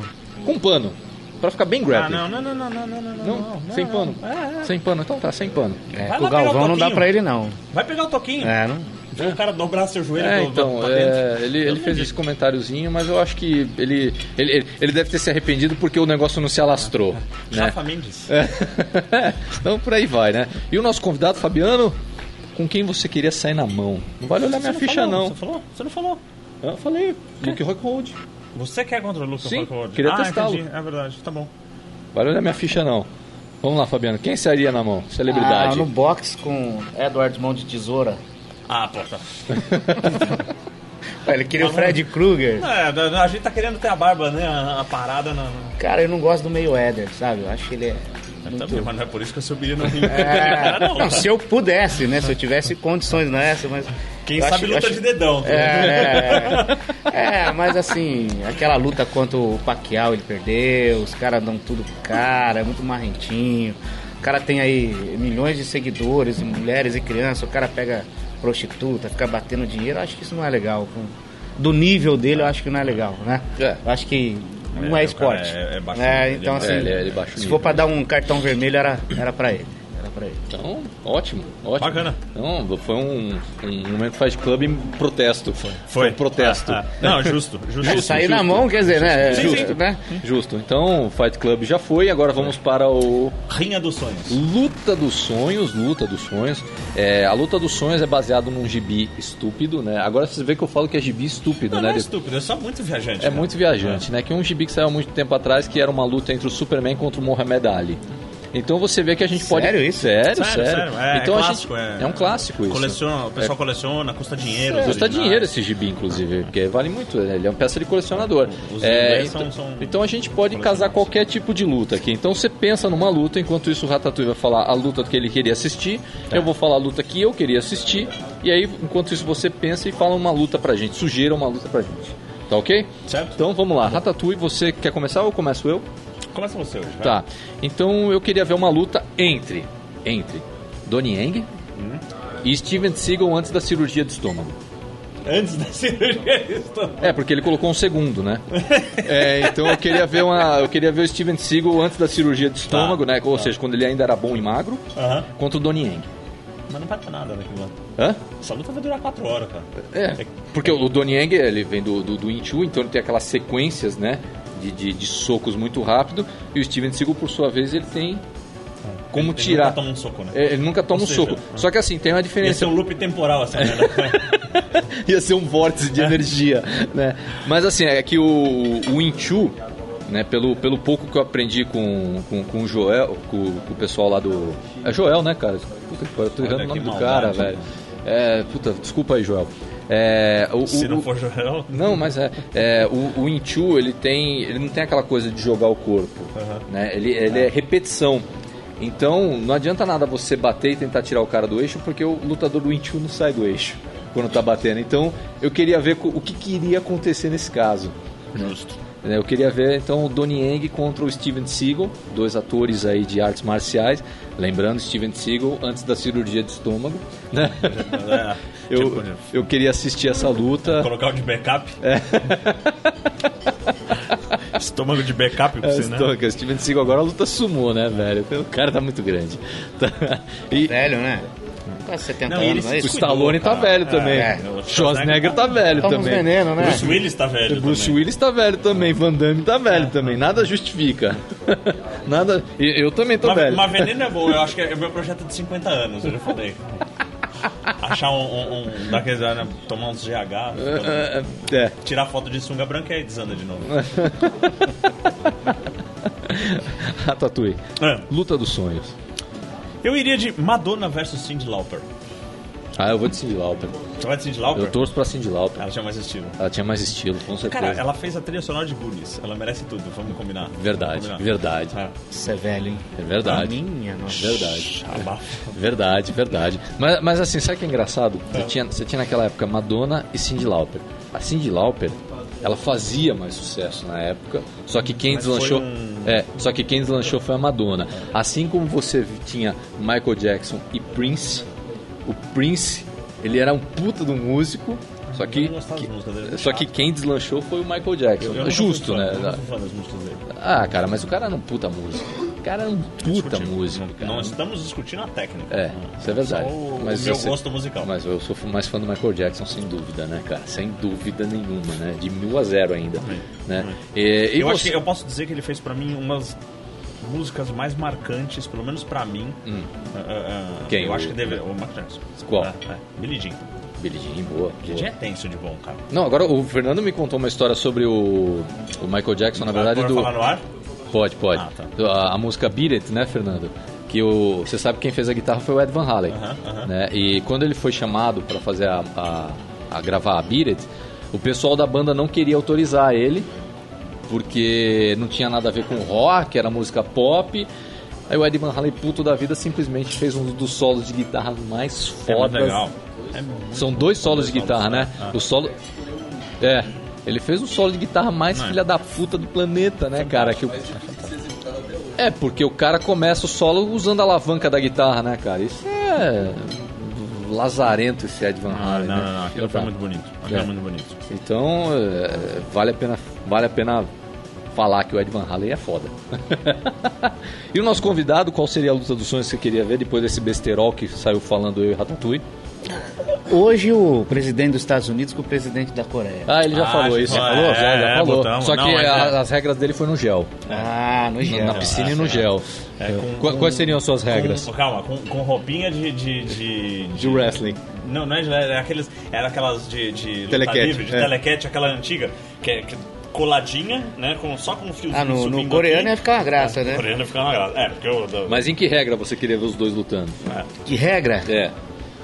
[SPEAKER 1] com pano. Pra ficar bem
[SPEAKER 2] Ah,
[SPEAKER 1] grappling.
[SPEAKER 2] não, não, não, não, não, não, não,
[SPEAKER 1] Não?
[SPEAKER 2] não, não,
[SPEAKER 1] sem
[SPEAKER 2] não.
[SPEAKER 1] pano?
[SPEAKER 2] É, é.
[SPEAKER 1] Sem pano, então tá, sem pano.
[SPEAKER 3] É,
[SPEAKER 2] Vai
[SPEAKER 3] com
[SPEAKER 2] lá
[SPEAKER 3] o
[SPEAKER 2] pegar um o
[SPEAKER 3] Galvão não dá
[SPEAKER 2] Toquinho.
[SPEAKER 3] pra ele, não.
[SPEAKER 2] Vai pegar o Toquinho.
[SPEAKER 3] É, não.
[SPEAKER 2] Deixa o cara dobrar seu joelho
[SPEAKER 1] É,
[SPEAKER 2] do- do-
[SPEAKER 1] então,
[SPEAKER 2] pra
[SPEAKER 1] é,
[SPEAKER 2] tá dentro.
[SPEAKER 1] ele, ele
[SPEAKER 2] Eu
[SPEAKER 1] fez
[SPEAKER 2] não
[SPEAKER 1] esse comentáriozinho, mas eu acho que ele, ele, ele, ele deve ter se arrependido porque o negócio não se alastrou.
[SPEAKER 2] vi.
[SPEAKER 1] Né? *laughs*
[SPEAKER 2] Rafa Mendes.
[SPEAKER 1] É, então por aí vai, né? E o nosso convidado, Fabiano, com quem você queria sair na mão? Não vale olhar minha
[SPEAKER 2] Você
[SPEAKER 1] ficha,
[SPEAKER 2] falou,
[SPEAKER 1] não.
[SPEAKER 2] Você falou? Você não falou.
[SPEAKER 1] Eu falei, Luke Rockhold.
[SPEAKER 2] Você quer contra o Lucas
[SPEAKER 1] Sim,
[SPEAKER 2] Rockhold?
[SPEAKER 1] queria
[SPEAKER 2] ah,
[SPEAKER 1] testá-lo.
[SPEAKER 2] entendi. É verdade, tá bom.
[SPEAKER 1] Vale olhar minha ficha, não. Vamos lá, Fabiano, quem sairia na mão? Celebridade.
[SPEAKER 3] Ah, no box com Edward Mão de Tesoura.
[SPEAKER 2] Ah, porra.
[SPEAKER 3] Ué, Ah, Ele
[SPEAKER 2] Ah,
[SPEAKER 3] queria o Fred Krueger.
[SPEAKER 2] É, a a gente tá querendo ter a barba, né? A, a parada na... na-
[SPEAKER 3] Cara, eu não gosto do meio Éder, sabe? Eu acho que ele é.
[SPEAKER 2] Tá
[SPEAKER 3] Muito...
[SPEAKER 2] bem, mas não é por isso que eu subiria no *laughs* ringue.
[SPEAKER 3] É,
[SPEAKER 2] Não,
[SPEAKER 3] não, se eu pudesse, né? Se eu tivesse condições nessa, mas.
[SPEAKER 2] Quem
[SPEAKER 3] eu
[SPEAKER 2] sabe
[SPEAKER 3] acho- eu
[SPEAKER 2] luta
[SPEAKER 3] acho-
[SPEAKER 2] de dedão. tá ligado?
[SPEAKER 3] É, é, mas assim, aquela luta contra o Paquial ele perdeu, os caras dão tudo pro cara, é muito marrentinho. O cara tem aí milhões de seguidores, e mulheres e crianças, o cara pega prostituta, fica batendo dinheiro, eu acho que isso não é legal. Do nível dele, eu acho que não é legal, né?
[SPEAKER 1] É.
[SPEAKER 3] Eu acho que
[SPEAKER 2] É,
[SPEAKER 3] não é,
[SPEAKER 2] o
[SPEAKER 3] esporte.
[SPEAKER 2] cara é- é baixo
[SPEAKER 3] É,
[SPEAKER 2] nível,
[SPEAKER 3] então
[SPEAKER 2] ele
[SPEAKER 3] assim,
[SPEAKER 1] é- ele é- ele é baixo
[SPEAKER 3] se
[SPEAKER 1] nível,
[SPEAKER 3] for pra dar um cartão vermelho, era, era pra ele. Era pra ele.
[SPEAKER 1] Então, ótimo, ótimo.
[SPEAKER 2] Bacana.
[SPEAKER 1] Então, foi um, um momento Fight Club em protesto. Foi. um protesto. É,
[SPEAKER 2] Ah, ah. Não, justo. justo.
[SPEAKER 3] Sair na mão, quer dizer, né?
[SPEAKER 2] Sim,
[SPEAKER 3] Justo,
[SPEAKER 2] sim.
[SPEAKER 3] né?
[SPEAKER 1] Justo. Então, o Fight Club já foi, agora vamos para o
[SPEAKER 2] Rinha dos sonhos.
[SPEAKER 1] Luta dos Sonhos, Luta dos Sonhos. É, a Luta dos Sonhos é baseado num gibi estúpido, né? Agora você vê que eu falo que é gibi estúpido,
[SPEAKER 2] Não, não
[SPEAKER 1] né?
[SPEAKER 2] é estúpido, é só muito viajante.
[SPEAKER 1] É
[SPEAKER 2] cara.
[SPEAKER 1] muito viajante, né? Que é um gibi que saiu há muito tempo atrás, que era uma luta entre o Superman contra o Mohamed Ali. Então você vê que a gente pode.
[SPEAKER 3] Sério isso?
[SPEAKER 1] Sério, sério.
[SPEAKER 2] Sério, sério. É,
[SPEAKER 1] então
[SPEAKER 2] é
[SPEAKER 1] a
[SPEAKER 2] clássico,
[SPEAKER 1] gente...
[SPEAKER 2] é-
[SPEAKER 1] um clássico isso. É.
[SPEAKER 2] Coleciona, o pessoal coleciona, custa dinheiro. os
[SPEAKER 1] Custa
[SPEAKER 2] originais.
[SPEAKER 1] dinheiro esse gibi, inclusive, porque vale muito, né? ele é uma peça de colecionador.
[SPEAKER 2] Os
[SPEAKER 1] É,
[SPEAKER 2] ingleses são-
[SPEAKER 1] então,
[SPEAKER 2] são
[SPEAKER 1] então a gente pode casar qualquer tipo de luta aqui. Então você pensa numa luta, enquanto isso o Ratatouille vai falar a luta que ele queria assistir,
[SPEAKER 2] Tá.
[SPEAKER 1] eu vou falar a luta que eu queria assistir, e aí enquanto isso você pensa e fala uma luta pra gente, sugira uma luta pra gente. Tá ok?
[SPEAKER 2] Certo.
[SPEAKER 1] Então vamos lá, Ratatouille, você quer começar ou começo eu?
[SPEAKER 2] Ah, Começa você hoje, vai.
[SPEAKER 1] Tá. Então eu queria ver uma luta entre entre Donnie Yang
[SPEAKER 2] Hum.
[SPEAKER 1] e Steven Seagal antes da cirurgia de estômago.
[SPEAKER 2] Antes da *laughs* cirurgia, estou...
[SPEAKER 1] É, porque ele colocou um segundo,
[SPEAKER 2] *laughs*
[SPEAKER 1] né? É, então eu queria ver uma, eu queria ver o Steven Seagal antes da cirurgia de
[SPEAKER 2] Tá,
[SPEAKER 1] estômago, né? Ou seja, quando ele ainda era bom e magro,
[SPEAKER 2] Aham.
[SPEAKER 1] contra o Donnie Yang.
[SPEAKER 2] Mas não vai pra nada naquilo lá.
[SPEAKER 1] Hã?
[SPEAKER 2] Essa luta vai durar 4 horas, cara.
[SPEAKER 1] É. Porque o Donnie Yang, ele vem do, do, do Inchu, então ele tem aquelas sequências, né? De, de, de socos muito rápido. E o Steven Seagal, por sua vez, ele tem como
[SPEAKER 2] É, Ele
[SPEAKER 1] tirar.
[SPEAKER 2] nunca toma um soco, né?
[SPEAKER 1] É, ele nunca toma
[SPEAKER 2] Ou
[SPEAKER 1] um
[SPEAKER 2] seja,
[SPEAKER 1] soco. Só que assim, tem uma
[SPEAKER 2] Ia
[SPEAKER 1] diferença.
[SPEAKER 2] ser um loop temporal, essa
[SPEAKER 1] *laughs*
[SPEAKER 2] merda.
[SPEAKER 1] É, ia ser um vórtice de
[SPEAKER 2] *laughs*
[SPEAKER 1] energia, né? Mas assim, é que o, o Inchu, né, pelo, pelo pouco que eu aprendi com, com, com o Joel, com, com o pessoal lá do... É Joel, né, cara? Puta que pariu, eu tô errando
[SPEAKER 2] Olha
[SPEAKER 1] o nome
[SPEAKER 2] que
[SPEAKER 1] do cara,
[SPEAKER 2] maldade,
[SPEAKER 1] velho. É, puta, desculpa aí, Joel. É, o,
[SPEAKER 2] *laughs* Se
[SPEAKER 1] o-
[SPEAKER 2] não for um Jorel.
[SPEAKER 1] Não, mas é, é, o, o Inchu, ele tem, ele não tem aquela coisa de jogar o corpo,
[SPEAKER 2] Aham.
[SPEAKER 1] né? Ele, ele é repetição. Então, não adianta nada você bater e tentar tirar o cara do eixo, porque o lutador do Inchu não sai do eixo quando tá batendo. Então, eu queria ver co- o que, que iria acontecer nesse caso.
[SPEAKER 2] Justo.
[SPEAKER 1] né? Eu queria ver então o Donnie Yang contra o Steven Seagal, dois atores aí de artes marciais. Lembrando, Steven Seagal antes da cirurgia de estômago.
[SPEAKER 2] *laughs*
[SPEAKER 1] né?
[SPEAKER 2] É,
[SPEAKER 1] Eu,
[SPEAKER 2] tipo,
[SPEAKER 1] eu queria assistir essa luta.
[SPEAKER 2] colocar o de backup.
[SPEAKER 1] É.
[SPEAKER 2] *laughs* Estômago de backup pra
[SPEAKER 1] É,
[SPEAKER 2] você, né?
[SPEAKER 1] Stonker, Steven Seagal agora luta sumou, né, velho? O cara tá muito grande. Tá. E
[SPEAKER 3] Velho, né? Quase 70
[SPEAKER 2] Não, e ele
[SPEAKER 3] anos, não é
[SPEAKER 1] o
[SPEAKER 2] se
[SPEAKER 3] isso?
[SPEAKER 2] cuidou,
[SPEAKER 1] Stallone tá
[SPEAKER 2] cara.
[SPEAKER 1] velho também.
[SPEAKER 3] É,
[SPEAKER 2] o
[SPEAKER 1] O Schwarzenegger tá velho
[SPEAKER 3] Toma uns
[SPEAKER 1] também.
[SPEAKER 3] veneno, né?
[SPEAKER 2] Bruce Willis tá velho.
[SPEAKER 1] O Bruce
[SPEAKER 2] também.
[SPEAKER 1] Willis tá velho também, Van Damme tá velho também, nada justifica. *laughs* nada. e Eu também tô
[SPEAKER 2] Mas,
[SPEAKER 1] tá velho.
[SPEAKER 2] mas veneno é bom, eu acho que é o meu projeto de 50 anos, eu já falei. Achar um, um, um daqueles, né, tomar uns GH,
[SPEAKER 1] É, é, *laughs* é.
[SPEAKER 2] tirar foto de sunga branca e aí desanda de novo.
[SPEAKER 1] Ratatouille.
[SPEAKER 2] É.
[SPEAKER 1] Luta dos sonhos.
[SPEAKER 2] Eu iria de Madonna versus Cindy Lauper.
[SPEAKER 1] Ah, eu vou de Cindy Lauper.
[SPEAKER 2] Você vai de Cindy Lauper?
[SPEAKER 1] Eu torço pra Cindy Lauper.
[SPEAKER 2] Ela tinha mais estilo.
[SPEAKER 1] Ela tinha mais estilo, com certeza.
[SPEAKER 2] Cara, ela fez a trilha sonora de Goonies. Ela merece tudo, vamos combinar.
[SPEAKER 1] Verdade,
[SPEAKER 2] Vamos combinar.
[SPEAKER 1] verdade,
[SPEAKER 2] É.
[SPEAKER 3] Isso é velho, hein?
[SPEAKER 1] é verdade.
[SPEAKER 3] Minha nossa.
[SPEAKER 1] Verdade.
[SPEAKER 2] Abafa.
[SPEAKER 1] Verdade, verdade. Mas, mas assim, sabe o que é engraçado? Você, tinha, você tinha naquela época Madonna e Cyndi Lauper. A Cyndi Lauper, ela fazia mais sucesso na época, só que quem
[SPEAKER 2] foi
[SPEAKER 1] deslanchou...
[SPEAKER 2] um-
[SPEAKER 1] É, só que quem deslanchou foi a Madonna. Assim como você tinha Michael Jackson e Prince, o Prince, ele era um puta de um músico, só que...
[SPEAKER 2] Eu não gostava das músicas dele,
[SPEAKER 1] que- Só que quem deslanchou foi o Michael Jackson.
[SPEAKER 2] Eu nunca fui
[SPEAKER 1] Justo,
[SPEAKER 2] fã,
[SPEAKER 1] né?
[SPEAKER 2] Eu não sou fã das músicas dele. tá
[SPEAKER 1] Ah, cara, mas o cara era um puta músico. O cara era um puta
[SPEAKER 2] Discutimos.
[SPEAKER 1] músico,
[SPEAKER 2] Não-
[SPEAKER 1] cara.
[SPEAKER 2] Não estamos discutindo a técnica.
[SPEAKER 1] É, isso é verdade.
[SPEAKER 2] Só o,
[SPEAKER 1] Mas
[SPEAKER 2] o meu
[SPEAKER 1] você-
[SPEAKER 2] gosto musical.
[SPEAKER 1] Mas eu sou mais fã do Michael Jackson, sem dúvida, né, cara? Sem dúvida nenhuma, né? De mil a zero ainda. Né? E, e
[SPEAKER 2] eu, acho
[SPEAKER 1] você-
[SPEAKER 2] que eu posso dizer que ele fez pra mim umas músicas mais marcantes, pelo menos pra mim. Ah, ah, ah,
[SPEAKER 1] Hum. Quem?
[SPEAKER 2] Eu acho
[SPEAKER 1] O-
[SPEAKER 2] que deve. O Mark Johnson.
[SPEAKER 1] Qual?
[SPEAKER 2] É, é. Billie Jean.
[SPEAKER 1] Billie Jean, boa.
[SPEAKER 2] Billie
[SPEAKER 1] boa.
[SPEAKER 2] Jean é tenso de bom, cara.
[SPEAKER 1] Não, agora o Fernando me contou uma história sobre o, o Michael Jackson, na verdade,
[SPEAKER 2] Agora
[SPEAKER 1] do.
[SPEAKER 2] falar no ar?
[SPEAKER 1] Pode, pode.
[SPEAKER 2] Ah, tá.
[SPEAKER 1] Do- a, a música Beat It, né, Fernando? Que o, você sabe quem fez a guitarra foi o Ed Van Halen.
[SPEAKER 2] Aham, aham.
[SPEAKER 1] né? E quando ele foi chamado para fazer a, a, a gravar a Beat It, o pessoal da banda não queria autorizar ele, porque não tinha nada a ver com rock, era música pop. Aí o Ed Van Halen, puto da vida, simplesmente fez um dos solos de guitarra mais
[SPEAKER 2] É muito
[SPEAKER 1] fodas
[SPEAKER 2] legal. É muito
[SPEAKER 1] são dois solos de
[SPEAKER 2] Dois
[SPEAKER 1] guitarra,
[SPEAKER 2] solos,
[SPEAKER 1] né?
[SPEAKER 2] né?
[SPEAKER 1] O solo. É. Ele fez um solo de guitarra mais
[SPEAKER 2] Não é?
[SPEAKER 1] filha da puta do planeta, né, cara? Que o- É, porque o cara começa o solo usando a alavanca da guitarra, né, cara? Isso é. Lazarento esse Ed Van
[SPEAKER 2] Não,
[SPEAKER 1] Halen.
[SPEAKER 2] Ah, não,
[SPEAKER 1] né?
[SPEAKER 2] não, não. Aquilo foi muito bonito. Aquilo
[SPEAKER 1] É.
[SPEAKER 2] é muito bonito.
[SPEAKER 1] Então, é, vale a pena, vale a pena falar que o Ed Van Halen é foda. *laughs* e o nosso convidado, qual seria a luta dos sonhos que você queria ver depois desse besterol que saiu falando eu e Ratatouille?
[SPEAKER 3] Hoje o presidente dos Estados Unidos com o presidente da Coreia.
[SPEAKER 1] Ah, ele já
[SPEAKER 2] Ah,
[SPEAKER 1] falou
[SPEAKER 2] já
[SPEAKER 1] isso.
[SPEAKER 2] falou,
[SPEAKER 1] falou?
[SPEAKER 2] é,
[SPEAKER 1] já, já
[SPEAKER 2] é,
[SPEAKER 1] falou.
[SPEAKER 2] botão.
[SPEAKER 1] Só que
[SPEAKER 2] Não, é,
[SPEAKER 1] a-
[SPEAKER 2] é.
[SPEAKER 1] as regras dele foi no gel.
[SPEAKER 3] Ah, no gel.
[SPEAKER 1] na piscina e no
[SPEAKER 2] é.
[SPEAKER 1] gel.
[SPEAKER 2] É, com-
[SPEAKER 1] Qua-
[SPEAKER 2] com-
[SPEAKER 1] Quais seriam as suas regras?
[SPEAKER 2] Com, calma, com, com roupinha de. de, de,
[SPEAKER 1] De wrestling.
[SPEAKER 2] Não, não é de era aqueles. Era aquelas de. de luta
[SPEAKER 1] Telecat,
[SPEAKER 2] livre, de
[SPEAKER 1] é.
[SPEAKER 2] telecat, aquela antiga, que é que- coladinha, né? Com, só com um fiozinho.
[SPEAKER 3] Ah, no, no
[SPEAKER 2] subindo
[SPEAKER 3] coreano
[SPEAKER 2] aqui. É,
[SPEAKER 3] ia ficar uma graça,
[SPEAKER 2] No
[SPEAKER 3] né?
[SPEAKER 2] coreano ia ficar uma graça. É, porque eu. eu-
[SPEAKER 1] Mas em que regra você queria ver os dois lutando?
[SPEAKER 2] é.
[SPEAKER 3] Que regra?
[SPEAKER 1] É.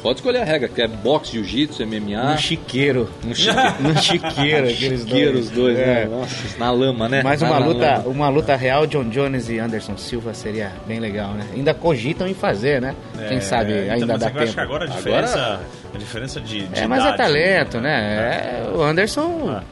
[SPEAKER 1] Pode escolher a regra, que é boxe, jiu-jitsu, MMA.
[SPEAKER 3] No chiqueiro.
[SPEAKER 1] Ah. Um
[SPEAKER 3] *laughs*
[SPEAKER 1] chique-
[SPEAKER 3] No chiqueiro, aqueles
[SPEAKER 1] chiqueiro os dois, né?
[SPEAKER 3] É.
[SPEAKER 1] Nossa, na lama, né?
[SPEAKER 3] Mas
[SPEAKER 1] Na-
[SPEAKER 3] uma
[SPEAKER 1] na
[SPEAKER 3] luta,
[SPEAKER 1] lama.
[SPEAKER 3] uma luta real, John Jones e Anderson Silva seria bem legal, né? Ainda cogitam em fazer, né? Quem
[SPEAKER 2] É,
[SPEAKER 3] sabe
[SPEAKER 2] então,
[SPEAKER 3] ainda
[SPEAKER 2] mas
[SPEAKER 3] dá
[SPEAKER 2] é que Eu acho que
[SPEAKER 3] tempo.
[SPEAKER 2] agora a diferença. A diferença de. de
[SPEAKER 3] É, mas é
[SPEAKER 2] idade- né?
[SPEAKER 3] talento, né? É, o Anderson,
[SPEAKER 2] Ah.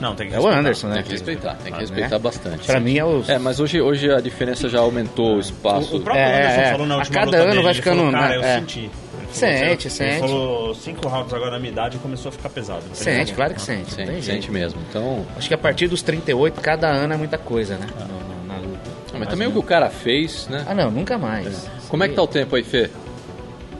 [SPEAKER 2] Não, tem que
[SPEAKER 3] É o
[SPEAKER 2] respeitar.
[SPEAKER 3] Anderson, né?
[SPEAKER 1] Tem que respeitar,
[SPEAKER 2] Ah,
[SPEAKER 1] tem que respeitar
[SPEAKER 3] né?
[SPEAKER 1] bastante.
[SPEAKER 3] pra mim, é o...
[SPEAKER 1] É, mas hoje, hoje a diferença já aumentou o espaço.
[SPEAKER 2] Ah, O próprio
[SPEAKER 3] É,
[SPEAKER 2] Anderson
[SPEAKER 3] é,
[SPEAKER 2] falou na
[SPEAKER 3] a
[SPEAKER 2] última
[SPEAKER 3] cada
[SPEAKER 2] luta
[SPEAKER 3] ano
[SPEAKER 2] dele,
[SPEAKER 3] vai
[SPEAKER 2] ele
[SPEAKER 3] ficando,
[SPEAKER 2] falou, cara,
[SPEAKER 3] né?
[SPEAKER 2] eu
[SPEAKER 3] É.
[SPEAKER 2] senti. Ele falou,
[SPEAKER 3] Sente,
[SPEAKER 2] "Você-
[SPEAKER 3] sente.
[SPEAKER 2] Ele falou cinco rounds agora na minha idade e começou a ficar pesado. Ele
[SPEAKER 3] Sente,
[SPEAKER 2] falou,
[SPEAKER 3] claro que sente. não
[SPEAKER 1] Sente,
[SPEAKER 3] tem
[SPEAKER 1] sente
[SPEAKER 3] jeito.
[SPEAKER 1] mesmo. Então,
[SPEAKER 3] Acho que a partir dos 38, cada ano é muita coisa, né? No- no- na luta.
[SPEAKER 1] Ah, mas também o que o cara fez, né?
[SPEAKER 3] Ah, não, nunca mais.
[SPEAKER 1] Como é que tá o tempo aí, Fê?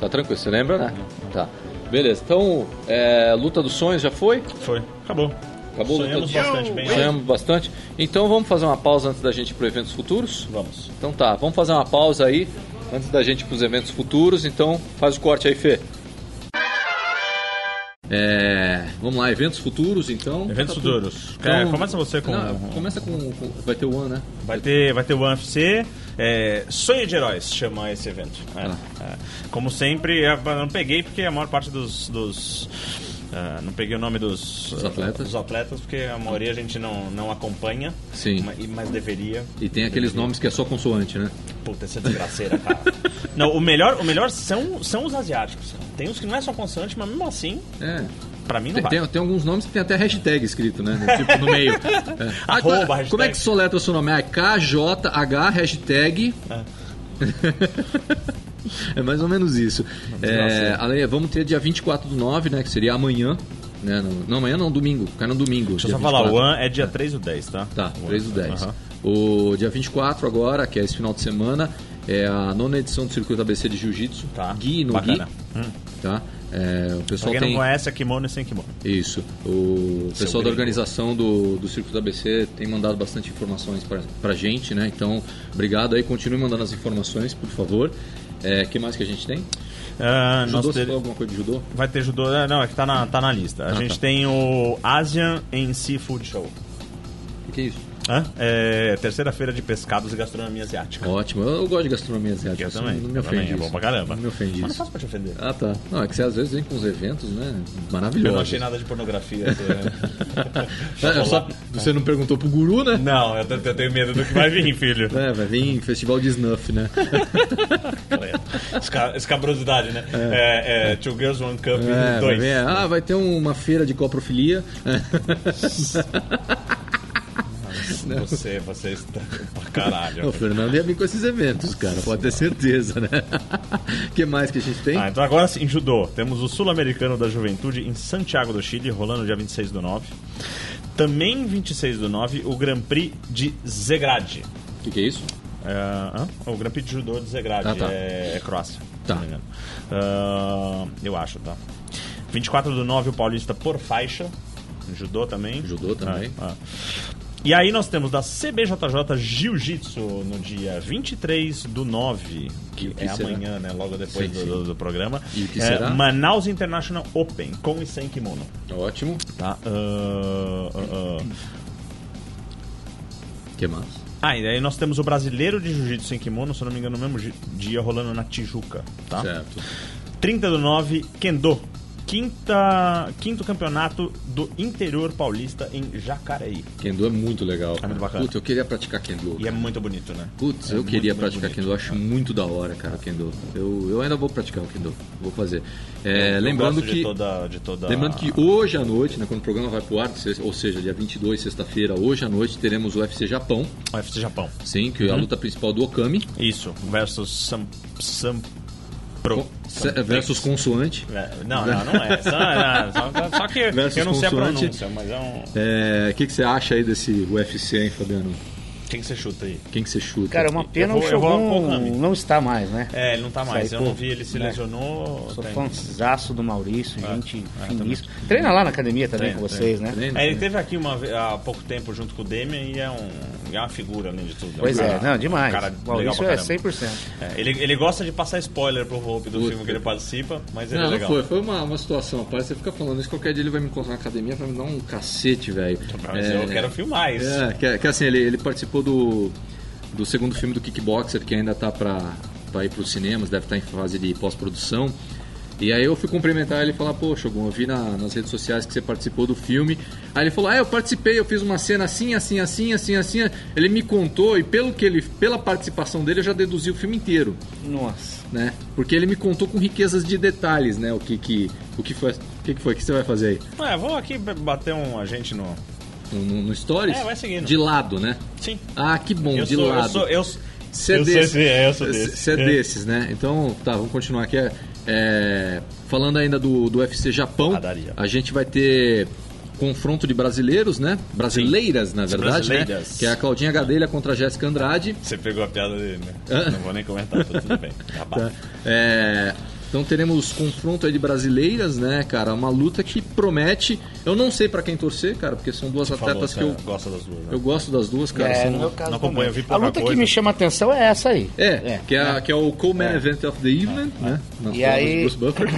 [SPEAKER 1] Tá tranquilo, você lembra, né? Tá. Beleza, então, é, luta dos sonhos já foi?
[SPEAKER 2] Foi, acabou.
[SPEAKER 1] Acabou a luta
[SPEAKER 2] Sonhamos
[SPEAKER 1] dos
[SPEAKER 2] bastante bem.
[SPEAKER 1] Sonhamos bastante. Então vamos fazer uma pausa antes da gente ir para eventos futuros?
[SPEAKER 2] Vamos.
[SPEAKER 1] Então tá, vamos fazer uma pausa aí antes da gente ir para os eventos futuros. Então faz o corte aí, Fê. É, vamos lá, eventos futuros então.
[SPEAKER 2] Eventos
[SPEAKER 1] Tá tudo-
[SPEAKER 2] futuros.
[SPEAKER 1] Então-
[SPEAKER 2] É, começa você com.
[SPEAKER 1] Não, começa com, com- Vai ter o One, né?
[SPEAKER 2] Vai ter, vai ter o UFC. É, Sonho de Heróis chama esse
[SPEAKER 1] Ah.
[SPEAKER 2] é, evento. É, é. Como sempre, eu não peguei porque a maior parte dos. dos ah, não peguei o nome dos,
[SPEAKER 1] Dos atletas.
[SPEAKER 2] dos atletas, porque a maioria a gente não, não acompanha,
[SPEAKER 1] Sim.
[SPEAKER 2] ma- e- mas deveria.
[SPEAKER 1] E tem aqueles nomes que é só consoante, né?
[SPEAKER 2] Puta, essa desgraceira, cara. não, o melhor, o melhor são, são os asiáticos. Tem uns que não é só consoante, mas mesmo assim,
[SPEAKER 1] É.
[SPEAKER 2] pra mim não
[SPEAKER 1] Tem,
[SPEAKER 2] vai.
[SPEAKER 1] tem, tem alguns nomes que tem até hashtag escrito, né? Tipo, no
[SPEAKER 2] *laughs*
[SPEAKER 1] meio. É. Ah,
[SPEAKER 2] Arroba,
[SPEAKER 1] como-
[SPEAKER 2] hashtag.
[SPEAKER 1] como é que soletra o seu nome? É KJH, hashtag...
[SPEAKER 2] É.
[SPEAKER 1] *laughs* É mais ou menos isso. É, Ale, vamos ter dia 24 do 9, né? Que seria amanhã. Né? Não, não, amanhã não, domingo. Cai no domingo.
[SPEAKER 2] Deixa eu
[SPEAKER 1] dia
[SPEAKER 2] só falar,
[SPEAKER 1] 24.
[SPEAKER 2] o An é dia 3 do 10, tá?
[SPEAKER 1] Tá,
[SPEAKER 2] O An,
[SPEAKER 1] 3 do 10.
[SPEAKER 2] aham.
[SPEAKER 1] O dia 24 agora, que é esse final de semana, é a nona edição do Circuito ABC de Jiu-Jitsu.
[SPEAKER 2] Tá.
[SPEAKER 1] Gui no Gui.
[SPEAKER 2] Bacana. Hum.
[SPEAKER 1] Tá? É, o
[SPEAKER 2] Pra
[SPEAKER 1] pessoal
[SPEAKER 2] quem
[SPEAKER 1] tem...
[SPEAKER 2] não conhece, é kimono e sem kimono.
[SPEAKER 1] Isso. O
[SPEAKER 2] Seu
[SPEAKER 1] pessoal da
[SPEAKER 2] gringo.
[SPEAKER 1] organização do, do Circuito ABC tem mandado bastante informações pra, pra gente, né? Então, obrigado aí. Continue mandando as informações, por favor. O que mais que a gente tem?
[SPEAKER 2] Ah,
[SPEAKER 1] Judô,
[SPEAKER 2] nós
[SPEAKER 1] você
[SPEAKER 2] ter-
[SPEAKER 1] falou Ah, alguma coisa de judô?
[SPEAKER 2] Vai ter judô. ah, Não, é que tá na, tá na lista. A gente tem o Asian em Seafood Show.
[SPEAKER 1] O que, que é isso?
[SPEAKER 2] Hã? É terceira-feira de pescados e gastronomia asiática.
[SPEAKER 1] Ótimo. Eu, eu gosto de gastronomia asiática.
[SPEAKER 2] Eu
[SPEAKER 1] isso
[SPEAKER 2] também.
[SPEAKER 1] Não me
[SPEAKER 2] eu também,
[SPEAKER 1] ofende
[SPEAKER 2] É
[SPEAKER 1] isso.
[SPEAKER 2] bom pra caramba.
[SPEAKER 1] Não me ofende
[SPEAKER 2] Mas não
[SPEAKER 1] isso.
[SPEAKER 2] faço pra te ofender.
[SPEAKER 1] Ah, tá. Não, é que você às vezes vem com uns eventos, né?
[SPEAKER 2] Eu
[SPEAKER 1] Maravilhosos.
[SPEAKER 2] não achei nada de pornografia. assim, né?
[SPEAKER 1] É, eu só- você não perguntou pro guru, né?
[SPEAKER 2] *laughs* Não, eu, te- eu tenho medo do que vai vir, filho.
[SPEAKER 1] É, vai vir festival de snuff,
[SPEAKER 2] *laughs*
[SPEAKER 1] né?
[SPEAKER 2] Esca- Escabrosidade, né? É, é, Two Girls, One Cup
[SPEAKER 1] É, vai
[SPEAKER 2] 2.
[SPEAKER 1] ver, ah, vai ter uma feira de coprofilia. É, né?
[SPEAKER 2] Você, você está pra caralho.
[SPEAKER 1] O Fernando ia vir com esses eventos, cara, pode ter certeza, né? *laughs* O que mais que a gente tem?
[SPEAKER 2] Ah, então agora sim, em judô. Temos o Sul-Americano da Juventude em Santiago do Chile, rolando dia 26 do 9. Também em 26 do 9, o Grand Prix de Zegrade.
[SPEAKER 1] O que, que é isso?
[SPEAKER 2] É, hã? o Grand Prix de Judô de Zegrade
[SPEAKER 1] Ah, tá.
[SPEAKER 2] é, é Croácia.
[SPEAKER 1] Tá.
[SPEAKER 2] se não me engano. Ah, eu acho, tá. 24 do 9, o Paulista por faixa. em Judô também.
[SPEAKER 1] Judô também.
[SPEAKER 2] Ah, ah. E aí nós temos da CBJJ Jiu-Jitsu no dia 23 do 9, que,
[SPEAKER 1] E o que
[SPEAKER 2] é
[SPEAKER 1] será?
[SPEAKER 2] amanhã, né? Logo depois
[SPEAKER 1] Sim,
[SPEAKER 2] do,
[SPEAKER 1] sim.
[SPEAKER 2] do- do programa.
[SPEAKER 1] E o que
[SPEAKER 2] É,
[SPEAKER 1] será?
[SPEAKER 2] Manaus International Open, com e sem kimono.
[SPEAKER 1] Ótimo.
[SPEAKER 2] Tá? Ah, ah, ah.
[SPEAKER 1] O que mais?
[SPEAKER 2] Ah, e aí nós temos o brasileiro de jiu-jitsu sem kimono, se eu não me engano, no mesmo gi- dia rolando na Tijuca, tá?
[SPEAKER 1] Certo.
[SPEAKER 2] 30 do 9, Kendo. Quinta, quinto campeonato do interior paulista em Jacareí.
[SPEAKER 1] Kendo é muito legal. cara.
[SPEAKER 2] muito bacana.
[SPEAKER 1] Puta, eu queria praticar Kendo.
[SPEAKER 2] E é muito bonito, né?
[SPEAKER 1] Putz,
[SPEAKER 2] É
[SPEAKER 1] eu
[SPEAKER 2] muito,
[SPEAKER 1] queria
[SPEAKER 2] muito
[SPEAKER 1] praticar
[SPEAKER 2] bonito. É.
[SPEAKER 1] Kendo, eu acho muito da hora, cara, o Kendo. Eu, eu ainda vou praticar o Kendo, vou fazer. É,
[SPEAKER 2] Eu
[SPEAKER 1] lembrando
[SPEAKER 2] gosto de
[SPEAKER 1] que.
[SPEAKER 2] toda- de toda-
[SPEAKER 1] Lembrando que hoje à noite, né, quando o programa vai pro ar, se- ou seja, dia 22, sexta-feira, hoje à noite, teremos o UFC Japão,
[SPEAKER 2] UFC Japão.
[SPEAKER 1] sim, que
[SPEAKER 2] Uhum.
[SPEAKER 1] é a luta principal do Okami,
[SPEAKER 2] Isso, versus Sam... Sam... Pro.
[SPEAKER 1] se- é, versus Consoante.
[SPEAKER 2] É, Não, não, não é. Só, só- só que
[SPEAKER 1] Versus
[SPEAKER 2] eu não sei a
[SPEAKER 1] consoante.
[SPEAKER 2] pronúncia, mas é um...
[SPEAKER 1] O que, que você acha aí desse UFC, hein, Fabiano?
[SPEAKER 2] Quem que você chuta aí?
[SPEAKER 1] Quem que você chuta?
[SPEAKER 3] Cara, é uma pena
[SPEAKER 2] Eu
[SPEAKER 3] o
[SPEAKER 2] vou- eu vou com o
[SPEAKER 3] Shogun
[SPEAKER 2] Rami.
[SPEAKER 3] não está mais, né?
[SPEAKER 2] É, ele não tá mais.
[SPEAKER 3] Isso
[SPEAKER 2] Eu
[SPEAKER 3] aí,
[SPEAKER 2] não
[SPEAKER 3] pô,
[SPEAKER 2] vi, ele se
[SPEAKER 3] né?
[SPEAKER 2] lesionou.
[SPEAKER 3] Sou
[SPEAKER 2] tem-
[SPEAKER 3] fãzaço do Maurício, gente
[SPEAKER 2] é,
[SPEAKER 3] finíssima. Treina lá na academia também
[SPEAKER 2] Treina,
[SPEAKER 3] com vocês, né?
[SPEAKER 1] Treina,
[SPEAKER 2] É, ele
[SPEAKER 1] treina.
[SPEAKER 2] teve aqui uma, ve- há pouco tempo junto com o Demian e é, um, é uma figura além de tudo. um
[SPEAKER 3] Pois é,
[SPEAKER 2] cara-
[SPEAKER 3] não, demais.
[SPEAKER 2] um cara legal
[SPEAKER 3] Maurício
[SPEAKER 2] pra
[SPEAKER 3] é
[SPEAKER 2] caramba.
[SPEAKER 3] 100%.
[SPEAKER 2] É, ele, ele gosta de passar spoiler pro Volpe do
[SPEAKER 1] Puta.
[SPEAKER 2] filme que ele participa, mas ele
[SPEAKER 1] Não,
[SPEAKER 2] é
[SPEAKER 1] não
[SPEAKER 2] legal.
[SPEAKER 1] foi. Foi uma, uma situação. Parece que você fica falando isso. Qualquer dia ele vai me encontrar na academia vai me dar um cacete, velho.
[SPEAKER 2] Mas eu quero filmar isso.
[SPEAKER 1] É, que, que assim, ele, ele participou do, do segundo filme do Kickboxer, que ainda tá pra, pra ir pros cinemas, deve estar em fase de pós-produção. E aí eu fui cumprimentar ele e falar, pô, Shogun, eu vi na- nas redes sociais que você participou do filme. Aí ele falou, ah, eu participei, eu fiz uma cena assim, assim, assim, assim, assim. Ele me contou e pelo que ele, pela participação dele, eu já deduzi o filme inteiro
[SPEAKER 3] Nossa.
[SPEAKER 1] né? Porque ele me contou com riquezas de detalhes, né? O que que o que foi, o que que foi que você vai fazer aí
[SPEAKER 2] É, vamos aqui b- bater um agente no.
[SPEAKER 1] no, no- no stories?
[SPEAKER 2] É, vai seguindo.
[SPEAKER 1] De lado, né?
[SPEAKER 2] Sim.
[SPEAKER 1] Ah, que bom,
[SPEAKER 2] eu,
[SPEAKER 1] de
[SPEAKER 2] sou, eu
[SPEAKER 1] lado.
[SPEAKER 2] sou. Eu sou.
[SPEAKER 1] Você é
[SPEAKER 2] eu
[SPEAKER 1] desses.
[SPEAKER 2] Sou esse, é, eu sou desse.
[SPEAKER 1] Você é desses, né? Então, tá, vamos continuar aqui. É, é, falando ainda do, do UFC Japão,
[SPEAKER 2] Porradaria.
[SPEAKER 1] a gente vai ter confronto de brasileiros, né? Brasileiras, na verdade, né?
[SPEAKER 2] brasileiras.
[SPEAKER 1] Que é a Claudinha Gadelha contra a Jéssica Andrade.
[SPEAKER 2] Você pegou a piada dele, né? Não vou nem comentar, tá tudo bem. Tá bom.
[SPEAKER 1] Tá. É, então teremos confronto aí de brasileiras, né, cara? Uma luta que promete. Eu não sei pra quem torcer, cara, porque são duas
[SPEAKER 2] Falou,
[SPEAKER 1] atletas que eu,
[SPEAKER 2] você gosta das duas. Né?
[SPEAKER 1] eu gosto das duas, cara.
[SPEAKER 3] É,
[SPEAKER 1] são-
[SPEAKER 3] no meu caso
[SPEAKER 2] não acompanho,
[SPEAKER 3] também.
[SPEAKER 2] eu vi pouca
[SPEAKER 3] A luta que
[SPEAKER 2] coisa.
[SPEAKER 3] me chama a atenção é essa aí.
[SPEAKER 1] É, que, é, a- que é o co-main
[SPEAKER 3] É.
[SPEAKER 1] event of the evening, né? Nas
[SPEAKER 3] E
[SPEAKER 1] palavras
[SPEAKER 3] aí-
[SPEAKER 1] de Bruce
[SPEAKER 3] *laughs*
[SPEAKER 1] Buffer.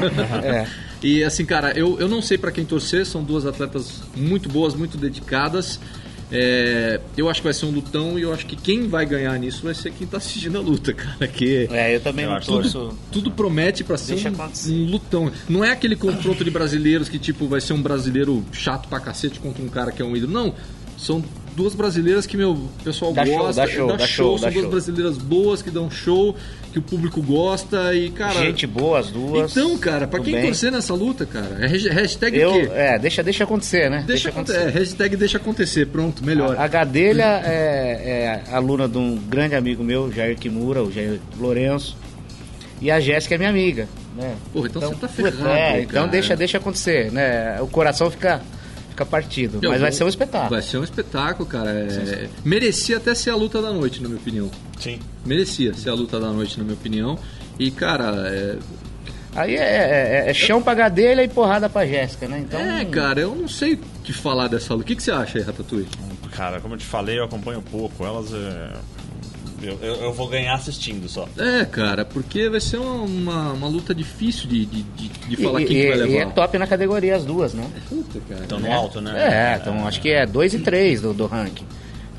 [SPEAKER 3] É.
[SPEAKER 1] E assim, cara, eu, eu não sei pra quem torcer, são duas atletas muito boas, muito dedicadas. É, eu acho que vai ser um lutão e eu acho que quem vai ganhar nisso vai ser quem tá assistindo a luta, *laughs* cara. Que
[SPEAKER 4] É, eu também
[SPEAKER 2] Eu
[SPEAKER 4] não
[SPEAKER 2] acho
[SPEAKER 4] torço.
[SPEAKER 1] tudo promete pra ser
[SPEAKER 4] Deixa
[SPEAKER 1] um,
[SPEAKER 4] acontecer.
[SPEAKER 1] um lutão. Não é aquele confronto de brasileiros que, tipo, vai ser um brasileiro chato pra cacete contra um cara que é um ídolo. Não. São duas brasileiras que, meu, o pessoal
[SPEAKER 3] Dá show,
[SPEAKER 1] gosta.
[SPEAKER 3] dá show, dá show,
[SPEAKER 1] São
[SPEAKER 3] dá
[SPEAKER 1] duas
[SPEAKER 3] show.
[SPEAKER 1] brasileiras boas que dão show, que o público gosta e, cara.
[SPEAKER 3] Gente boa, as duas.
[SPEAKER 1] então, cara, pra
[SPEAKER 3] tudo
[SPEAKER 1] quem
[SPEAKER 3] bem.
[SPEAKER 1] torcer nessa luta, cara, é hashtag- hashtag o
[SPEAKER 3] Eu,
[SPEAKER 1] quê?
[SPEAKER 3] é, deixa, deixa acontecer, Ah, né?
[SPEAKER 1] Deixa acontecer. É, hashtag deixa acontecer, pronto, melhor.
[SPEAKER 3] A, a Gadelha é, é aluna de um grande amigo meu, Jair Kimura, o Jair Lourenço. E a Jéssica é minha amiga, né?
[SPEAKER 1] Porra, então você tá
[SPEAKER 3] puta,
[SPEAKER 1] ferrado,
[SPEAKER 3] é, então
[SPEAKER 1] cara.
[SPEAKER 3] deixa, deixa acontecer, né? O coração fica, fica partido.
[SPEAKER 1] Eu
[SPEAKER 3] mas vai
[SPEAKER 1] vou-
[SPEAKER 3] ser um espetáculo.
[SPEAKER 1] Vai ser um espetáculo, cara. É, Merecia até ser a luta da noite, na minha opinião.
[SPEAKER 2] Sim.
[SPEAKER 1] Merecia ser a luta da noite, na minha opinião. E, cara, é,
[SPEAKER 3] Aí é, é- é- é chão pra Gadelha e porrada pra Jéssica, né? Então,
[SPEAKER 1] é, cara, eu não sei o que falar dessa luta. O que, que você acha aí, Ratatouille?
[SPEAKER 2] Cara, como eu te falei, eu acompanho pouco. Elas. é, Eu, eu, eu vou ganhar assistindo só.
[SPEAKER 1] É, cara, porque vai ser uma, uma, uma luta difícil de, de, de- de
[SPEAKER 3] e,
[SPEAKER 1] falar
[SPEAKER 3] e-
[SPEAKER 1] quem que vai
[SPEAKER 3] e-
[SPEAKER 1] levar.
[SPEAKER 3] e é top na categoria as duas, né?
[SPEAKER 1] Puta, cara.
[SPEAKER 2] Então no alto, né?
[SPEAKER 3] É, então acho que é 2 e 3 do, do ranking,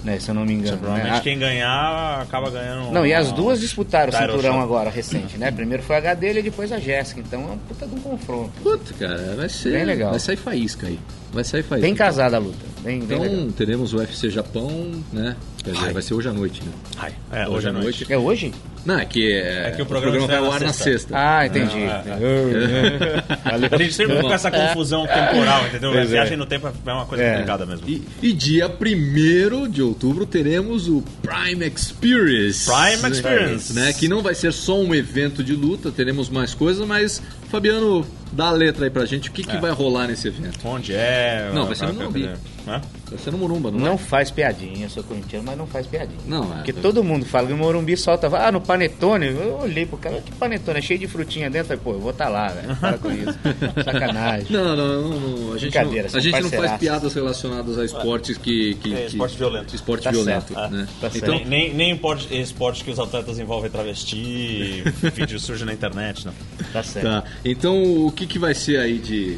[SPEAKER 3] né? Se eu não me
[SPEAKER 1] é
[SPEAKER 3] engano.
[SPEAKER 2] Provavelmente
[SPEAKER 3] né? A-
[SPEAKER 2] quem ganhar acaba ganhando.
[SPEAKER 3] Não, e as
[SPEAKER 2] uma-
[SPEAKER 3] duas disputaram o
[SPEAKER 2] title
[SPEAKER 3] cinturão
[SPEAKER 2] shot.
[SPEAKER 3] agora, recente, né? Primeiro foi a Gadelha e depois a Jéssica. Então é um puta de um confronto.
[SPEAKER 1] Puta, cara, vai ser.
[SPEAKER 3] Bem legal.
[SPEAKER 1] Vai sair faísca aí. Vai sair faísca.
[SPEAKER 3] Bem casada a luta. Bem, bem legal.
[SPEAKER 1] Então teremos o UFC Japão, né? Quer dizer,
[SPEAKER 2] Ai.
[SPEAKER 1] vai ser hoje à noite, né?
[SPEAKER 2] Ai, é, hoje à noite.
[SPEAKER 3] É hoje?
[SPEAKER 1] Não, é que, é,
[SPEAKER 2] É que
[SPEAKER 1] o
[SPEAKER 2] o
[SPEAKER 1] programa,
[SPEAKER 2] programa
[SPEAKER 1] vai
[SPEAKER 2] sai
[SPEAKER 1] ao
[SPEAKER 2] na
[SPEAKER 1] ar na
[SPEAKER 2] sexta. Ah.
[SPEAKER 1] sexta.
[SPEAKER 3] Ah,
[SPEAKER 2] Não,
[SPEAKER 3] entendi.
[SPEAKER 2] é,
[SPEAKER 1] *laughs*
[SPEAKER 2] *laughs* A
[SPEAKER 3] Valeu.
[SPEAKER 2] gente sempre fica com essa confusão temporal, entendeu? A
[SPEAKER 3] Pois é.
[SPEAKER 2] viagem no tempo é uma coisa
[SPEAKER 3] É.
[SPEAKER 2] complicada mesmo.
[SPEAKER 1] E, e dia 1 de outubro teremos o Prime Experience.
[SPEAKER 3] é
[SPEAKER 2] Prime Experience.
[SPEAKER 1] Né? Que não vai ser só um evento de luta, teremos mais coisas, mas, Fabiano, dá a letra aí pra gente, o que,
[SPEAKER 2] É.
[SPEAKER 1] que vai rolar nesse evento?
[SPEAKER 2] Onde é?
[SPEAKER 1] Não, vai ser no Morumbi.
[SPEAKER 2] Hã?
[SPEAKER 1] Vai ser no Morumba, não,
[SPEAKER 3] Não
[SPEAKER 1] é?
[SPEAKER 3] faz piadinha, eu sou corintiano, mas não faz piadinha.
[SPEAKER 1] Não, é.
[SPEAKER 3] Porque todo mundo fala que o Morumbi solta. Ah, no Panetone, eu olhei pro cara, que Panetone, é cheio de frutinha dentro. Eu falei, Pô, eu vou estar lá, velho. Para com isso. Sacanagem.
[SPEAKER 1] Não, não, não, não, A gente, não,
[SPEAKER 3] Brincadeira,
[SPEAKER 1] a
[SPEAKER 3] são
[SPEAKER 1] gente não faz
[SPEAKER 3] parceiraços.
[SPEAKER 1] piadas relacionadas a esportes que. que,
[SPEAKER 2] É,
[SPEAKER 1] que-
[SPEAKER 2] esporte violento.
[SPEAKER 1] Esporte
[SPEAKER 3] Tá
[SPEAKER 1] violento.
[SPEAKER 3] certo,
[SPEAKER 1] né?
[SPEAKER 3] tá certo.
[SPEAKER 1] Então,
[SPEAKER 2] nem, nem, nem esporte, esporte que os atletas envolvem
[SPEAKER 3] *laughs*
[SPEAKER 2] travesti, vídeo surge na internet, não.
[SPEAKER 3] Tá certo.
[SPEAKER 1] Tá. Então, o que, que vai ser aí de.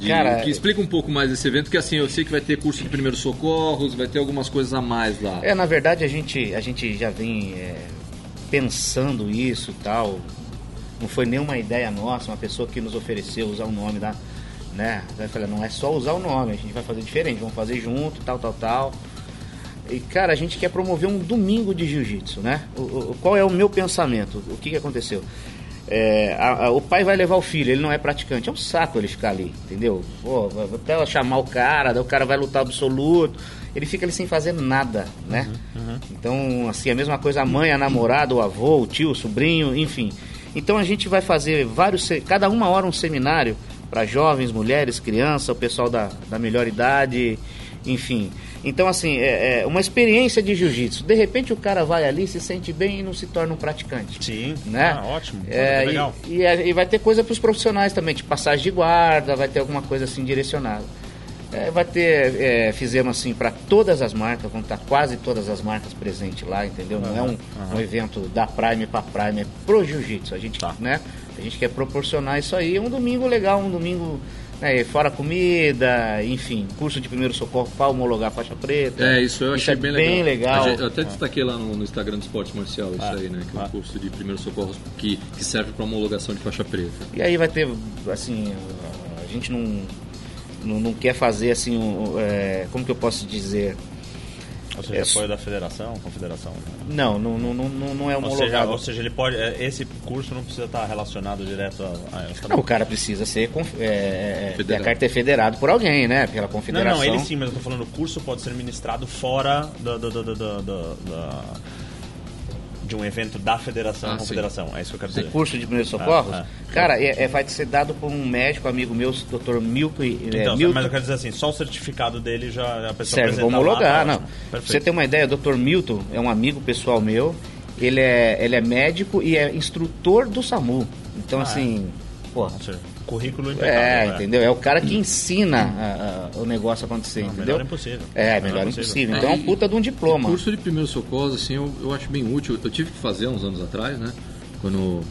[SPEAKER 1] de-
[SPEAKER 3] Cara,
[SPEAKER 1] o que- explica um pouco mais desse evento, que assim, eu sei que vai ter curso de primeiros socorros, vai ter algumas coisas a mais lá.
[SPEAKER 3] É, na verdade a gente, a gente já vem é, pensando isso e tal. Não foi nenhuma ideia nossa, uma pessoa que nos ofereceu usar o nome da. Né? Daí Eu falei, não é só usar o nome, a gente vai fazer diferente, vamos fazer junto, tal, tal, tal. E cara, a gente quer promover um domingo de jiu-jitsu, né? O, o- qual é o meu pensamento? O que, que aconteceu? É, a- a- o pai vai levar o filho, ele não é praticante, é um saco ele ficar ali, entendeu? Pô, vai- vai até ela chamar o cara, daí o cara vai lutar absoluto, ele fica ali sem fazer nada, né? Então, assim, a mesma coisa a mãe, a namorada, o avô, o tio, o sobrinho, enfim. Então a gente vai fazer vários, se- cada uma hora um seminário para jovens, mulheres, crianças, o pessoal da, da melhor idade, enfim. Então, assim, é, é uma experiência de jiu-jitsu. De repente o cara vai ali, se sente bem e não se torna um praticante.
[SPEAKER 2] Sim,
[SPEAKER 3] Né?
[SPEAKER 2] ah, ótimo.
[SPEAKER 3] É,
[SPEAKER 2] tá
[SPEAKER 3] e-
[SPEAKER 2] legal.
[SPEAKER 3] E, a- e vai ter coisa para os profissionais também, tipo passagem de guarda, vai ter alguma coisa assim direcionada. É, vai ter, é, fizemos assim para todas as marcas, vão estar quase todas as marcas presentes lá, entendeu? Não é um, um evento da Prime para Prime, é pro Jiu-Jitsu. A gente,
[SPEAKER 2] Tá.
[SPEAKER 3] né? A gente quer proporcionar isso aí. É um domingo legal, um domingo né, fora comida, enfim, curso de primeiro socorro para homologar a faixa preta.
[SPEAKER 1] É, isso eu achei
[SPEAKER 3] é
[SPEAKER 1] bem,
[SPEAKER 3] bem
[SPEAKER 1] legal.
[SPEAKER 3] legal. É.
[SPEAKER 1] A gente- Eu até destaquei lá no, no Instagram do Esporte Marcial isso aí, né? Que é um
[SPEAKER 2] ah.
[SPEAKER 1] curso de primeiros socorros que, que serve para homologação de faixa preta.
[SPEAKER 3] E aí vai ter, assim, a gente não, não, não quer fazer assim, um, é, como que eu posso dizer?
[SPEAKER 2] Ou seja,
[SPEAKER 3] É,
[SPEAKER 2] apoio da federação, confederação. né?
[SPEAKER 3] Não, não, não, não, não não é
[SPEAKER 2] Ou seja,
[SPEAKER 3] homologado.
[SPEAKER 2] ou seja, ele pode. é, Esse curso não precisa estar relacionado direto a. a essa-
[SPEAKER 3] Não, o cara precisa ser, conf- é, é, é, ter a
[SPEAKER 1] Federado.
[SPEAKER 3] carta é federado por alguém, né? Pela
[SPEAKER 2] Não,
[SPEAKER 3] confederação.
[SPEAKER 2] não, ele sim, mas eu tô falando, o curso pode ser ministrado fora da, da- da- da- da- da- da- de um evento da federação
[SPEAKER 1] Ah, sim.
[SPEAKER 2] à confederação. É isso que eu quero
[SPEAKER 3] Esse
[SPEAKER 2] dizer.
[SPEAKER 3] curso de primeiros socorros,
[SPEAKER 2] Ah,
[SPEAKER 3] cara, é, é, vai ser dado por um médico amigo meu, o Dr. Milko, é,
[SPEAKER 2] Então,
[SPEAKER 3] Milton
[SPEAKER 2] mas eu quero dizer assim, só o certificado dele já a pessoa
[SPEAKER 3] serve
[SPEAKER 2] apresenta
[SPEAKER 3] para
[SPEAKER 2] lá,
[SPEAKER 3] homologar,
[SPEAKER 2] tá
[SPEAKER 3] não.
[SPEAKER 2] ótimo.
[SPEAKER 3] Pra
[SPEAKER 2] Perfeito.
[SPEAKER 3] você ter uma ideia, o Dr. Milton é um amigo pessoal meu, ele é, ele é médico e é instrutor do SAMU. Então,
[SPEAKER 2] Ah,
[SPEAKER 3] assim, porra,
[SPEAKER 2] Ou seja, currículo impecável.
[SPEAKER 3] é,
[SPEAKER 2] né?
[SPEAKER 3] entendeu? É o cara que ensina a- a- o negócio a acontecer,
[SPEAKER 2] Não,
[SPEAKER 3] entendeu?
[SPEAKER 2] melhor é impossível.
[SPEAKER 3] É,
[SPEAKER 2] Melhor
[SPEAKER 3] melhor é
[SPEAKER 2] é impossível.
[SPEAKER 3] impossível. Então é um puta de um diploma.
[SPEAKER 1] O curso de primeiros socorros, assim, eu, eu acho bem útil. Eu tive que fazer uns anos atrás, né? Quando,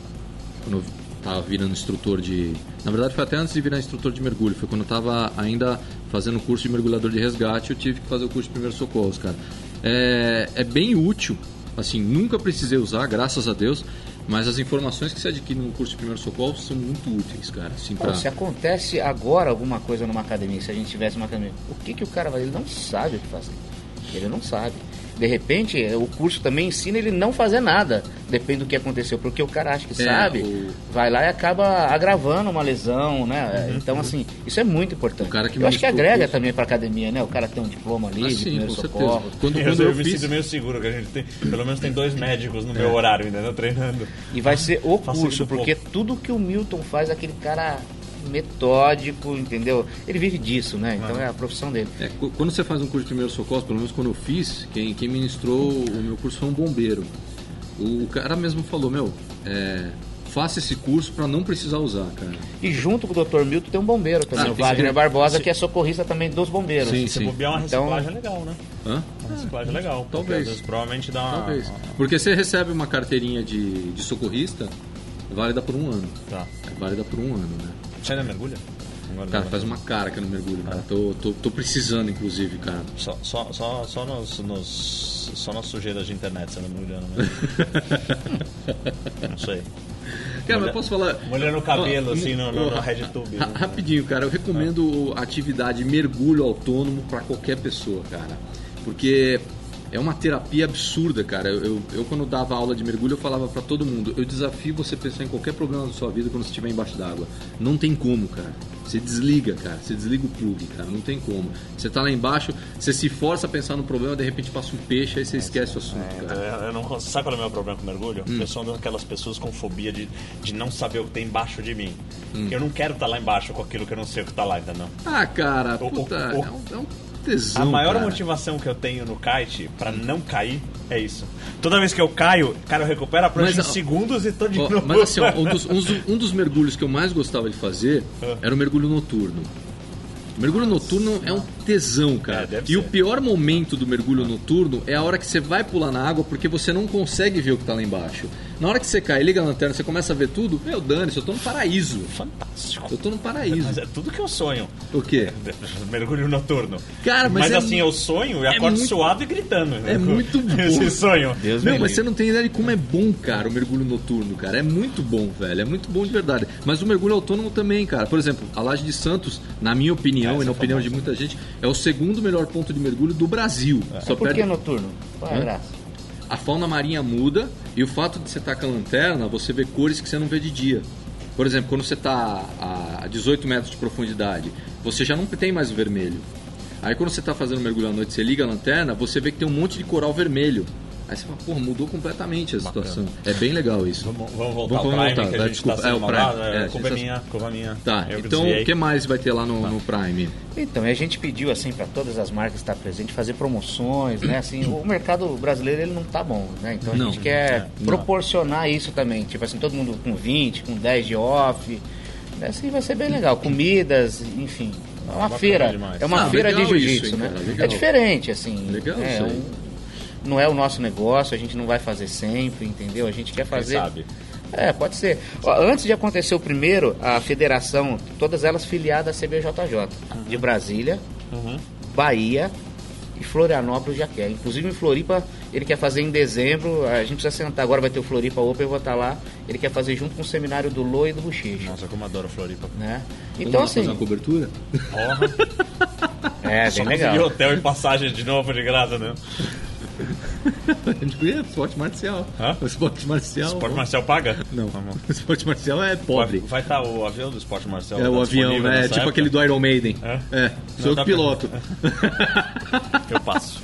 [SPEAKER 1] quando eu tava virando instrutor de. Na verdade, foi até antes de virar instrutor de mergulho. Foi quando eu tava ainda fazendo curso de mergulhador de resgate, eu tive que fazer o curso de primeiros socorros, cara. É, é bem útil, assim, nunca precisei usar, graças a Deus. Mas as informações que se adquirem no curso de primeiros socorros são muito úteis, cara. Assim, pra...
[SPEAKER 3] Pô, é se acontece agora alguma coisa numa academia, se a gente tivesse uma academia, o que, que o cara vai? Ele não sabe o que fazer. Ele não sabe. De repente, é, o curso também ensina ele não fazer nada. Depende do que aconteceu. Porque o cara acha que
[SPEAKER 1] É,
[SPEAKER 3] sabe,
[SPEAKER 1] o-
[SPEAKER 3] vai lá e acaba agravando uma lesão, né? Então, assim, isso é muito importante.
[SPEAKER 1] Uhum, O cara que
[SPEAKER 3] Eu acho que
[SPEAKER 1] ministrou o
[SPEAKER 3] agrega
[SPEAKER 1] curso.
[SPEAKER 3] também pra academia, né? O cara tem um diploma ali,
[SPEAKER 1] Ah,
[SPEAKER 3] de
[SPEAKER 1] sim,
[SPEAKER 3] primeiro
[SPEAKER 1] com certeza.
[SPEAKER 3] socorro.
[SPEAKER 1] Quando,
[SPEAKER 2] Eu,
[SPEAKER 1] quando eu
[SPEAKER 2] me
[SPEAKER 1] fiz.
[SPEAKER 2] sinto meio seguro que a gente tem. Pelo menos tem
[SPEAKER 3] *laughs*
[SPEAKER 2] dois médicos no
[SPEAKER 3] É.
[SPEAKER 2] meu horário, entendeu? Treinando.
[SPEAKER 3] E vai ser o
[SPEAKER 2] Facilita
[SPEAKER 3] curso,
[SPEAKER 2] um
[SPEAKER 3] porque tudo que o Milton faz, aquele cara metódico, entendeu? Ele vive disso, né? Então é a profissão dele.
[SPEAKER 1] É, qu- quando você faz um curso de primeiros socorros, pelo menos quando eu fiz, quem, quem ministrou o meu curso foi um bombeiro. O, o cara mesmo falou, meu, é, faça esse curso pra não precisar usar, cara.
[SPEAKER 3] E junto com o Dr. Milton tem um bombeiro também,
[SPEAKER 1] Ah,
[SPEAKER 3] o
[SPEAKER 1] tem que-
[SPEAKER 3] Wagner Barbosa, que é socorrista também dos bombeiros.
[SPEAKER 1] Sim,
[SPEAKER 2] Se
[SPEAKER 1] sim.
[SPEAKER 2] bobear uma
[SPEAKER 3] Então-
[SPEAKER 2] reciclagem é legal, né?
[SPEAKER 1] Hã?
[SPEAKER 2] Uma reciclagem é legal. porque
[SPEAKER 1] talvez.
[SPEAKER 2] às vezes provavelmente dá uma.
[SPEAKER 1] Talvez. Porque você recebe uma carteirinha de, de socorrista, válida por um ano.
[SPEAKER 2] Tá.
[SPEAKER 1] É válida por um ano, né?
[SPEAKER 2] Você ainda mergulha? Agora
[SPEAKER 1] Cara, tá-
[SPEAKER 2] não.
[SPEAKER 1] faz uma cara que eu não mergulho,
[SPEAKER 2] É.
[SPEAKER 1] cara. Tô, tô, tô precisando, inclusive, cara.
[SPEAKER 2] Só, só, só, só, nos, nos- só nas sujeiras de internet, você não mergulha não
[SPEAKER 1] *laughs*
[SPEAKER 2] Não sei.
[SPEAKER 1] Cara, mas
[SPEAKER 2] Olha-
[SPEAKER 1] posso falar.
[SPEAKER 2] Molhando o cabelo, assim, no, no, no
[SPEAKER 1] Ra-
[SPEAKER 2] RedTube. né?
[SPEAKER 1] ra- Rapidinho, cara, eu recomendo
[SPEAKER 2] Tá.
[SPEAKER 1] a atividade mergulho autônomo para qualquer pessoa, cara. Porque é uma terapia absurda, cara. Eu, eu, eu, quando dava aula de mergulho, eu falava para todo mundo: eu desafio você pensar em qualquer problema da sua vida quando você estiver embaixo d'água. Não tem como, cara. Você desliga, cara. Você desliga o plug, cara. Não tem como. Você tá lá embaixo, você se força a pensar no problema, de repente passa um peixe, aí você esquece o assunto,
[SPEAKER 2] Eu,
[SPEAKER 1] cara.
[SPEAKER 2] eu não consigo. Sabe qual é o meu problema com mergulho?
[SPEAKER 1] Hum.
[SPEAKER 2] Eu sou uma daquelas pessoas com fobia de, de não saber o que tem embaixo de mim.
[SPEAKER 1] Hum.
[SPEAKER 2] Eu não quero estar lá embaixo com aquilo que eu não sei o que está lá, entendeu?
[SPEAKER 1] Ah, cara,
[SPEAKER 2] O- o-
[SPEAKER 1] puta,
[SPEAKER 2] o-
[SPEAKER 1] é um, é um tesão.
[SPEAKER 2] A maior
[SPEAKER 1] cara.
[SPEAKER 2] motivação que eu tenho no kite pra não cair é isso. Toda vez que eu caio, cara, eu recupero a prancha
[SPEAKER 1] Mas,
[SPEAKER 2] em
[SPEAKER 1] ó,
[SPEAKER 2] segundos e tô de
[SPEAKER 1] Ó,
[SPEAKER 2] novo.
[SPEAKER 1] mas assim, ó, um, dos, um dos- um dos mergulhos que eu mais gostava de fazer
[SPEAKER 2] Ah.
[SPEAKER 1] era o mergulho noturno. O mergulho noturno é um tesão,
[SPEAKER 2] É,
[SPEAKER 1] cara.
[SPEAKER 2] deve
[SPEAKER 1] e o
[SPEAKER 2] ser.
[SPEAKER 1] pior momento do mergulho noturno é a hora que você vai pular na água porque você não consegue ver o que tá lá embaixo. Na hora que você cai, liga a lanterna, você começa a ver tudo, meu dane-se, eu tô no paraíso.
[SPEAKER 2] *laughs* Fantástico.
[SPEAKER 1] Eu tô no
[SPEAKER 2] Mas
[SPEAKER 1] paraíso.
[SPEAKER 2] é tudo que eu sonho. *laughs*
[SPEAKER 1] O quê?
[SPEAKER 2] Mergulho noturno.
[SPEAKER 1] Cara, mas é
[SPEAKER 2] assim,
[SPEAKER 1] mu-
[SPEAKER 2] eu sonho e
[SPEAKER 1] é
[SPEAKER 2] acordo
[SPEAKER 1] muito-
[SPEAKER 2] suado e gritando.
[SPEAKER 1] É muito bom.
[SPEAKER 2] *laughs* Esse sonho.
[SPEAKER 3] Deus
[SPEAKER 1] não,
[SPEAKER 3] me
[SPEAKER 1] mas
[SPEAKER 3] livre.
[SPEAKER 1] você não tem ideia de como é bom, cara, o mergulho noturno, cara. É muito bom, velho. É muito bom de verdade. Mas o mergulho autônomo também, cara. Por exemplo, a Laje de Santos, na minha opinião
[SPEAKER 2] Essa
[SPEAKER 1] e na
[SPEAKER 2] é
[SPEAKER 1] opinião
[SPEAKER 2] famosa. É.
[SPEAKER 1] de muita gente, é o segundo melhor ponto de mergulho do Brasil. Só
[SPEAKER 3] Por
[SPEAKER 1] perde
[SPEAKER 3] que noturno? Qual é a
[SPEAKER 1] Hã?
[SPEAKER 3] graça?
[SPEAKER 1] a fauna marinha muda e o fato de você estar com a lanterna, você vê cores que você não vê de dia. Por exemplo, quando você está a 18 metros de profundidade, você já não tem mais o vermelho. Aí quando você está fazendo mergulho à noite, você liga a lanterna, você vê que tem um monte de coral vermelho. Aí você fala, porra, mudou completamente a situação. É bem legal isso.
[SPEAKER 2] Vamos, vamos voltar
[SPEAKER 1] Vamos
[SPEAKER 2] ao Prime,
[SPEAKER 1] voltar,
[SPEAKER 2] que a
[SPEAKER 1] vai,
[SPEAKER 2] gente
[SPEAKER 1] desculpa.
[SPEAKER 2] tá
[SPEAKER 1] É,
[SPEAKER 2] sendo
[SPEAKER 1] o Prime.
[SPEAKER 2] malvado.
[SPEAKER 1] É, a
[SPEAKER 2] culpa é
[SPEAKER 1] gente tá-
[SPEAKER 2] minha, culpa é
[SPEAKER 1] Tá,
[SPEAKER 2] minha. Eu Tá. que
[SPEAKER 1] então
[SPEAKER 2] desviei.
[SPEAKER 1] o que mais vai ter lá no, no Prime?
[SPEAKER 3] Então, e a gente pediu assim para todas as marcas estar presentes, fazer promoções, né? Assim, o mercado brasileiro ele não tá bom, né? Então a
[SPEAKER 1] Não,
[SPEAKER 3] gente quer
[SPEAKER 2] não.
[SPEAKER 3] proporcionar isso também, tipo assim, todo mundo com 20, com 10 de off, né? assim vai ser bem legal, comidas, enfim. É uma
[SPEAKER 2] bacana
[SPEAKER 3] feira,
[SPEAKER 2] demais.
[SPEAKER 3] é uma
[SPEAKER 1] Ah,
[SPEAKER 3] feira de
[SPEAKER 1] legal isso,
[SPEAKER 3] jiu-jitsu,
[SPEAKER 1] hein,
[SPEAKER 3] né?
[SPEAKER 1] cara, legal.
[SPEAKER 3] É diferente, assim.
[SPEAKER 1] Legal
[SPEAKER 3] é
[SPEAKER 1] isso aí.
[SPEAKER 3] um- não é o nosso negócio, a gente não vai fazer sempre, entendeu? A gente quer
[SPEAKER 2] Quem
[SPEAKER 3] fazer
[SPEAKER 2] sabe?
[SPEAKER 3] é, pode ser. Ó, antes de acontecer o primeiro, a federação, todas elas filiadas à CBJJ, de Brasília,
[SPEAKER 2] Uhum.
[SPEAKER 3] Bahia e Florianópolis já quer. Inclusive em Floripa, ele quer fazer em dezembro, a gente precisa sentar agora, vai ter o Floripa Open, eu vou estar lá, ele quer fazer junto com o seminário do Lô e do Bochecha.
[SPEAKER 2] Nossa, como adoro Floripa.
[SPEAKER 3] Né?
[SPEAKER 1] Vamos
[SPEAKER 3] Então
[SPEAKER 1] lá
[SPEAKER 3] assim,
[SPEAKER 1] fazer uma cobertura? *laughs*
[SPEAKER 2] Porra.
[SPEAKER 3] é
[SPEAKER 2] Só
[SPEAKER 3] bem
[SPEAKER 2] consegui
[SPEAKER 3] legal.
[SPEAKER 2] hotel e passagem de novo de graça, né?
[SPEAKER 1] A gente é esporte marcial.
[SPEAKER 2] Hã?
[SPEAKER 1] Esporte marcial.
[SPEAKER 2] Esporte Tá Marcel paga?
[SPEAKER 1] Não, *laughs*
[SPEAKER 2] Vamos.
[SPEAKER 1] esporte marcial é
[SPEAKER 2] Vai,
[SPEAKER 1] pobre.
[SPEAKER 2] vai estar o avião do Esporte Marcel?
[SPEAKER 1] É
[SPEAKER 2] tá
[SPEAKER 1] o avião,
[SPEAKER 2] disponível
[SPEAKER 1] né?
[SPEAKER 2] nessa
[SPEAKER 1] Tipo
[SPEAKER 2] época?
[SPEAKER 1] aquele do Iron Maiden.
[SPEAKER 2] É?
[SPEAKER 1] É, sou
[SPEAKER 2] tá
[SPEAKER 1] eu que piloto. *laughs*
[SPEAKER 2] Eu passo.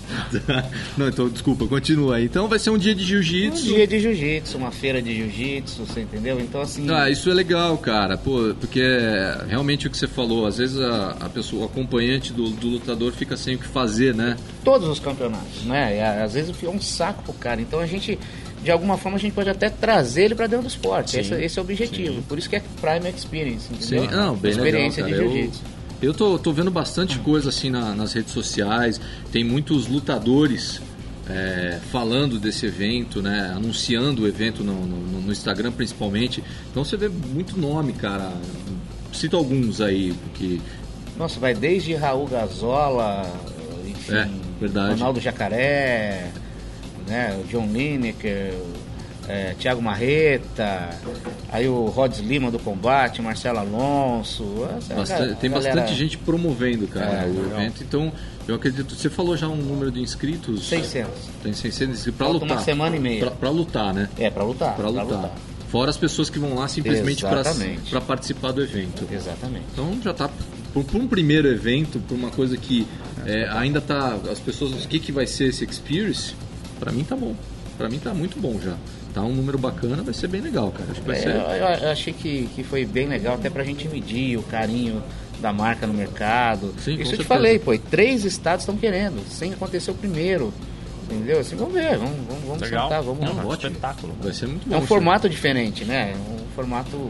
[SPEAKER 1] Não, então, desculpa, continua aí. Então vai ser um dia de
[SPEAKER 3] Um
[SPEAKER 1] jiu-jitsu.
[SPEAKER 3] dia de jiu-jitsu, uma feira de jiu-jitsu, você entendeu? Então assim,
[SPEAKER 1] Ah, isso é legal, cara, pô, porque é realmente o que você falou, às vezes a, a pessoa, o acompanhante do, do lutador fica sem o que fazer, né?
[SPEAKER 3] todos os campeonatos, né? E, a- às vezes é um saco pro cara. Então a gente, de alguma forma, a gente pode até trazer ele pra dentro do esporte.
[SPEAKER 2] Sim.
[SPEAKER 3] Esse, esse é o objetivo. Por isso que é Prime Experience, entendeu?
[SPEAKER 1] Sim, não, bem
[SPEAKER 3] Experiência
[SPEAKER 1] legal, cara.
[SPEAKER 3] de
[SPEAKER 1] Eu-
[SPEAKER 3] jiu-jitsu.
[SPEAKER 1] Eu,
[SPEAKER 3] Ah.
[SPEAKER 1] tô, tô vendo bastante coisa assim na- nas redes sociais, tem muitos lutadores. é, falando desse evento, né? Anunciando o evento no, no, no Instagram principalmente. Então você vê muito nome, cara. Cita alguns aí, porque
[SPEAKER 3] Nossa, vai desde Raul Gazola, enfim,
[SPEAKER 1] É, verdade.
[SPEAKER 3] Ronaldo Jacaré, né, o John Lineker, é, Thiago Marreta, aí o Rods Lima do Combate, Marcelo Alonso. essa é
[SPEAKER 1] Bastante-
[SPEAKER 3] galera-
[SPEAKER 1] tem bastante
[SPEAKER 3] galera-
[SPEAKER 1] gente promovendo, cara,
[SPEAKER 3] É,
[SPEAKER 1] o
[SPEAKER 2] legal.
[SPEAKER 1] evento. Então, eu acredito. Você falou já um número de inscritos?
[SPEAKER 3] 600.
[SPEAKER 1] Tem 600 inscritos pra
[SPEAKER 3] Falta
[SPEAKER 1] lutar.
[SPEAKER 3] uma semana e meia.
[SPEAKER 1] Pra, pra lutar, né?
[SPEAKER 3] É, pra lutar.
[SPEAKER 1] Pra lutar. Fora as pessoas que vão lá simplesmente pra,
[SPEAKER 3] Exatamente.
[SPEAKER 1] pra participar do evento.
[SPEAKER 3] Exatamente.
[SPEAKER 1] Então já tá. Por, por um primeiro evento, por uma coisa que é, ainda tá. As pessoas. O que, que vai ser esse Experience? Pra mim tá bom. Pra mim tá muito bom já. Tá um número bacana, vai ser bem legal, cara. Acho que vai
[SPEAKER 3] É,
[SPEAKER 1] ser.
[SPEAKER 3] eu, eu achei que, que foi bem legal até pra gente medir o carinho da marca no mercado.
[SPEAKER 1] Sim, com
[SPEAKER 3] Isso eu
[SPEAKER 1] certeza.
[SPEAKER 3] te falei, pô, e três estados estão querendo, sem acontecer o primeiro. Entendeu? Assim, vamos ver, vamos, vamos, vamos
[SPEAKER 2] Legal. é um
[SPEAKER 3] sentar, vamos
[SPEAKER 1] Não,
[SPEAKER 3] lá.
[SPEAKER 1] tá, ótimo.
[SPEAKER 2] Espetáculo. né?
[SPEAKER 1] Vai ser muito bom. assim.
[SPEAKER 3] É um
[SPEAKER 1] isso.
[SPEAKER 3] formato diferente, né? Um formato.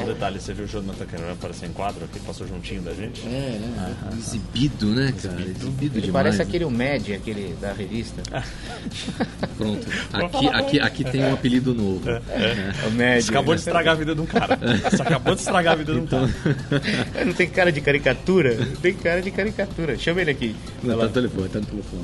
[SPEAKER 2] Um detalhe, você viu o Jonathan querendo aparecer em quadro aqui, passou juntinho da gente?
[SPEAKER 3] É, né?
[SPEAKER 1] Exibido, né, cara? Exibido
[SPEAKER 3] Ele
[SPEAKER 1] demais.
[SPEAKER 3] parece
[SPEAKER 1] né?
[SPEAKER 3] aquele o Med, aquele da revista. *laughs*
[SPEAKER 1] Pronto.
[SPEAKER 2] falar
[SPEAKER 1] Aqui,
[SPEAKER 2] pra
[SPEAKER 1] aqui, aqui tem um apelido novo. Né?
[SPEAKER 3] O né? Med.
[SPEAKER 2] Você acabou de estragar a vida de
[SPEAKER 1] *laughs*
[SPEAKER 2] um cara. Você acabou de estragar a vida de um
[SPEAKER 1] Então.
[SPEAKER 2] cara.
[SPEAKER 3] *laughs* Não tem cara de caricatura? Não tem cara de caricatura. Chama ele aqui.
[SPEAKER 1] Não, tá no telefone, tá no telefone.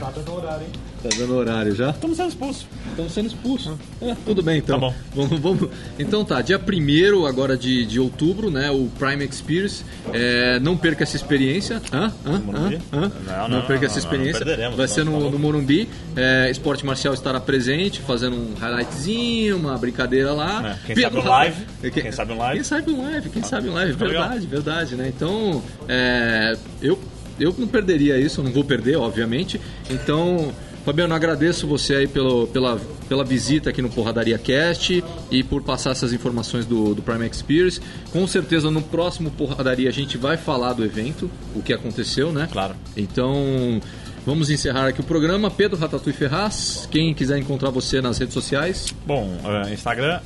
[SPEAKER 2] Tá dando horário, hein?
[SPEAKER 1] Tá dando horário já?
[SPEAKER 2] Estamos sendo expulsos.
[SPEAKER 1] Estamos sendo expulsos. É, tudo bem, então.
[SPEAKER 2] Tá bom.
[SPEAKER 1] *laughs* Vamos, vamos- Então tá, dia 1 agora de, de outubro, né? O Prime Experience. É, não perca essa experiência. Hã? Hã?
[SPEAKER 2] Morumbi?
[SPEAKER 1] Hã? Hã?
[SPEAKER 2] Não, não,
[SPEAKER 1] perca essa
[SPEAKER 2] não, não,
[SPEAKER 1] experiência.
[SPEAKER 2] não perderemos,
[SPEAKER 1] Vai
[SPEAKER 2] não,
[SPEAKER 1] ser
[SPEAKER 2] tá
[SPEAKER 1] no,
[SPEAKER 2] louco.
[SPEAKER 1] no Morumbi. É, esporte marcial estará presente, fazendo um highlightzinho, uma brincadeira lá.
[SPEAKER 2] É, quem sabe um live.
[SPEAKER 1] É,
[SPEAKER 2] Quem sabe um
[SPEAKER 1] *laughs*
[SPEAKER 2] live.
[SPEAKER 1] Quem sabe um live, quem sabe um live.
[SPEAKER 2] Tá legal.
[SPEAKER 1] Verdade, verdade, né? Então, é, eu, eu não perderia isso, eu não vou perder, obviamente. Então, Fabiano, agradeço você aí pelo, pela, pela visita aqui no Porradaria Cast e por passar essas informações do, do Prime Experience. Com certeza, no próximo Porradaria a gente vai falar do evento, o que aconteceu, né?
[SPEAKER 2] Claro.
[SPEAKER 1] Então, vamos encerrar aqui o programa. Pedro Ratatouille Ferraz, quem quiser encontrar você nas redes sociais...
[SPEAKER 2] Bom, é, Instagram,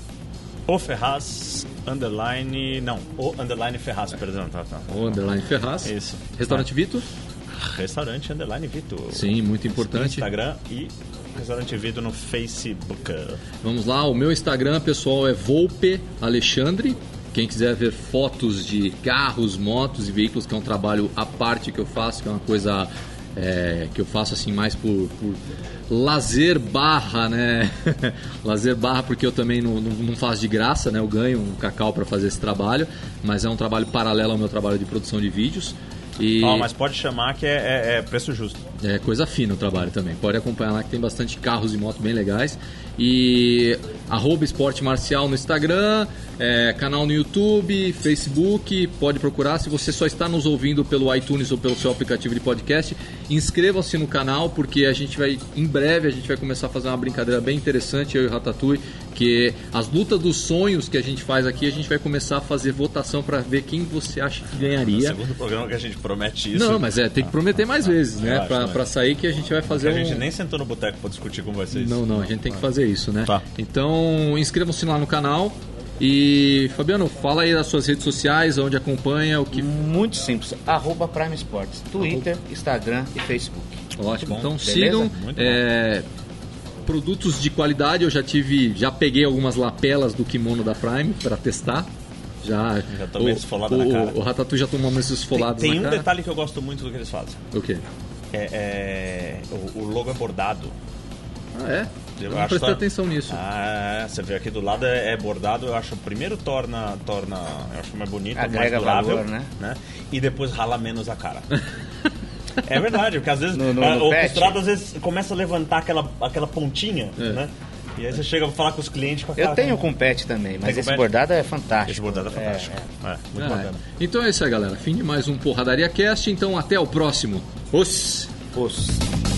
[SPEAKER 2] o Ferraz, underline. Não, o underline Ferraz, perdão. Tá, tá.
[SPEAKER 1] o Underline Ferraz.
[SPEAKER 2] Isso. É.
[SPEAKER 1] Restaurante Vitor.
[SPEAKER 2] Restaurante underline Vitor.
[SPEAKER 1] Sim, muito importante.
[SPEAKER 2] Instagram e Restaurante Vitor no Facebook.
[SPEAKER 1] Vamos lá, o meu Instagram, pessoal, é Volpe Alexandre. Quem quiser ver fotos de carros, motos e veículos, que é um trabalho à parte que eu faço, que é uma coisa é, que eu faço assim mais por, por lazer barra, né? *laughs* lazer barra, porque eu também não, não, não faço de graça, né? Eu ganho um cacau para fazer esse trabalho, mas é um trabalho paralelo ao meu trabalho de produção de vídeos. E...
[SPEAKER 2] Ó, mas pode chamar que é, é- é preço justo.
[SPEAKER 1] É coisa fina o trabalho também. Pode acompanhar lá que tem bastante carros e motos bem legais. E arroba esporte marcial no Instagram, é, canal no YouTube, Facebook, pode procurar. Se você só está nos ouvindo pelo iTunes ou pelo seu aplicativo de podcast, inscrevam-se no canal, porque a gente vai, em breve, a gente vai começar a fazer uma brincadeira bem interessante, eu e o Ratatouille, que as lutas dos sonhos que a gente faz aqui, a gente vai começar a fazer votação para ver quem você acha que
[SPEAKER 2] No
[SPEAKER 1] ganharia.
[SPEAKER 2] segundo programa que a gente promete isso.
[SPEAKER 1] é
[SPEAKER 2] Ah,
[SPEAKER 1] Não, mas é, tem que prometer mais vezes, né?
[SPEAKER 2] relaxa,
[SPEAKER 1] Pra,
[SPEAKER 2] relaxa.
[SPEAKER 1] pra sair que a gente vai fazer
[SPEAKER 2] A gente
[SPEAKER 1] um...
[SPEAKER 2] nem sentou no boteco pra discutir com vocês.
[SPEAKER 1] Não, não, a gente tem que fazer isso, né?
[SPEAKER 2] Tá.
[SPEAKER 1] Então, inscrevam-se lá no canal. E, Fabiano, fala aí das suas redes sociais, onde acompanha, o
[SPEAKER 2] Hum,
[SPEAKER 1] que...
[SPEAKER 3] Muito simples. Arroba Prime Sports. Twitter, Instagram e Facebook.
[SPEAKER 1] Ótimo.
[SPEAKER 2] bom,
[SPEAKER 1] então
[SPEAKER 2] beleza?
[SPEAKER 1] sigam.
[SPEAKER 2] Muito bom.
[SPEAKER 1] é, produtos de qualidade, eu já tive, já peguei algumas lapelas do kimono da Prime para testar. Já,
[SPEAKER 2] Já tomei esfolada
[SPEAKER 1] o,
[SPEAKER 2] na
[SPEAKER 1] o-
[SPEAKER 2] cara.
[SPEAKER 1] O Ratatouille já tomou umas
[SPEAKER 2] Tem,
[SPEAKER 1] esfoladas
[SPEAKER 2] tem um
[SPEAKER 1] na cara.
[SPEAKER 2] detalhe que eu gosto muito do que eles fazem.
[SPEAKER 1] O quê?
[SPEAKER 2] É, é, o, o logo é bordado.
[SPEAKER 1] Ah, é? Eu não
[SPEAKER 2] acho
[SPEAKER 1] prestei
[SPEAKER 2] que- tá-
[SPEAKER 1] atenção nisso.
[SPEAKER 2] Ah, é, você vê aqui do lado é, é bordado, eu acho primeiro torna, torna eu acho mais bonito, mais
[SPEAKER 3] Agrega
[SPEAKER 2] durável,
[SPEAKER 3] valor, né?
[SPEAKER 2] E depois rala menos
[SPEAKER 1] *laughs*
[SPEAKER 2] a cara. é verdade, porque às vezes
[SPEAKER 3] No- no-
[SPEAKER 2] ah,
[SPEAKER 3] no
[SPEAKER 2] o
[SPEAKER 3] patch.
[SPEAKER 2] costurado às vezes começa a levantar aquela, aquela pontinha,
[SPEAKER 1] É.
[SPEAKER 2] né? E aí você chega pra falar com os clientes com a
[SPEAKER 3] Eu
[SPEAKER 2] cara-
[SPEAKER 3] tenho com pet também, mas
[SPEAKER 2] com
[SPEAKER 3] esse
[SPEAKER 2] pet?
[SPEAKER 3] bordado é fantástico.
[SPEAKER 2] Esse bordado é fantástico. É, muito
[SPEAKER 1] Ah,
[SPEAKER 2] bacana.
[SPEAKER 1] é. Então é isso aí, galera. Fim de mais um Porradaria Cast. Então até o próximo. Os...
[SPEAKER 3] É. Os-